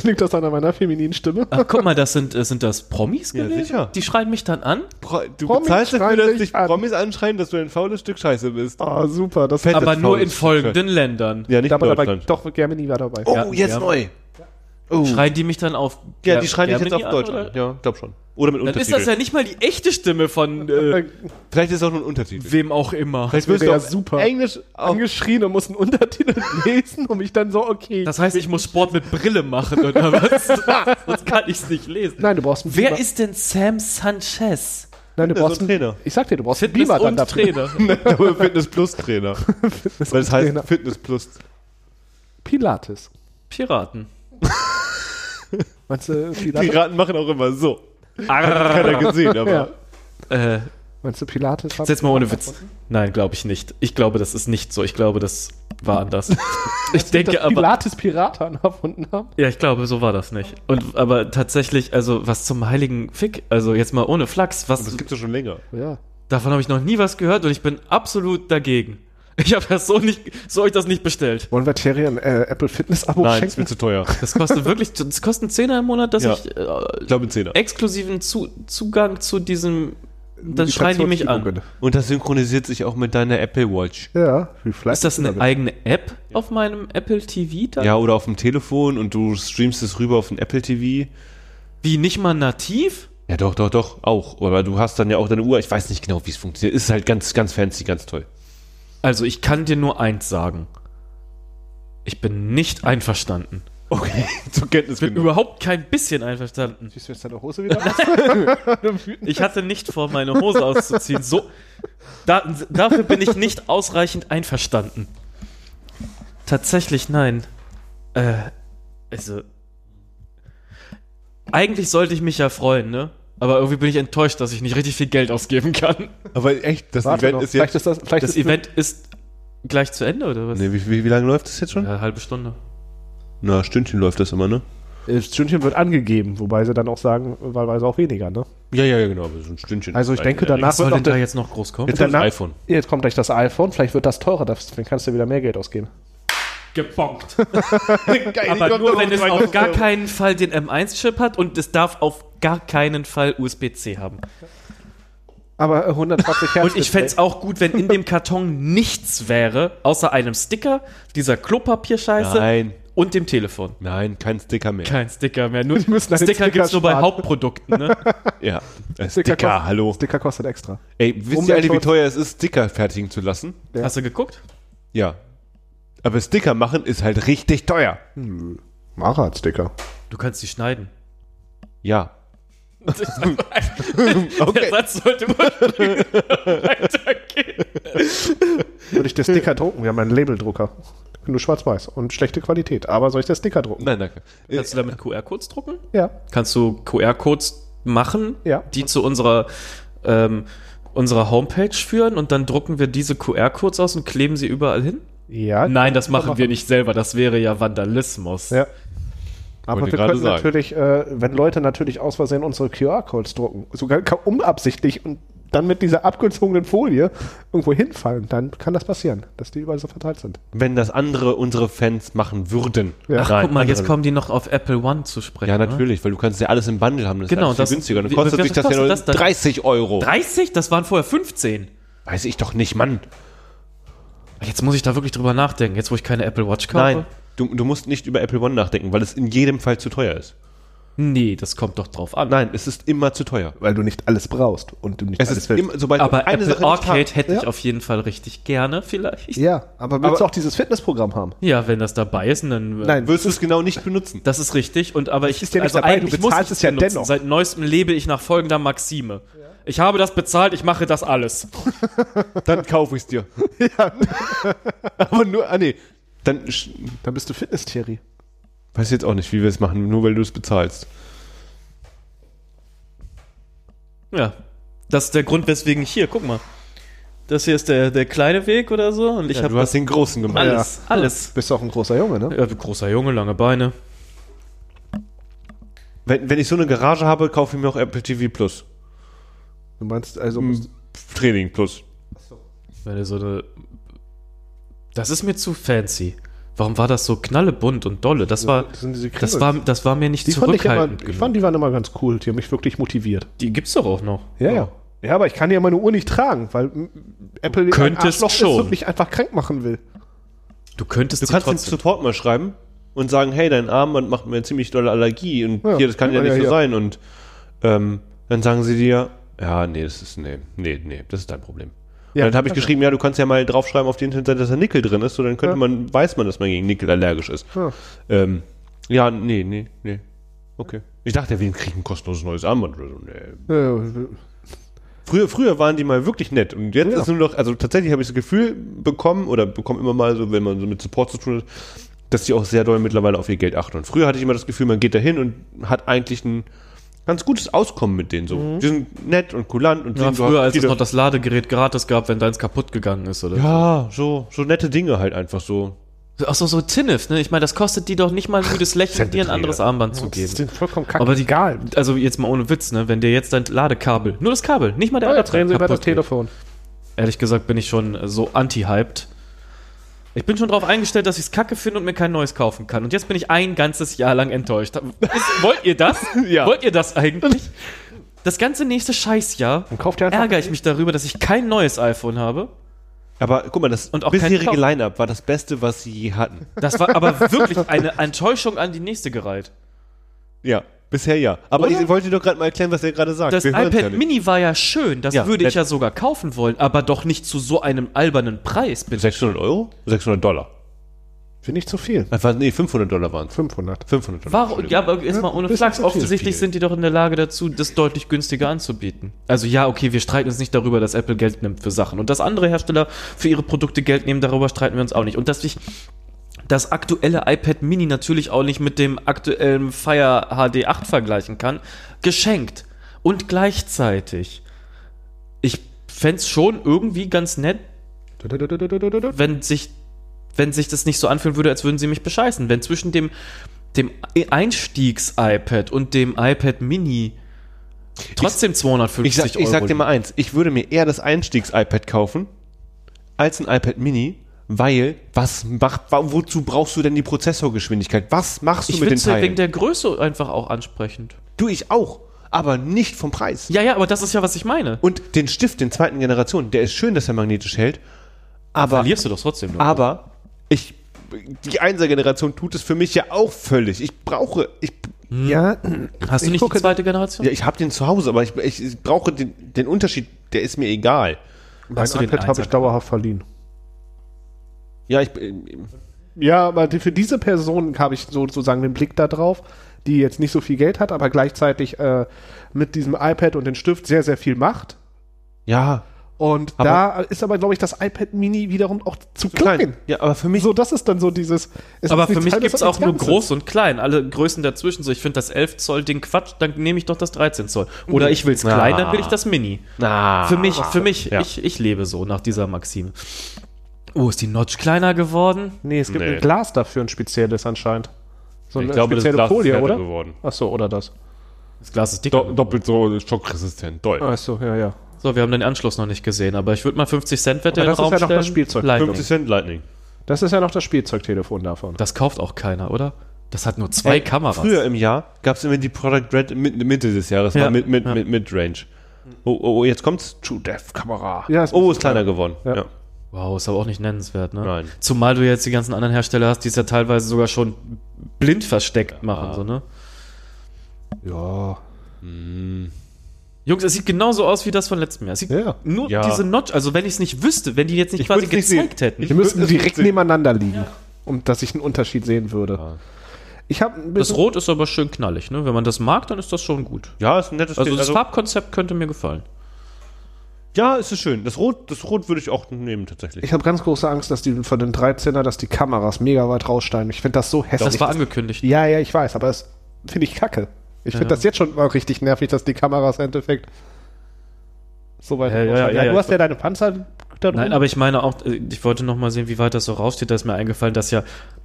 Liegt das an meiner femininen Stimme? Ach, guck mal, das sind, äh, sind das Promis Ja, gewesen? sicher. Die schreien mich dann an. Pro- Du Promis bezahlst dafür, schreien dass dich dich an. Promis anschreien, dass du ein faules Stück Scheiße bist. Ah, super. Das Fett- Fett Das Aber ist nur faul. in folgenden Ländern. Ja, nicht in aber, aber Deutschland. doch, Germany war dabei. oh, Ja, jetzt ja. neu. Oh. Schreien die mich dann auf. ja, die schreien dich jetzt auf Germany Deutsch an, an. oder? Ja, glaub schon. Oder mit Dann ist das Untertiteln. ja nicht mal die echte Stimme von äh, Vielleicht ist es auch nur ein Untertitel. wem auch immer. Vielleicht wäre wirst du ja auf super. Englisch auf Angeschrien und muss einen Untertitel lesen, um mich dann so, okay. Das heißt, ich muss Sport mit Brille machen oder was? Sonst kann ich es nicht lesen. Nein, du brauchst einen Wer Beamer. ist denn Sam Sanchez? Nein, du Ja, so brauchst ein einen Trainer. Ich sag dir, du brauchst einen Fitness Beamer dann und dafür. Trainer. Aber Fitness Plus Trainer. Weil es Genau. heißt Fitness Plus. Pilates. Piraten. Meinst du, Pilates, Piraten machen auch immer so. Hat keiner gesehen, aber. Ja. Äh, meinst du Pilates hat- jetzt mal ohne Witz. Nein, glaube ich nicht. Ich glaube, das ist nicht so. Ich glaube, das war anders. ich denke dass aber. Pilates Piraten erfunden haben? Ja, ich glaube, so war das nicht. Und aber tatsächlich, also was zum heiligen Fick, also jetzt mal ohne Flachs, was Das gibt's ja schon länger. Ja. davon habe ich noch nie was gehört und ich bin absolut dagegen. Ich habe das so nicht, so euch das nicht bestellt. Wollen wir Thierry ein äh, Apple Fitness Abo Nein, das schenken? wird zu teuer. Das kostet wirklich, das kostet einen Zehner im Monat, dass Ja. ich äh, Ich glaube, ein Zehner. exklusiven Zu Zugang zu diesem, dann schreien die mich an. Meditationsübungen. Und das synchronisiert sich auch mit deiner Apple Watch. Ja, wie fleißig Ist das du da eine bist. eigene App auf meinem Apple TV? Dann? Ja, oder auf dem Telefon und du streamst es rüber auf den Apple TV. Wie nicht mal nativ? Ja, doch, doch, doch, auch. Aber du hast dann ja auch deine Uhr. Ich weiß nicht genau, wie es funktioniert. Ist halt ganz, ganz fancy, ganz toll. Also ich kann dir nur eins sagen. Ich bin nicht einverstanden. Okay, zur Kenntnis Bin genommen. überhaupt kein bisschen einverstanden. Siehst du jetzt deine Hose wieder aus? Ich hatte nicht vor, meine Hose auszuziehen. So, da, dafür bin ich nicht ausreichend einverstanden. Tatsächlich nein. Äh, also. Eigentlich sollte ich mich ja freuen, ne? Aber irgendwie bin ich enttäuscht, dass ich nicht richtig viel Geld ausgeben kann. Aber echt, das Warte noch. vielleicht ist das, vielleicht Das ist Event ist gleich zu Ende, oder was? Nee, wie, wie, wie lange läuft das jetzt schon? Ja, halbe Stunde. Na, Stündchen läuft das immer, ne? das Stündchen wird angegeben, wobei sie dann auch sagen, wahlweise auch weniger, ne? Ja, ja, ja, genau. Aber so ein Stündchen. Also ich denke, danach Was soll wird auch denn da der, jetzt noch groß kommen? Jetzt das danach- iPhone. jetzt kommt gleich das iPhone, vielleicht wird das teurer, deswegen kannst du wieder mehr Geld ausgeben. Gebongt. Aber nur, wenn es auf gar keinen Fall den M1-Chip hat und es darf auf gar keinen Fall USB-C haben. Aber äh, 120 Hertz. Und ich fände es auch gut, wenn in dem Karton nichts wäre, außer einem Sticker, dieser Klopapierscheiße Nein, und dem Telefon. nein, kein Sticker mehr. Kein Sticker mehr. Nur müssen Sticker, an den Sticker Sticker gibt es nur bei sparen. Hauptprodukten. Ne? Ja. Äh, Sticker, kosten- hallo. Sticker kostet extra. Ey, wisst ihr alle, wie teuer es ist, Sticker fertigen zu lassen? Ja. Hast du geguckt? Ja. Aber Sticker machen ist halt richtig teuer. Mara hat Sticker. Du kannst die schneiden. Ja. Der Satz sollte wohl weitergehen. Würde ich den Sticker drucken? Wir haben einen Labeldrucker. Nur schwarz-weiß und schlechte Qualität. Aber soll ich den Sticker drucken? Nein, danke. Äh, Kannst du damit QR-Codes drucken? Ja. Kannst du QR-Codes machen, Ja. die zu unserer, ähm, unserer Homepage führen und dann drucken wir diese QR-Codes aus und kleben sie überall hin? Ja. Nein, das machen wir nicht selber. Das wäre ja Vandalismus. Ja. Aber Wollte wir gerade können sagen. natürlich, äh, wenn Leute natürlich aus Versehen unsere QR-Codes drucken, sogar ka- unabsichtlich und dann mit dieser abgezogenen Folie irgendwo hinfallen, dann kann das passieren, dass die überall so verteilt sind. Wenn das andere unsere Fans machen würden. Ja. Ach, Nein, guck mal, jetzt andere- kommen die noch auf Apple One zu sprechen. Ja, ne? natürlich, weil du kannst ja alles im Bundle haben. Das Genau, ist alles das- viel günstiger. Dann wie- kostet wie- dich was das ja kostet nur das denn? 30 Euro. 30? Das waren vorher 15. Weiß ich doch nicht, Mann. Jetzt muss ich da wirklich drüber nachdenken, jetzt wo ich keine Apple Watch kaufe. Nein, du, du musst nicht über Apple One nachdenken, weil es in jedem Fall zu teuer ist. Nee, das kommt doch drauf an. Nein, es ist immer zu teuer. Weil du nicht alles brauchst und du nicht Es alles ist immer, sobald Aber Apple nicht Arcade hätte ich Ja. auf jeden Fall richtig gerne, vielleicht. Ja, Ja, aber willst Aber- du auch dieses Fitnessprogramm haben? wenn das dabei ist, dann. äh, Nein. hast, wirst du es genau nicht benutzen. Das ist richtig. Und aber ich also ist ja nicht dabei, du bezahlst es ja dennoch. Seit neuestem lebe ich nach folgender Maxime. Ich habe das bezahlt, ich mache das alles. Dann kaufe ich es dir. Aber nur, ah nee, dann sch- Dann bist du Fitness-Theorie. weiß ich jetzt auch nicht, wie wir es machen, nur weil du es bezahlst. Ja. Das ist der Grund, weswegen ich hier, guck mal. Das hier ist der, der kleine Weg oder so. Und ich Ja, habe du hast den großen gemacht. alles, alles. Bist du auch ein großer Junge, ne? Ja, großer Junge, lange Beine. Wenn, wenn ich so eine Garage habe, kaufe ich mir auch Apple TV Plus. Du meinst also, Mm, Training Plus. Wenn du so eine. Das ist mir zu fancy. Warum war das so knallebunt und dolle? Das war. das sind diese Das war, das war mir nicht die fand ich, immer, zurückhaltend genau. ich genug. fand, die waren immer ganz cool. Die haben mich wirklich motiviert. die gibt's doch auch noch. Ja, ja. Ja, aber ich kann ja meine Uhr nicht tragen, weil mm, Apple ein könntest Arschloch ist schon. und mich einfach krank machen will. Du könntest Du sie kannst dem trotzdem Support mal schreiben und sagen, hey, dein Armband macht mir ziemlich dolle Allergie und Ja. hier, das kann ja, Ja, nicht ja, so ja. sein. Und ähm, dann sagen sie dir, ja, nee, das ist, nee, nee, nee, das ist dein Problem. Ja, und dann habe ich okay. geschrieben, ja, du kannst ja mal draufschreiben auf die Internetseite, dass da Nickel drin ist, so dann könnte Ja. man, weiß man, dass man gegen Nickel allergisch ist. Ja. Ähm, ja, nee, nee, nee. Okay. Ich dachte, wir kriegen ein kostenloses neues Armband oder so. Nee. Äh, Früher, früher waren die mal wirklich nett und jetzt Ja. ist nur noch, also tatsächlich habe ich das Gefühl bekommen oder bekomme immer mal so, wenn man so mit Support zu tun hat, dass die auch sehr doll mittlerweile auf ihr Geld achten. Und früher hatte ich immer das Gefühl, man geht da hin und hat eigentlich ein ganz gutes Auskommen mit denen so. Die sind nett und kulant und Mhm. Ja, sehen früher, überhaupt als es jede- noch das Ladegerät gratis gab, wenn deins kaputt gegangen ist, oder? ja, so, so nette Dinge halt einfach so. Ach so, so Tinnef, ne? Ich meine, das kostet die doch nicht mal ein müdes Lächeln, dir ein Centeträger. anderes Armband zu Das geben. sind vollkommen kacke. Aber die, also jetzt mal ohne Witz, ne? Wenn dir jetzt dein Ladekabel, nur das Kabel, nicht mal der Ah, jetzt Adapter reden sie über kaputt das geht. Telefon. Ehrlich gesagt bin ich schon äh, so anti-hyped. Ich bin schon darauf eingestellt, dass ich es kacke finde und mir kein neues kaufen kann. Und jetzt bin ich ein ganzes Jahr lang enttäuscht. Ist, wollt ihr das? Ja. Wollt ihr das eigentlich? Das ganze nächste Scheißjahr Dann kauft ihr einfach- ärgere ich mich darüber, dass ich kein neues iPhone habe. Aber guck mal, das Und auch kein bisherige Kauf. Line-Up war das Beste, was sie je hatten. Das war aber wirklich eine Enttäuschung an die nächste gereiht. Ja, bisher ja. Aber Oder? ich wollte dir doch gerade mal erklären, was er gerade sagt. Das Wir hören's iPad ja nicht. Mini war ja schön, das Ja, würde ich nett. ja sogar kaufen wollen, aber doch nicht zu so einem albernen Preis, bitte. 600 Euro? 600 Dollar. Finde ich zu viel. Das waren, nee, 500 Dollar waren es. 500. 500 Dollar. Warum? Ja, aber jetzt mal ohne bisschen Flachs. zu viel. Offensichtlich sind die doch in der Lage dazu, das deutlich günstiger anzubieten. Also ja, okay, wir streiten uns nicht darüber, dass Apple Geld nimmt für Sachen. Und dass andere Hersteller für ihre Produkte Geld nehmen, darüber streiten wir uns auch nicht. Und dass ich das aktuelle iPad Mini natürlich auch nicht mit dem aktuellen Fire HD 8 vergleichen kann, geschenkt. Und gleichzeitig. Ich fänd's schon irgendwie ganz nett, wenn sich, wenn sich das nicht so anfühlen würde, als würden sie mich bescheißen. Wenn zwischen dem, dem Einstiegs-iPad und dem iPad Mini trotzdem 250 Ich sag, Euro. ich sag dir mal eins, ich würde mir eher das Einstiegs-iPad kaufen als ein iPad Mini, weil was macht, wa- wozu brauchst du denn die Prozessorgeschwindigkeit? Was machst du ich mit finde den es wegen Teilen? der Größe einfach auch ansprechend. Du ich auch, aber nicht vom Preis. Ja, ja, aber das ist ja, was ich meine. Und den Stift, den zweiten Generation, der ist schön, dass er magnetisch hält, aber Verlierst du doch trotzdem nur. Aber ich, die Einser-Generation tut es für mich ja auch völlig. Ich brauche, ich, Ja, Hast du ich nicht gucke- die zweite Generation? ja, ich habe den zu Hause, aber ich, ich, ich brauche den, den Unterschied, der ist mir egal. Mein du den iPad habe ich Einser- dauerhaft verliehen. Ja, ich, äh, Ja, aber die, für diese Person habe ich so- sozusagen den Blick da drauf, die jetzt nicht so viel Geld hat, aber gleichzeitig äh, mit diesem iPad und dem Stift sehr, sehr viel macht. ja, Und Aber- da ist aber, glaube ich, das iPad Mini wiederum auch zu klein. Ja, aber für mich, So, das ist dann so dieses. es aber ist nichts für mich Halbes gibt es und auch nur nichts groß und klein. Alle Größen dazwischen. So, ich finde das 11 Zoll Ding Quatsch, dann nehme ich doch das 13 Zoll. Oder ich will's Na. klein, dann will ich das Mini. na, Für mich, für mich, Ah, Ja. ich, ich lebe so nach dieser Maxime. Oh, ist die Notch kleiner geworden? Ganzes. Nee, es gibt Nee. ein Glas dafür, ein spezielles anscheinend. So eine spezielle Glas ist Folie, härter oder? geworden. Ach so, oder das. Das Glas ist dicker. Do doppelt so schockresistent, doll. Ach so, ja, ja. So, wir haben den Anschluss noch nicht gesehen, aber ich würde mal 50 Cent Wette Aber in den das ist Raum ja noch stellen. das Spielzeug. Leitung. 50 Cent Lightning. Das ist ja noch das Spielzeugtelefon davon. Das kauft auch keiner, oder? Das hat nur zwei Kameras. Früher im Jahr gab es immer die Product Red in der Mitte des Jahres, Ja. mal mit, mit, Ja. mit, mit Range. Oh, oh, oh, jetzt kommt's. True Death Kamera. Ja, es oh, ist ist kleiner geworden. Ja. Ja. Wow, ist aber auch nicht nennenswert, ne? Nein. Zumal du jetzt die ganzen anderen Hersteller hast, die es ja teilweise sogar schon blind versteckt machen, so, ne? Ja. Jungs, es sieht genauso aus wie das von letztem Jahr. Es sieht Ja. nur Ja. diese Notch, also wenn ich es nicht wüsste, wenn die jetzt nicht Ich quasi würd's nicht gezeigt sehen. hätten. Die müssten würd- direkt sehen. nebeneinander liegen, um dass ich einen Unterschied sehen würde. Ich habe ein Das bisschen. Rot ist aber schön knallig, ne? Wenn man das mag, dann ist das schon gut. ja, ist ein nettes Also Ding. das Farbkonzept könnte mir gefallen. Ja, es ist schön. Das Rot, das Rot würde ich auch nehmen, tatsächlich. Ich habe ganz große Angst, dass die von den 13er, dass die Kameras mega weit raussteigen. Ich finde das so hässlich. Das war angekündigt. ja, ja, ich weiß, aber das finde ich kacke. Ich finde das jetzt schon mal richtig nervig, dass die Kameras im Endeffekt so weit Ja, ja, raussteigen. ja, ja, Du ich hast ja deine Panzer da drum. Nein, aber ich meine auch, äh, ich wollte noch mal sehen, wie weit das so raussteht. Da ist mir eingefallen, dass ja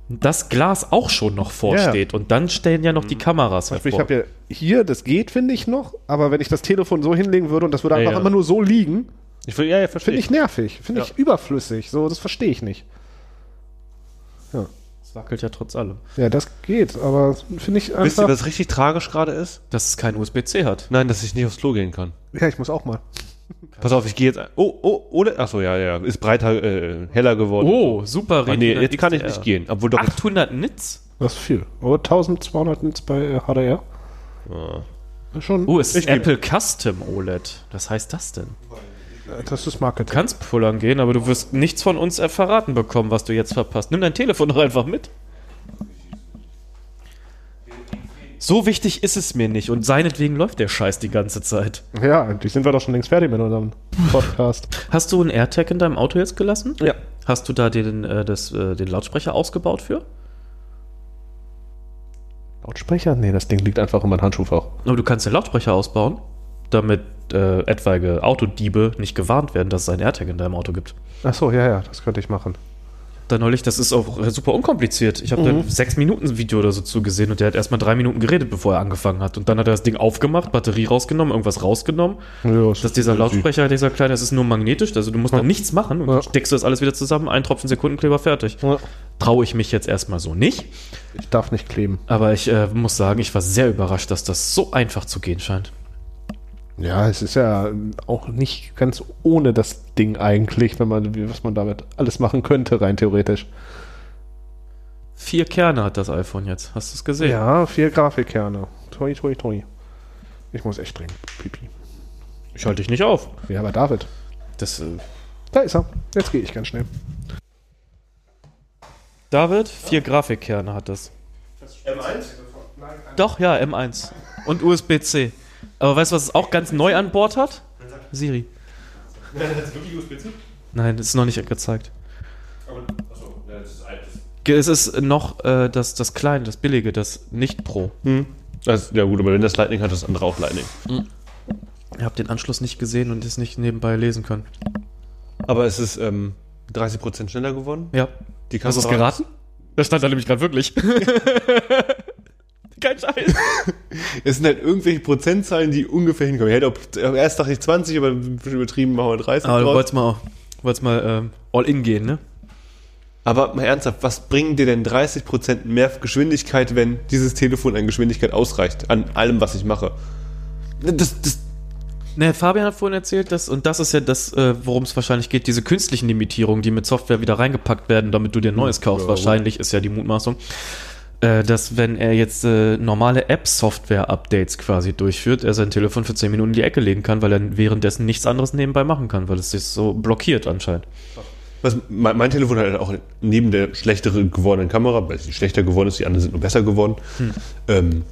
das Glas auch schon noch vorsteht. Und dann stellen ja noch die Kameras Zum Beispiel, ich habe ja hier, das geht, finde ich noch, aber wenn ich das Telefon so hinlegen würde und das würde Ja, einfach ja. immer nur so liegen, Ich, will, ja, ja, verstehe. finde ich nervig, finde ich überflüssig. So, das verstehe ich nicht. Das wackelt ja trotz allem. Ja, das geht, aber finde ich Wisst ihr, einfach. was richtig tragisch gerade ist? Dass es kein USB-C hat. Nein, dass ich nicht aufs Klo gehen kann. Ja, ich muss auch mal. Pass auf, ich gehe jetzt. ein- Oh, oh, oder? Achso, ja, ja. Ist breiter, äh, heller geworden. Oh, super Ach, nee, jetzt kann ich nicht gehen. Obwohl doch. 800 Nits? Das ist viel. Aber 1200 Nits bei äh, HDR. Schon. Oh, es ist Ich geb- Apple Custom OLED. Was heißt das denn? Das ist Du Marketing. kannst pullern gehen, aber du wirst nichts von uns äh, verraten bekommen, was du jetzt verpasst. Nimm dein Telefon doch einfach mit. So wichtig ist es mir nicht und seinetwegen läuft der Scheiß die ganze Zeit. Ja, eigentlich sind wir doch schon längst fertig mit unserem Podcast. Hast du einen AirTag in deinem Auto jetzt gelassen? ja. Hast du da den, äh, das, äh, den Lautsprecher ausgebaut für? Lautsprecher? Nee, das Ding liegt einfach in meinem Handschuhfach. Aber du kannst den Lautsprecher ausbauen, damit äh, etwaige Autodiebe nicht gewarnt werden, dass es einen AirTag in deinem Auto gibt. Ach so, ja, ja, das könnte ich machen. Da neulich, das ist auch äh, super unkompliziert. Ich habe da Mhm. ein 6-Minuten-Video oder so zugesehen und der hat erstmal drei Minuten geredet, bevor er angefangen hat. Und dann hat er das Ding aufgemacht, Batterie rausgenommen, irgendwas rausgenommen. Ja, Dass dieser Lautsprecher, halt dieser kleine, das ist nur magnetisch, also du musst da nichts machen und Ja. steckst du das alles wieder zusammen, ein Tropfen Sekundenkleber fertig. Ja. Traue ich mich jetzt erstmal so nicht, Ich darf nicht kleben. aber ich äh, muss sagen, ich war sehr überrascht, dass das so einfach zu gehen scheint. Ja, es ist ja ähm, auch nicht ganz ohne das Ding eigentlich, wenn man, wie- was man damit alles machen könnte, rein theoretisch. Vier Kerne hat das iPhone jetzt, hast du es gesehen? Ja, vier Grafikkerne. Toi, toi, toi. Ich muss echt dringend pipi. Ich halte dich nicht auf. Ja, aber David. Das, äh, Da ist er. Jetzt gehe ich ganz schnell. David, vier Grafikkerne hat das. M1? Doch, ja, M1. Und USB-C. Aber weißt du, was es auch ganz neu an Bord hat? Siri. Nein, das ist noch nicht gezeigt. Ge- Es ist noch äh, das, das kleine, das billige, das nicht Pro. Also, ja gut, aber wenn das Lightning hat, hat das andere auch Lightning. Ich habe den Anschluss nicht gesehen und es nicht nebenbei lesen können. Aber es ist ähm, 30% schneller geworden. Ja. Die Hast du es Kamera- geraten? Das stand da nämlich gerade wirklich. Kein Scheiß. Es sind halt irgendwelche Prozentzahlen, die ungefähr hinkommen. Ich hätte auch, erst dachte ich 20, aber ein bisschen übertrieben machen wir 30 Aber du draus. wolltest mal, wolltest mal ähm, all in gehen, ne? Aber mal ernsthaft, was bringen dir denn 30% mehr Geschwindigkeit, wenn dieses Telefon an Geschwindigkeit ausreicht? An allem, was ich mache. Das, das, Ne, Fabian hat vorhin erzählt, dass, und das ist ja das, äh, worum es wahrscheinlich geht, diese künstlichen Limitierungen, die mit Software wieder reingepackt werden, damit du dir ein neues kaufst. wahrscheinlich ist ja die Mutmaßung. Äh, dass, wenn er jetzt äh, normale App-Software-Updates quasi durchführt, er sein Telefon für 10 Minuten in die Ecke legen kann, weil er währenddessen nichts anderes nebenbei machen kann, weil es sich so blockiert anscheinend. was, mein, mein Telefon hat halt auch neben der schlechtere gewordenen Kamera, weil sie schlechter geworden ist, die anderen sind nur besser geworden. Ähm,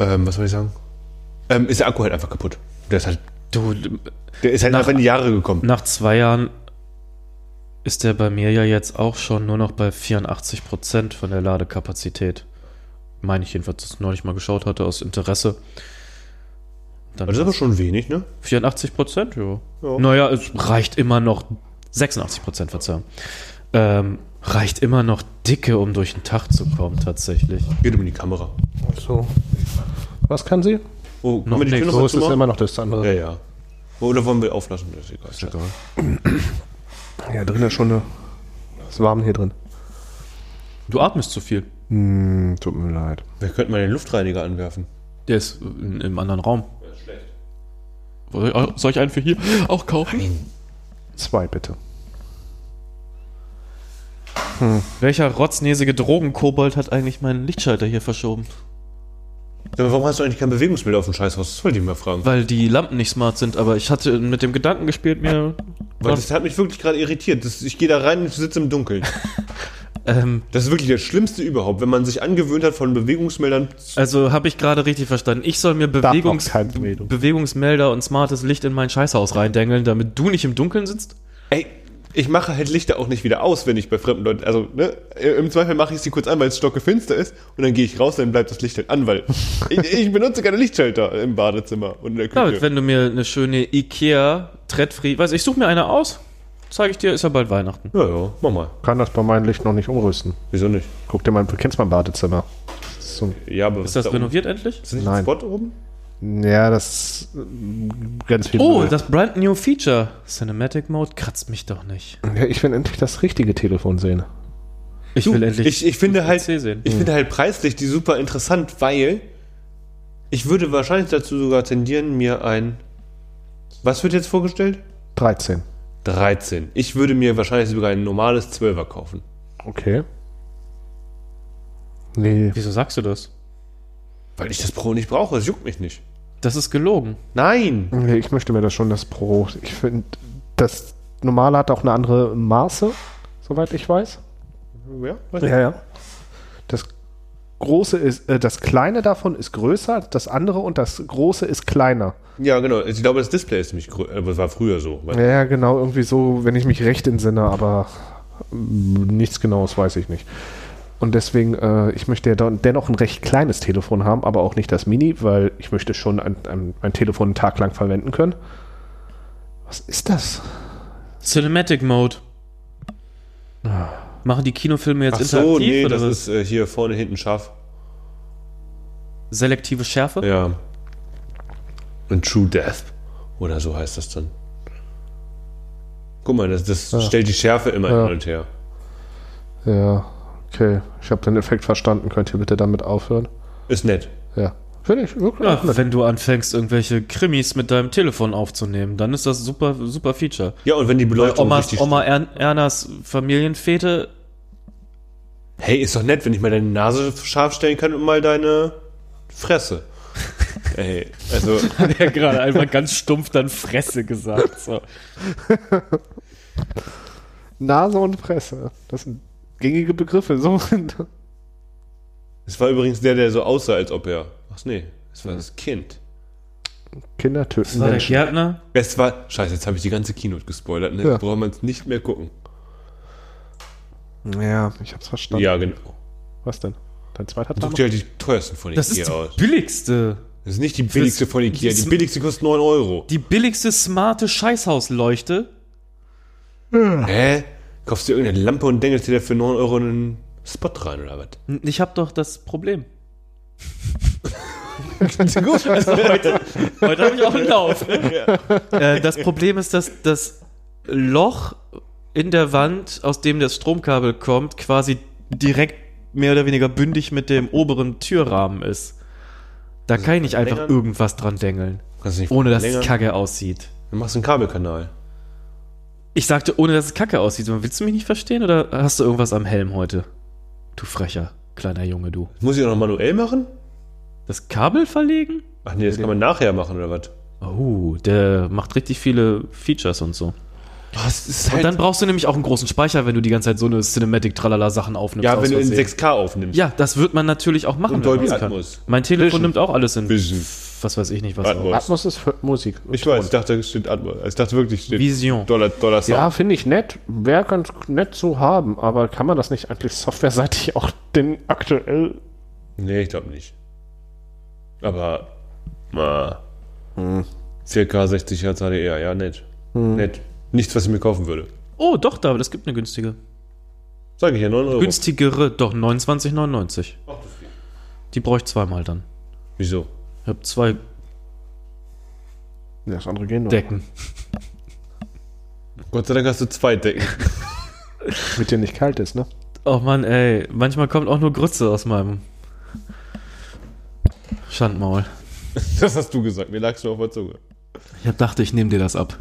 ähm, was soll ich sagen? Ähm, ist der Akku halt einfach kaputt. Der ist halt, Du, der ist halt Nach- Hm. einfach in die Jahre gekommen. nach zwei Jahren ist der bei mir ja jetzt auch schon nur noch bei 84% von der Ladekapazität. Meine ich jedenfalls, dass ich neulich mal geschaut hatte aus Interesse. Dann Aber das ist aber schon wenig, ne? 84 Prozent, ja. Ja. Naja, es reicht immer noch 86 Prozent, Verzeihung. Ähm, reicht immer noch dicke, um durch den Tag zu kommen, tatsächlich. Geht um die Kamera. So. Was kann sie? Oh, Noch können wir die nicht. Tür noch So ist dazu es machen? immer noch das andere. Ja, ja. Oder wollen wir auflassen? Das ist egal. Ja, drin ist schon eine. Es ist warm hier drin. Du atmest zu viel. Hm, tut mir leid. Wir könnten mal den Luftreiniger anwerfen. Der ist in, im anderen Raum. Soll ich- äh, Soll ich einen für hier auch kaufen? Zwei bitte. Welcher rotznäsige Drogenkobold hat eigentlich meinen Lichtschalter hier verschoben? Sag mal, warum hast du eigentlich kein Bewegungsbild auf dem Scheißhaus? Das wollte ich mal fragen. Weil die Lampen nicht smart sind, aber ich hatte mit dem Gedanken gespielt, mir. Weil das hat mich wirklich gerade irritiert. Das, ich gehe da rein und sitze im Dunkeln. Ähm, Das ist wirklich das Schlimmste überhaupt, wenn man sich angewöhnt hat, von Bewegungsmeldern zu. Also habe ich gerade richtig verstanden. Ich soll mir Darf Bewegungs auch keine Bewegung. Bewegungsmelder und smartes Licht in mein Scheißhaus reindengeln, damit du nicht im Dunkeln sitzt? Ey, ich mache halt Lichter auch nicht wieder aus, wenn ich bei fremden Leuten. Also, ne? Im Zweifel mache ich sie kurz an, weil es stockefinster ist. Und dann gehe ich raus, dann bleibt das Licht halt an, weil. ich, ich benutze keine Lichtschalter im Badezimmer und in der Küche. David, wenn du mir eine schöne Ikea Trettfree, weiß ich suche mir eine aus. Zeige ich dir, ist ja bald Weihnachten. ja, ja, mach mal. Kann das bei meinem Licht noch nicht umrüsten. Wieso nicht? Guck dir mal, du kennst mein Badezimmer. Das ist So, Ja, aber Ist das oben? renoviert endlich? Ist das nicht Nein. ein Spot oben? ja, das ist ähm, ganz viel. Oh, Müll. das brand new Feature. Cinematic Mode kratzt mich doch nicht. ja, ich will endlich das richtige Telefon sehen. Ich will endlich Ich, ich finde halt, PC sehen. ich finde halt preislich die super interessant, weil ich würde wahrscheinlich dazu sogar tendieren, mir ein. Was wird jetzt vorgestellt? 13. 13. Ich würde mir wahrscheinlich sogar ein normales 12er kaufen. Okay. Nee. Wieso sagst du das? Weil ich das Pro nicht brauche, es juckt mich nicht. Das ist gelogen. Nein! nee, ich möchte mir das schon das Pro. Ich finde, das normale hat auch eine andere Maße, soweit ich weiß. Ja, weiß Ja, ja. Das große ist, äh, das kleine davon ist größer, das andere und das große ist kleiner. nicht. ja, genau. Ich glaube, das Display ist nämlich größer, aber es war früher so. Weil Ja, ja, genau, irgendwie so, wenn ich mich recht entsinne, aber mm, nichts genaues weiß ich nicht. Und deswegen, äh, ich möchte ja dann dennoch ein recht kleines Telefon haben, aber auch nicht das Mini, weil ich möchte schon ein, ein, mein Telefon einen Tag lang verwenden können. Was ist das? Cinematic Mode. Machen die Kinofilme jetzt Ah. Ach so, interaktiv nee, oder das was? ist äh, hier vorne hinten scharf. Selektive Schärfe? Ja. Und True Death. Oder so heißt das dann. Guck mal, das, das stellt die Schärfe immer Ja. hin und her. Ja, okay. Ich habe den Effekt verstanden. Könnt ihr bitte damit aufhören? Ist nett. Ja. Finde ich wirklich. Ja, wenn du anfängst, irgendwelche Krimis mit deinem Telefon aufzunehmen, dann ist das super, super Feature. Ja, und wenn die Weil Beleuchtung Omas, richtig... Oma Ern, Ernas Familienfete, Hey, ist doch nett, wenn ich mal deine Nase scharf stellen kann und mal deine Fresse. Ey, also... hat ja gerade einmal ganz stumpf dann Fresse gesagt. So. Nase und Presse. Das sind gängige Begriffe. So. Es war übrigens der, der so aussah, als ob er... Ach nee, es war das Kind. Kinder töten Das war der Menschen. Gärtner. Es war... Scheiße, jetzt habe ich die ganze Keynote gespoilert. Ne? Ja. Jetzt braucht man es nicht mehr gucken. Ja, ich hab's verstanden. Ja, genau. Was denn? Dein zweiter Such Tag? dir halt die teuersten von Das ist Ikea aus. die billigste. Das ist nicht die billigste von Ikea. das- Die billigste kostet 9 Euro. Die billigste smarte Scheißhausleuchte. Hä? Kaufst du irgendeine Lampe und denkelst dir da für 9 Euro einen Spot rein oder was? N- Ich hab doch das Problem. Gut, also heute. Heute habe ich auch einen Lauf. äh, das Problem ist, dass das Loch in der Wand, aus dem das Stromkabel kommt, quasi direkt mehr oder weniger bündig mit dem oberen Türrahmen ist. Da kann ich nicht einfach verlängern? irgendwas dran dengeln, Kannst du nicht ohne dass länger- es kacke aussieht. Dann machst du einen Kabelkanal. Ich sagte, ohne dass es kacke aussieht. Willst du mich nicht verstehen oder hast du irgendwas am Helm heute? Du frecher, kleiner Junge, du. Das muss ich auch noch manuell machen? Das Kabel verlegen? Ach nee, das kann man nachher machen oder was? Oh, der macht richtig viele Features und so. Was ist Und dann brauchst du nämlich auch einen großen Speicher, wenn du die ganze Zeit so eine Cinematic-Tralala-Sachen aufnimmst. ja, wenn aus du in Versehen. 6K aufnimmst. Ja, das wird man natürlich auch machen, Und wenn Dolby man's kann. Atmos. Mein Telefon nimmt auch alles in Vision. was weiß ich nicht was. auf. Atmos. Atmos ist für Musik. Ich weiß, ich dachte, es steht Atmos. Ich dachte wirklich, es steht Vision. Dollar, Dollar Ja, finde ich nett. Wäre ganz nett zu haben, aber kann man das nicht eigentlich softwareseitig auch den aktuell. Nee, ich glaube nicht. Aber. Na, 4K 60 Hertz HDR, ja, nett. Hm. Nett. Nichts, was ich mir kaufen würde. Oh, doch, David, es gibt eine günstige. Sag ich ja, 9 Euro. Günstigere, doch, 29,99. Ach, das geht. Die brauche ich zweimal dann. Wieso? Ich habe zwei Ja, das andere gehen noch. Decken. Gott sei Dank hast du zwei Decken. Damit dir nicht kalt ist, ne? Oh Mann, ey, manchmal kommt auch nur Grütze aus meinem Schandmaul. Das hast du gesagt. Mir lagst du auf der Zunge. Ich hab dachte, ich nehme dir das ab.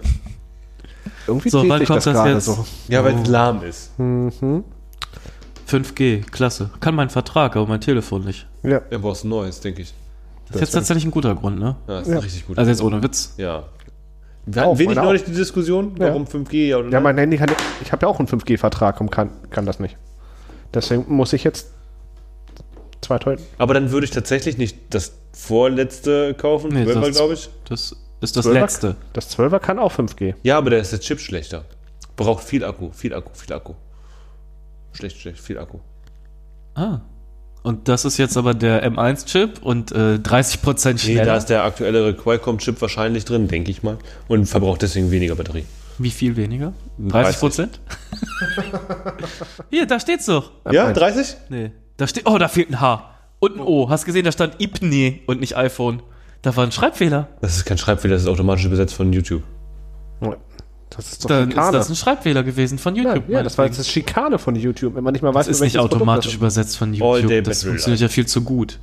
Irgendwie So, täte wann ich kommt das gerade jetzt? Ja, weil es lahm ist. Mhm. 5G, klasse. Kann mein Vertrag, aber mein Telefon nicht. Ja. Er brauchst ein neues, denke ich. Das ist jetzt tatsächlich ein guter Grund, ne? Ja, ist Ja. richtig gut. Also jetzt ohne Witz. ja. Wir hatten Auch, wenig meine neulich die Diskussion, Ja. warum 5G ja oder Ja, nein. mein Handy kann. Ich habe ja auch einen 5G-Vertrag und kann, kann das nicht. Deswegen muss ich jetzt zwei Teil. Aber dann würde ich tatsächlich nicht das vorletzte kaufen, Nee, nee, das- glaube ich. Das ist das Zwölfer- Letzte. Das 12er kann auch 5G. Ja, aber da ist der Chip schlechter. Braucht viel Akku, viel Akku, viel Akku. Schlecht, schlecht, viel Akku. Ah. Und das ist jetzt aber der M1-Chip und äh, 30% Nee, schneller. da ist der aktuellere Qualcomm-Chip wahrscheinlich drin, denke ich mal. Und verbraucht deswegen weniger Batterie. Wie viel weniger? 30. 30%? Hier, da steht's doch. Ja, 30? Nee. Da steht. Oh, da fehlt ein H. Und ein O. Hast gesehen, da stand IPNI und nicht iPhone. Da war ein Schreibfehler. Das ist kein Schreibfehler, das ist automatisch übersetzt von YouTube. Das ist doch Dann ist Schikane. das ein Schreibfehler gewesen von ja, YouTube. ja, das war jetzt das Schikane von YouTube, wenn man nicht mal weiß, das ist für welches nicht Produkt automatisch das übersetzt von All day YouTube. Das battery funktioniert ja viel zu gut.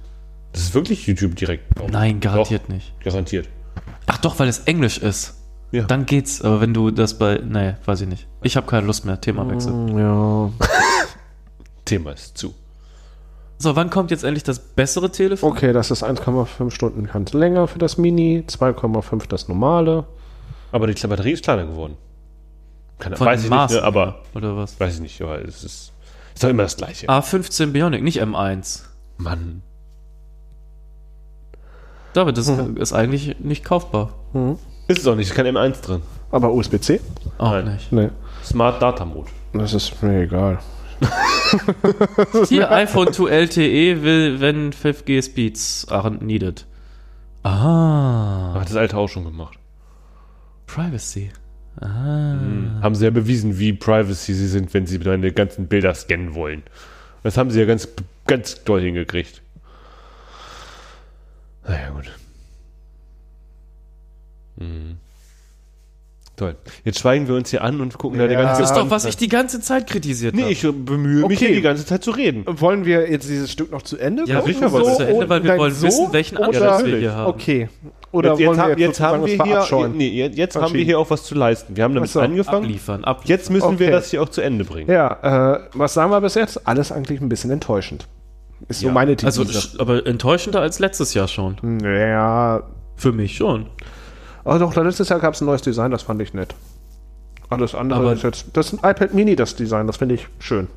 Das ist wirklich YouTube direkt. Nein, garantiert nicht. Garantiert. Ach doch, weil es Englisch ist. Ja. Dann geht's. Aber wenn du das bei. Nee, weiß ich nicht. Ich habe keine Lust mehr. Themawechsel. ist. Ja. Thema ist zu. So, wann kommt jetzt endlich das bessere Telefon? Okay, das ist 1,5 Stunden ganz länger für das Mini, 2,5 das normale. Aber die Batterie ist kleiner geworden. Oh, Keine, Von weiß ich Maßen, nicht, ne, aber Oder was? weiß ich nicht, aber es ist, ist doch immer das Gleiche. Ah. A15 Bionic, nicht M1. Mann. David, das Mhm. ist eigentlich nicht kaufbar. Ist es auch nicht, ist kein M1 drin. Aber USB-C? Auch Nein. nicht. Nee. Smart Data Mode. Das ist mir egal. Hier, iPhone 2 LTE E will, wenn 5G Speeds are needed. Ah, Hat das alte auch schon gemacht. Privacy. Ah. Haben sie ja bewiesen, wie privacy sie sind, wenn sie deine ganzen Bilder scannen wollen. Das haben sie ja ganz, ganz doll hingekriegt. Naja, gut. Mhm. Toll. Jetzt schweigen wir uns hier an und gucken da die Ja. ganze Das ist Zeit. doch, was ich die ganze Zeit kritisiert Nee, habe. ich bemühe mich Okay. hier die ganze Zeit zu reden. Wollen wir jetzt dieses Stück noch zu Ende Ja, gucken? sicher wollen wir zu Ende, weil wir nein, wollen wissen, welchen oder- Anschluss wir hier haben. Okay. Oder jetzt, wollen jetzt, wir haben, jetzt haben sozusagen wir uns hier, verabscheuen? nee, jetzt, jetzt haben wir Verabschieden. hier auch was zu leisten. Wir haben damit Ach so, angefangen. Abliefern, abliefern. Jetzt müssen wir Okay. das hier auch zu Ende bringen. Ja, äh, was sagen wir bis jetzt? Alles eigentlich ein bisschen enttäuschend. Ist so meine These. also, sch- aber enttäuschender als letztes Jahr schon. Hm. ja, Für mich schon. aber doch, letztes Jahr gab es ein neues Design, das fand ich nett. Alles andere Aber- ist jetzt. Das ist ein iPad Mini, das Design, das finde ich schön.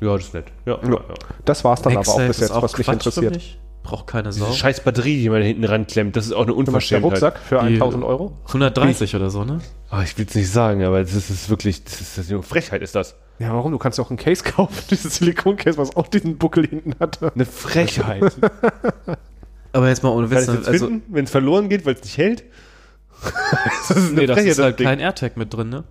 Ja, das ist nett. Ja, ja. ja. Das war's dann aber MagSafe auch bis ist jetzt, was mich Quatsch interessiert. Für mich. Braucht keine Diese Sau. scheiß Batterie, die man da hinten ranklemmt, das ist auch eine Was ist der Unverschämtheit. Rucksack für Die- 1000 Euro? 130 oder so, ne? Ah, ich will es nicht sagen, aber das ist, das ist wirklich, das ist, das ist, Frechheit ist das. Ja, warum? Du kannst ja auch ein Case kaufen, dieses Silikon-Case, was auch diesen Buckel hinten hatte. Eine Frechheit. Kann Aber jetzt mal ohne ich Witz. jetzt Also, finden, wenn es verloren geht, weil es nicht hält? das ist eine nee, das ist halt Ding. kein AirTag mit drin, ne?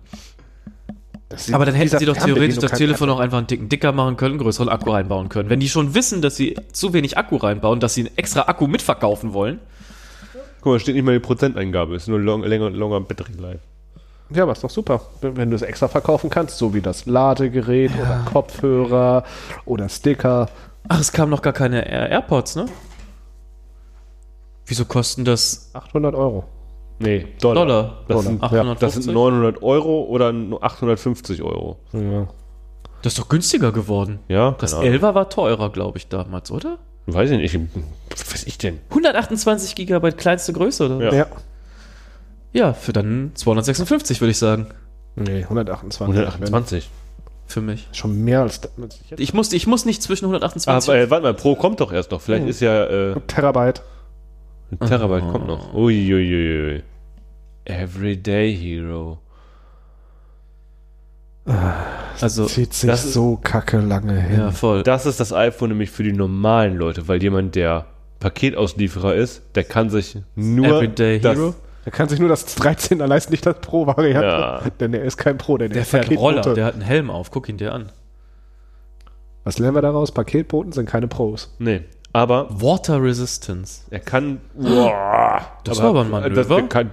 Das sieht- Aber dann hätten dieser sie doch Fernbedienung theoretisch das kann- Telefon auch einfach einen dicken Dicker machen können, einen größeren Akku reinbauen können. Wenn die schon wissen, dass sie zu wenig Akku reinbauen, dass sie einen extra Akku mitverkaufen wollen. Guck mal, da steht nicht mal die Prozenteingabe, ist nur long, länger, longer Battery Life. Ja, aber ist doch super, wenn wenn du es extra verkaufen kannst, so wie das Ladegerät oder Kopfhörer oder Sticker. Ach, es kamen noch gar keine Air AirPods, ne? Wieso kosten das 800 Euro. Nee, Dollar. Dollar? Das, Dollar. Sind, Ja, das 850? sind 900 Euro oder 850 Euro. Ja. Das ist doch günstiger geworden. Ja, Das keine Ahnung. 11er war teurer, glaube ich, damals, oder? Weiß ich nicht. Was weiß ich denn? 128 Gigabyte kleinste Größe, oder? Ja. ja. ja für dann 256, würde ich sagen. Nee, 128. 128. Für mich. Schon mehr als Ich muss, ich muss nicht zwischen 128. Aber äh, warte mal, Pro kommt doch erst noch. Vielleicht ist ja äh, Terabyte. ein Terabyte Oh. kommt noch. Uiuiui. Everyday Hero. also, Zieht sich das ist- so kacke lange hin. ja, voll. Das ist das iPhone nämlich für die normalen Leute, weil jemand, der Paketauslieferer ist, der kann sich nur Everyday das, Hero? Er kann sich nur das 13er leisten, nicht das Pro-Variante. Ja. Denn er ist kein Pro, denn er der ist fährt Paketbote. Roller, der hat einen Helm auf. Guck ihn dir an. Was lernen wir daraus? Paketboten sind keine Mhm. Pros. Nee, aber Water Resistance. er kann. Ah, Boah, Das war aber ein Manöver. das- Der kann.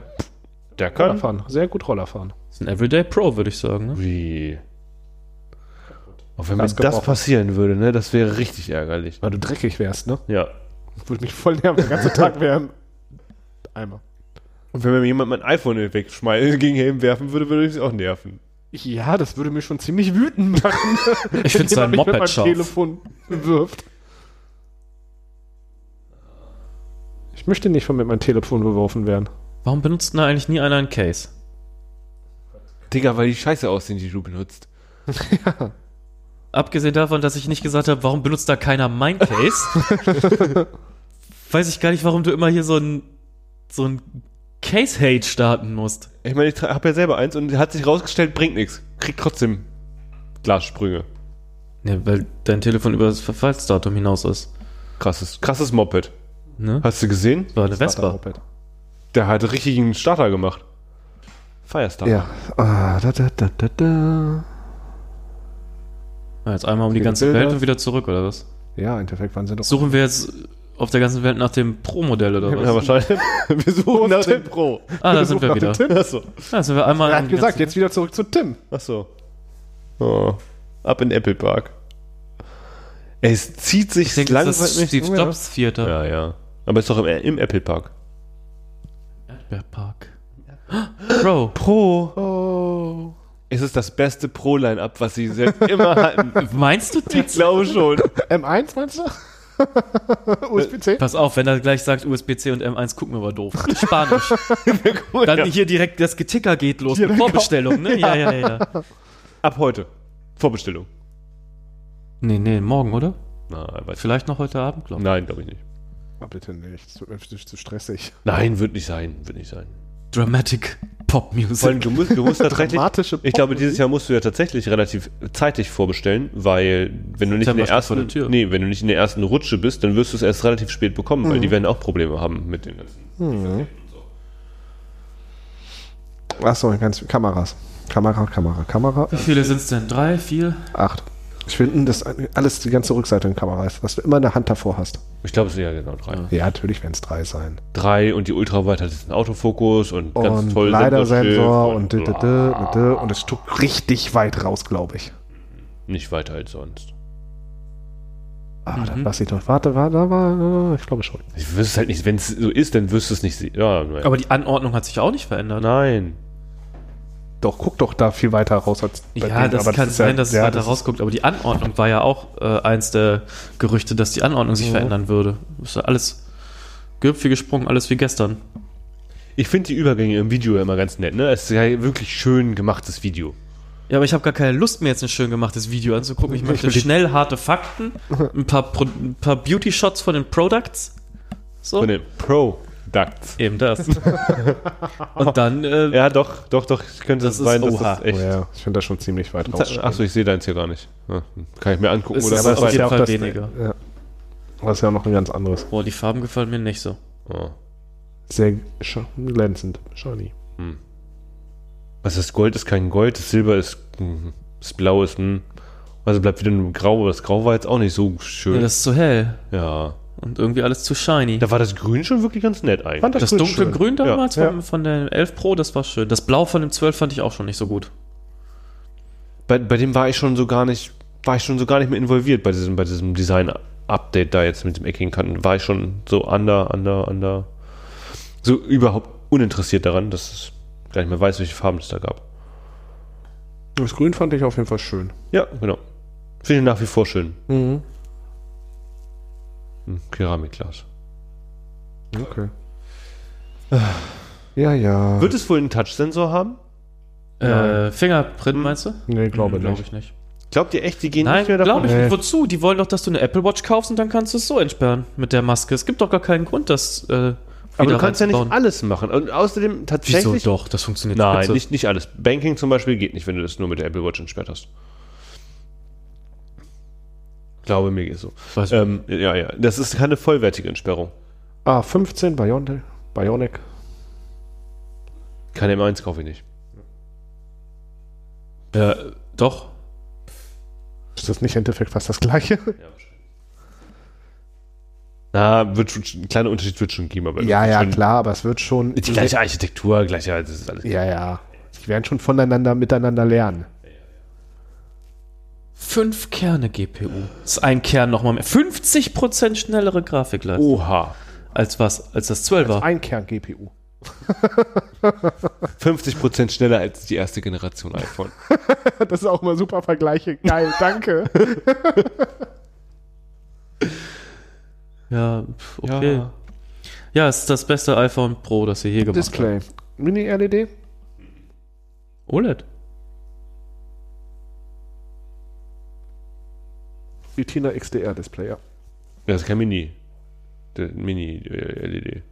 Der Roller kann. fahren. Sehr gut Roller fahren. Das ist ein Everyday Pro, würde ich sagen. Ne? Wie. Auch wenn mir Glas das gebrochen. passieren würde, ne, das wäre richtig ärgerlich. Weil du dreckig wärst, ne? Ja. Würde mich voll nerven, den ganzen Tag wären. Einmal. Und wenn mir jemand mein iPhone wegschmeißen gegen Helm werfen würde, würde ich es auch nerven. Ja, das würde mich schon ziemlich wütend machen. Ich finde sein Moped scharf. Telefon wirft. Ich möchte nicht von mit meinem Telefon beworfen werden. Warum benutzt denn da eigentlich nie einer ein Case? Digga, weil die Scheiße aussehen, die du benutzt. Abgesehen davon, dass ich nicht gesagt habe, warum benutzt da keiner mein Case, weiß ich gar nicht, warum du immer hier so ein, so ein Case-Hate starten musst. Ich meine, ich habe ja selber eins und hat sich rausgestellt, bringt nichts. Kriegt trotzdem Glassprünge. Ja, weil dein Telefon über das Verfallsdatum hinaus ist. Krasses, krasses Moped. Ne? Hast du gesehen? War eine Vespa. Moped. Der hat richtig einen Starter gemacht. Firestarter. Ja. Ah, da, da, da, da, da. Ja, jetzt einmal um die ganze Bilder. Welt und wieder zurück, oder was? Ja, im Endeffekt waren sie doch. Suchen wir jetzt auf der ganzen Welt nach dem Pro-Modell, oder Ja, was? wahrscheinlich. Wir suchen nach dem Pro. Ah, da sind wir nach wieder. dem Tim. Achso. Da sind wir einmal. Er um hat die gesagt, ganze- jetzt wieder zurück zu Tim. Achso. Oh. Ab in Apple Park. Es zieht sich Ich denke, das ist das langweilig. Steve Jobs Vierter. Ja, ja. Aber ist doch im, im Apple Park. Erdbeerpark. Bro, Pro. Oh. Es ist das beste Pro-Line-Up, was sie seit immer hatten. meinst du Ich die? glaube schon. M1 meinst du? USB-C? Pass auf, wenn er gleich sagt USB-C und M1, gucken wir mal doof. Spanisch. Dann hier direkt das Geticker geht los mit Vorbestellung, ne? Ja, ja, ja. ja. Ab heute. Vorbestellung. Nee, nee, morgen, oder? Na, weiß Vielleicht noch heute Abend, glaube ich. Nein, glaube ich nicht. Ah, bitte nicht. Das wird mir zu stressig. Nein, wird nicht sein. Wird nicht sein. Dramatic Vor allem, Pop-Music. du musst, du musst tatsächlich. Dramatische Ich glaube, dieses Jahr musst du ja tatsächlich relativ zeitig vorbestellen, weil wenn du nicht in September der steht ersten, vor der Tür. nee, wenn du nicht in der ersten Rutsche bist, dann wirst du es erst relativ spät bekommen, weil Mhm. die werden auch Probleme haben mit den ganzen. Achso, ganz Kameras. Kamera, Kamera, Kamera. Wie viele sind es denn? Drei, vier? Acht. Ich finde, dass alles die ganze Rückseite in Kamera ist, dass du immer eine Hand davor hast. Ich glaube, es sind ja genau drei. Ja, natürlich werden es drei sein. Drei und die Ultraweite hat jetzt einen Autofokus und ganz und toll Leidersensor und dü, dü, dü, dü, dü. und es stuckt richtig weit raus, glaube ich. nicht weiter als sonst. Ah, Mhm. dann lass ich doch. Warte, warte, warte, ich glaube schon. Ich wüsste es halt nicht, wenn es so ist, dann wirst du es nicht sehen. Ja, nein. Aber die Anordnung hat sich auch nicht verändert. nein. Doch, guck doch da viel weiter raus als bei Ja, denen, das aber kann ist ja- sein, dass ja, es weiter das ist- rausguckt, aber die Anordnung war ja auch äh, eins der Gerüchte, dass die Anordnung sich verändern würde. Ist ja alles gipfel gesprungen, alles wie gestern. Ich finde die Übergänge im Video immer ganz nett, ne? Es ist ja wirklich schön gemachtes Video. Ja, aber ich habe gar keine Lust, mir jetzt ein schön gemachtes Video anzugucken. Ich möchte schnell harte Fakten, ein paar, Pro ein paar Beauty-Shots von den Products. So. Von den Products. Eben das. Und dann, äh, Ja, doch, doch, doch. Es könnte Das ist sein, dass Oha. das echt. Oh ja, ich finde das schon ziemlich weit raus. Achso, ich sehe deins hier gar nicht. Ja, kann ich mir angucken Es oder ist was auf weiß jeden ich. Fall das- weniger. Ja. Das ist ja noch ein ganz anderes. Boah, die Farben gefallen mir nicht so. Oh. Sehr sch- glänzend. Shiny. Was ist Gold? Ist kein Gold. Das Silber ist. hm, Das Blau ist. hm. Also bleibt wieder nur Grau, aber das Grau war jetzt auch nicht so Ja, schön. das ist zu hell. ja. Und irgendwie alles zu shiny. Da war das Grün schon wirklich ganz nett eigentlich. Fand Das, Grün dunkle schön. Grün damals Ja. von, von der 11 Pro, das war schön. Das Blau von dem 12 fand ich auch schon nicht so gut. Bei, bei dem war ich schon so gar nicht, war ich schon so gar nicht mehr involviert bei diesem, bei diesem Design-Update da jetzt mit dem eckigen Kanten. War ich schon so under, under, under. So überhaupt uninteressiert daran, dass es gar nicht mehr weiß, welche Farben es da gab. Das Grün fand ich auf jeden Fall schön. Ja, genau. Finde ich nach wie vor schön. Mhm. Hm, Keramikglas. Okay. Ah. Ja, ja. Wird es wohl einen Touch-Sensor haben? Äh, Fingerprint meinst du? Nee, glaube Hm, nicht. ich nicht. Glaubt ihr echt, die gehen Nein, nicht mehr glaube ich Nee. nicht. Wozu? Die wollen doch, dass du eine Apple Watch kaufst und dann kannst du es so entsperren mit der Maske. Es gibt doch gar keinen Grund, das äh, Aber du kannst ja nicht reinzubauen. alles machen. Und außerdem Wieso tatsächlich. doch? Das funktioniert Nein, spitze. nicht, nicht alles. Banking zum Beispiel geht nicht, wenn du das nur mit der Apple Watch entsperrt hast. Glaube mir geht so. Weiß ich Ähm, ja, ja. Das ist keine vollwertige Entsperrung. Ah, 15 Bionic. Bionic. Keine M1 kaufe ich nicht. Äh, doch. Ist das nicht im Endeffekt fast das gleiche? Na, wird schon, ein kleiner Unterschied wird schon geben, aber Ja, ja, schon klar, aber es wird schon. die gleiche Architektur, gleiche, das ist alles. Ja, ja. Die werden schon voneinander miteinander lernen. Fünf Kerne GPU. Das ist ein Kern nochmal mehr. 50% schnellere Grafikleistung. Oha. Als was? Als das 12er. Ein Kern GPU. 50% schneller als die erste Generation iPhone. Das ist auch mal super Vergleiche. Geil, danke. Ja, pf, okay. Ja. es ist das beste iPhone Pro, das sie je gemacht haben. Display. E Mini-LED? OLED. Retina XDR-Display, ja. Das ist kein Mini. Der äh, Mini-LED.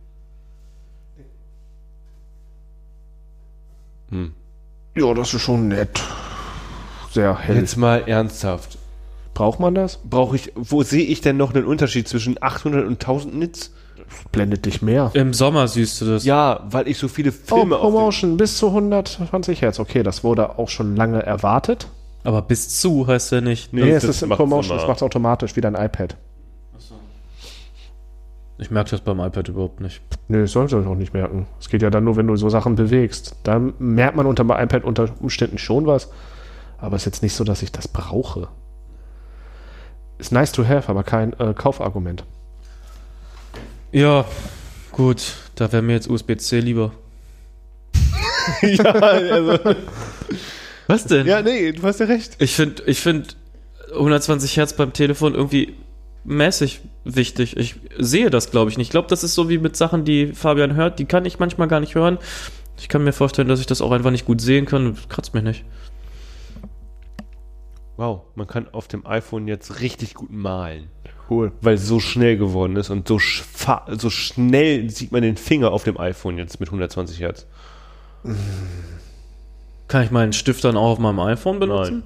Ja, das ist schon nett. Sehr hell. Jetzt mal ernsthaft. braucht man das? Brauche ich, wo sehe ich denn noch einen Unterschied zwischen 800 und 1000 Nits? Blendet dich mehr. Im Sommer siehst du das. Ja, weil ich so viele Oh, Filme auf Promotion bis zu 120 Hertz. Okay, das wurde auch schon lange erwartet. Aber bis zu heißt er nicht. Nee, Nee, das es ist im macht's Promotion, immer. das macht es automatisch wie dein iPad. Ich merke das beim iPad überhaupt nicht. Nö, das sollst du auch nicht merken. Es geht ja dann nur, wenn du so Sachen bewegst. Dann merkt man unter dem iPad unter Umständen schon was. Aber es ist jetzt nicht so, dass ich das brauche. Ist nice to have, aber kein äh, Kaufargument. Ja, gut. Da wäre mir jetzt USB-C lieber. ja, also, Was denn? ja, nee, du hast ja recht. Ich finde ich find 120 Hertz beim Telefon irgendwie mäßig wichtig. Ich sehe das, glaube ich, nicht. Ich glaube, das ist so wie mit Sachen, die Fabian hört. Die kann ich manchmal gar nicht hören. Ich kann mir vorstellen, dass ich das auch einfach nicht gut sehen kann. Kratzt mich nicht. Wow, man kann auf dem iPhone jetzt richtig gut malen. Cool. Weil es so schnell geworden ist und so, schfa- so schnell sieht man den Finger auf dem iPhone jetzt mit 120 Hertz. Kann ich meinen Stift dann auch auf meinem iPhone benutzen?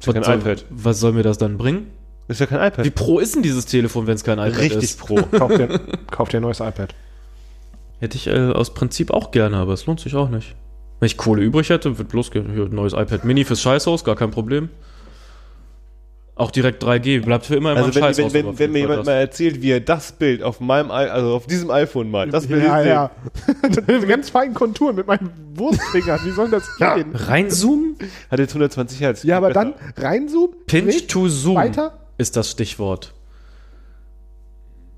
Ist ja kein was, soll, iPad. was soll mir das dann bringen? Ist ja Also kein iPad. Wie pro ist denn dieses Telefon, wenn es kein iPad Richtig ist? pro. Kauft dir, kauf dir ein neues iPad. Hätte ich äh, aus Prinzip auch gerne, aber es lohnt sich auch nicht. Wenn ich Kohle übrig hätte, wird losgehen. Hier, neues iPad Mini fürs Scheißhaus, gar kein Problem. Auch direkt 3G, bleibt für immer in Also meinem wenn, Scheißhaus. wenn, wenn, aber wenn mir für jemand mal das. erzählt, wie er das Bild auf meinem, I also auf diesem iPhone malt, das will ich ja, sehen. ja. Mit ganz feinen Konturen mit meinen Wurstfingern. Wie soll das gehen? Reinzoomen? Hat jetzt 120 Hertz. Ja, aber Besser. dann reinzoomen, Pinch drehen, to Zoom weiter. ist das Stichwort.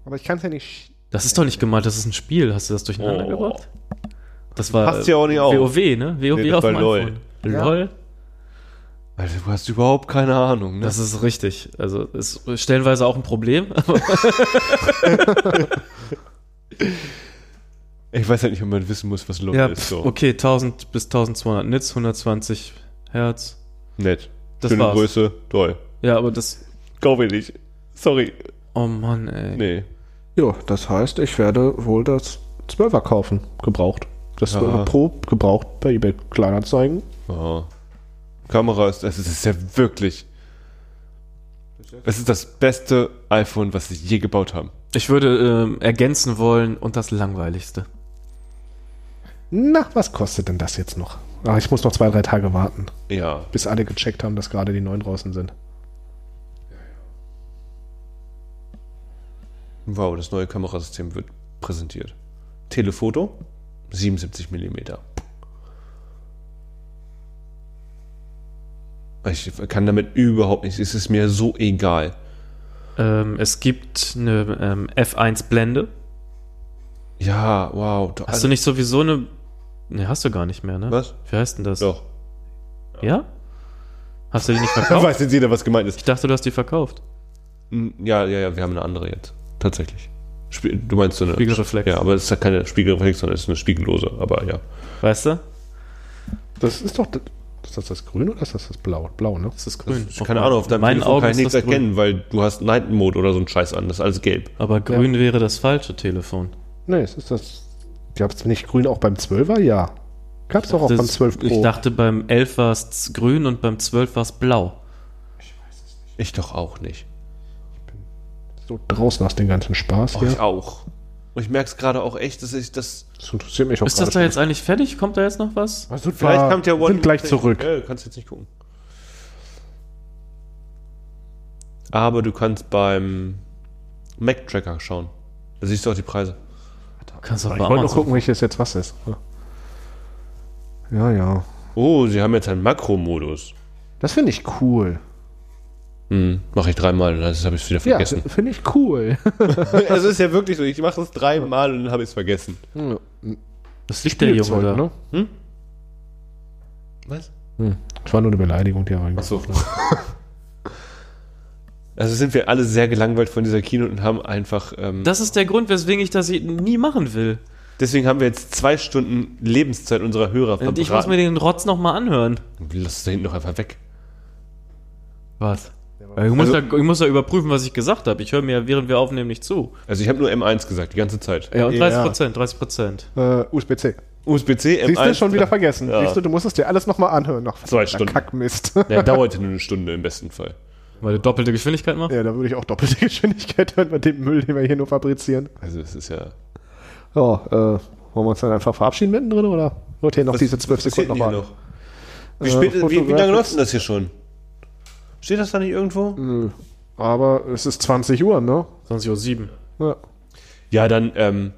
Aber ich kann es ja nicht. Das ist doch nicht gemeint, das ist ein Spiel. Hast du das durcheinander Oh. gebracht? Das war Passt ja auch nicht äh, auf. WoW, ne? WoW Nee, das auf war dem LOL. iPhone. Ja. LOL? Also du hast überhaupt keine Ahnung. Ne? Das ist richtig. Also ist stellenweise auch ein Problem. aber- ich weiß halt nicht, ob man wissen muss, was LOL ja, ist. So. okay, 1000 bis 1200 Nits, 120 Hertz. Nett. Das Schöne war's. Größe. Toll. Ja, aber das. Kaufe ich nicht. Sorry. Oh Mann, ey. Nee. Ja, das heißt, ich werde wohl das 12er kaufen, gebraucht. Das Ja. 12er Pro gebraucht bei eBay Kleinanzeigen. Oh. Kamera ist, also es ist ja wirklich. Es ist das beste iPhone, was sie je gebaut haben. Ich würde ähm, ergänzen wollen und das Langweiligste. Na, was kostet denn das jetzt noch? Ah, ich muss noch zwei, drei Tage warten, Ja. bis alle gecheckt haben, dass gerade die neuen draußen sind. Wow, das neue Kamerasystem wird präsentiert. Telefoto 77 mm. Ich kann damit überhaupt nichts. Es ist mir so egal. Ähm, es gibt eine ähm, F1-Blende. Ja, wow. Hast du nicht sowieso eine. Ne, hast du gar nicht mehr, ne? Was? Wie heißt denn das? Doch. Ja? Hast du die nicht Da verkauft? weiß jetzt jeder, was gemeint ist. ich dachte, du hast die verkauft. Mm, Ja, ja, ja, wir haben eine andere jetzt. Tatsächlich. Spie du meinst so eine. Spiegelreflex. Ja, aber es ist ja keine Spiegelreflex, sondern es ist eine spiegellose. Aber ja. Weißt du? Das ist doch. Ist das das Grün oder ist das das Blau? Blau, ne? Das ist grün. Ich keine Ahnung, auf deinem meinen Augen kann ist ich nichts das grün. erkennen, weil du hast Night Mode oder so einen Scheiß an. Das ist alles gelb. Aber grün wäre das falsche Telefon. Ne, es ist das. Gab's nicht Grün auch beim 12er? Ja. Gab's Oh, doch auch Das- beim 12 Pro. Ich dachte, beim 11 war es grün und beim 12 war es blau. Ich doch auch nicht. so draußen hast den ganzen Spaß Oh, hier. Ich auch. Und ich merke es gerade auch echt, dass ich das. Das interessiert Oh, mich auch Ist das da gerade jetzt eigentlich fertig? Kommt da jetzt noch was? schon. Vielleicht Wir kommt ja One sind gleich zurück. Ja, du kannst jetzt nicht gucken. Aber du kannst beim Mac-Tracker schauen. Da siehst du auch die Preise. Kannst du Ich auch bei wollte nur Amazon. gucken, welches jetzt was ist. Ja, ja. Oh, sie haben jetzt einen Makro-Modus. Das finde ich cool. Hm, mache ich dreimal, dann habe ich es wieder Ja, vergessen. finde ich cool. es ist ja wirklich so, ich mache es dreimal und dann habe ich es vergessen. Das liegt der Junge da. ne? um, Hm? Hm. Was? Das war nur eine Beleidigung, die rein. Achso. also sind wir alle sehr gelangweilt von dieser Keynote und haben einfach. Ähm, Das ist der Grund, weswegen ich das nie machen will. deswegen haben wir jetzt zwei Stunden Lebenszeit unserer Hörer Und ich muss mir den Rotz nochmal anhören. Lass es da hinten doch einfach weg. Was? Äh, Also Ich muss, da, ich muss da überprüfen, was ich gesagt habe. Ich höre mir, während wir aufnehmen, nicht zu. Also ich habe nur M1 gesagt, die ganze Zeit. Ja, und Ja. 30 Prozent, 30 Prozent. Äh, USB-C. USB-C, M1. Siehst du, schon wieder vergessen. Ja. Siehst du, du musst es dir alles nochmal anhören. Noch Zwei Stunden. Kackmist. Ja, dauerte nur eine Stunde im besten Fall. Weil du doppelte Geschwindigkeit machst? Ja, da würde ich auch doppelte Geschwindigkeit hören bei dem Müll, den wir hier nur fabrizieren. Also es ist ja... Ja, äh, wollen wir uns dann einfach verabschieden mittendrin oder wird hier noch Was- diese zwölf was passiert Sekunden denn hier nochmal? Noch? Wie, spät, Äh, wie, wie Fotografie- lange läuft denn das hier schon? Steht das da nicht irgendwo? Hm. Aber es ist 20 Uhr, ne? 20.07 Uhr. Ja. Ja, dann ähm,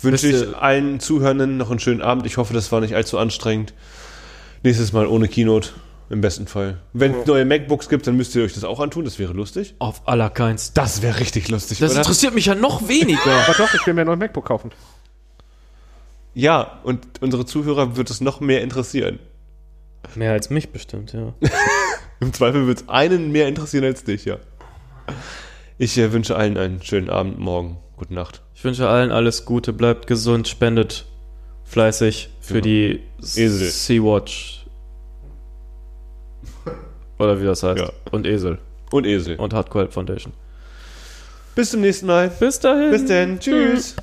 wünsche Wisst ich ihr- allen Zuhörenden noch einen schönen Abend. Ich hoffe, das war nicht allzu anstrengend. Nächstes Mal ohne Keynote, im besten Fall. Wenn es neue MacBooks gibt, dann müsst ihr euch das auch antun. Das wäre lustig. Auf allerkeinst. Das wäre richtig lustig, Das oder? interessiert mich ja noch weniger. Aber doch, ich will mir noch ein MacBook kaufen. Ja, und unsere Zuhörer wird es noch mehr interessieren. Mehr als mich bestimmt, ja. Im Zweifel wird es einen mehr interessieren als dich, ja. Ich äh, wünsche allen einen schönen Abend, morgen, gute Nacht. Ich wünsche allen alles Gute, bleibt gesund, spendet fleißig für Genau. die Esel. Sea-Watch. Oder wie das heißt. Ja. Und Esel. Und Esel. Und Hardcore Help Foundation. Bis zum nächsten Mal. Bis dahin. Bis dann. Tschüss.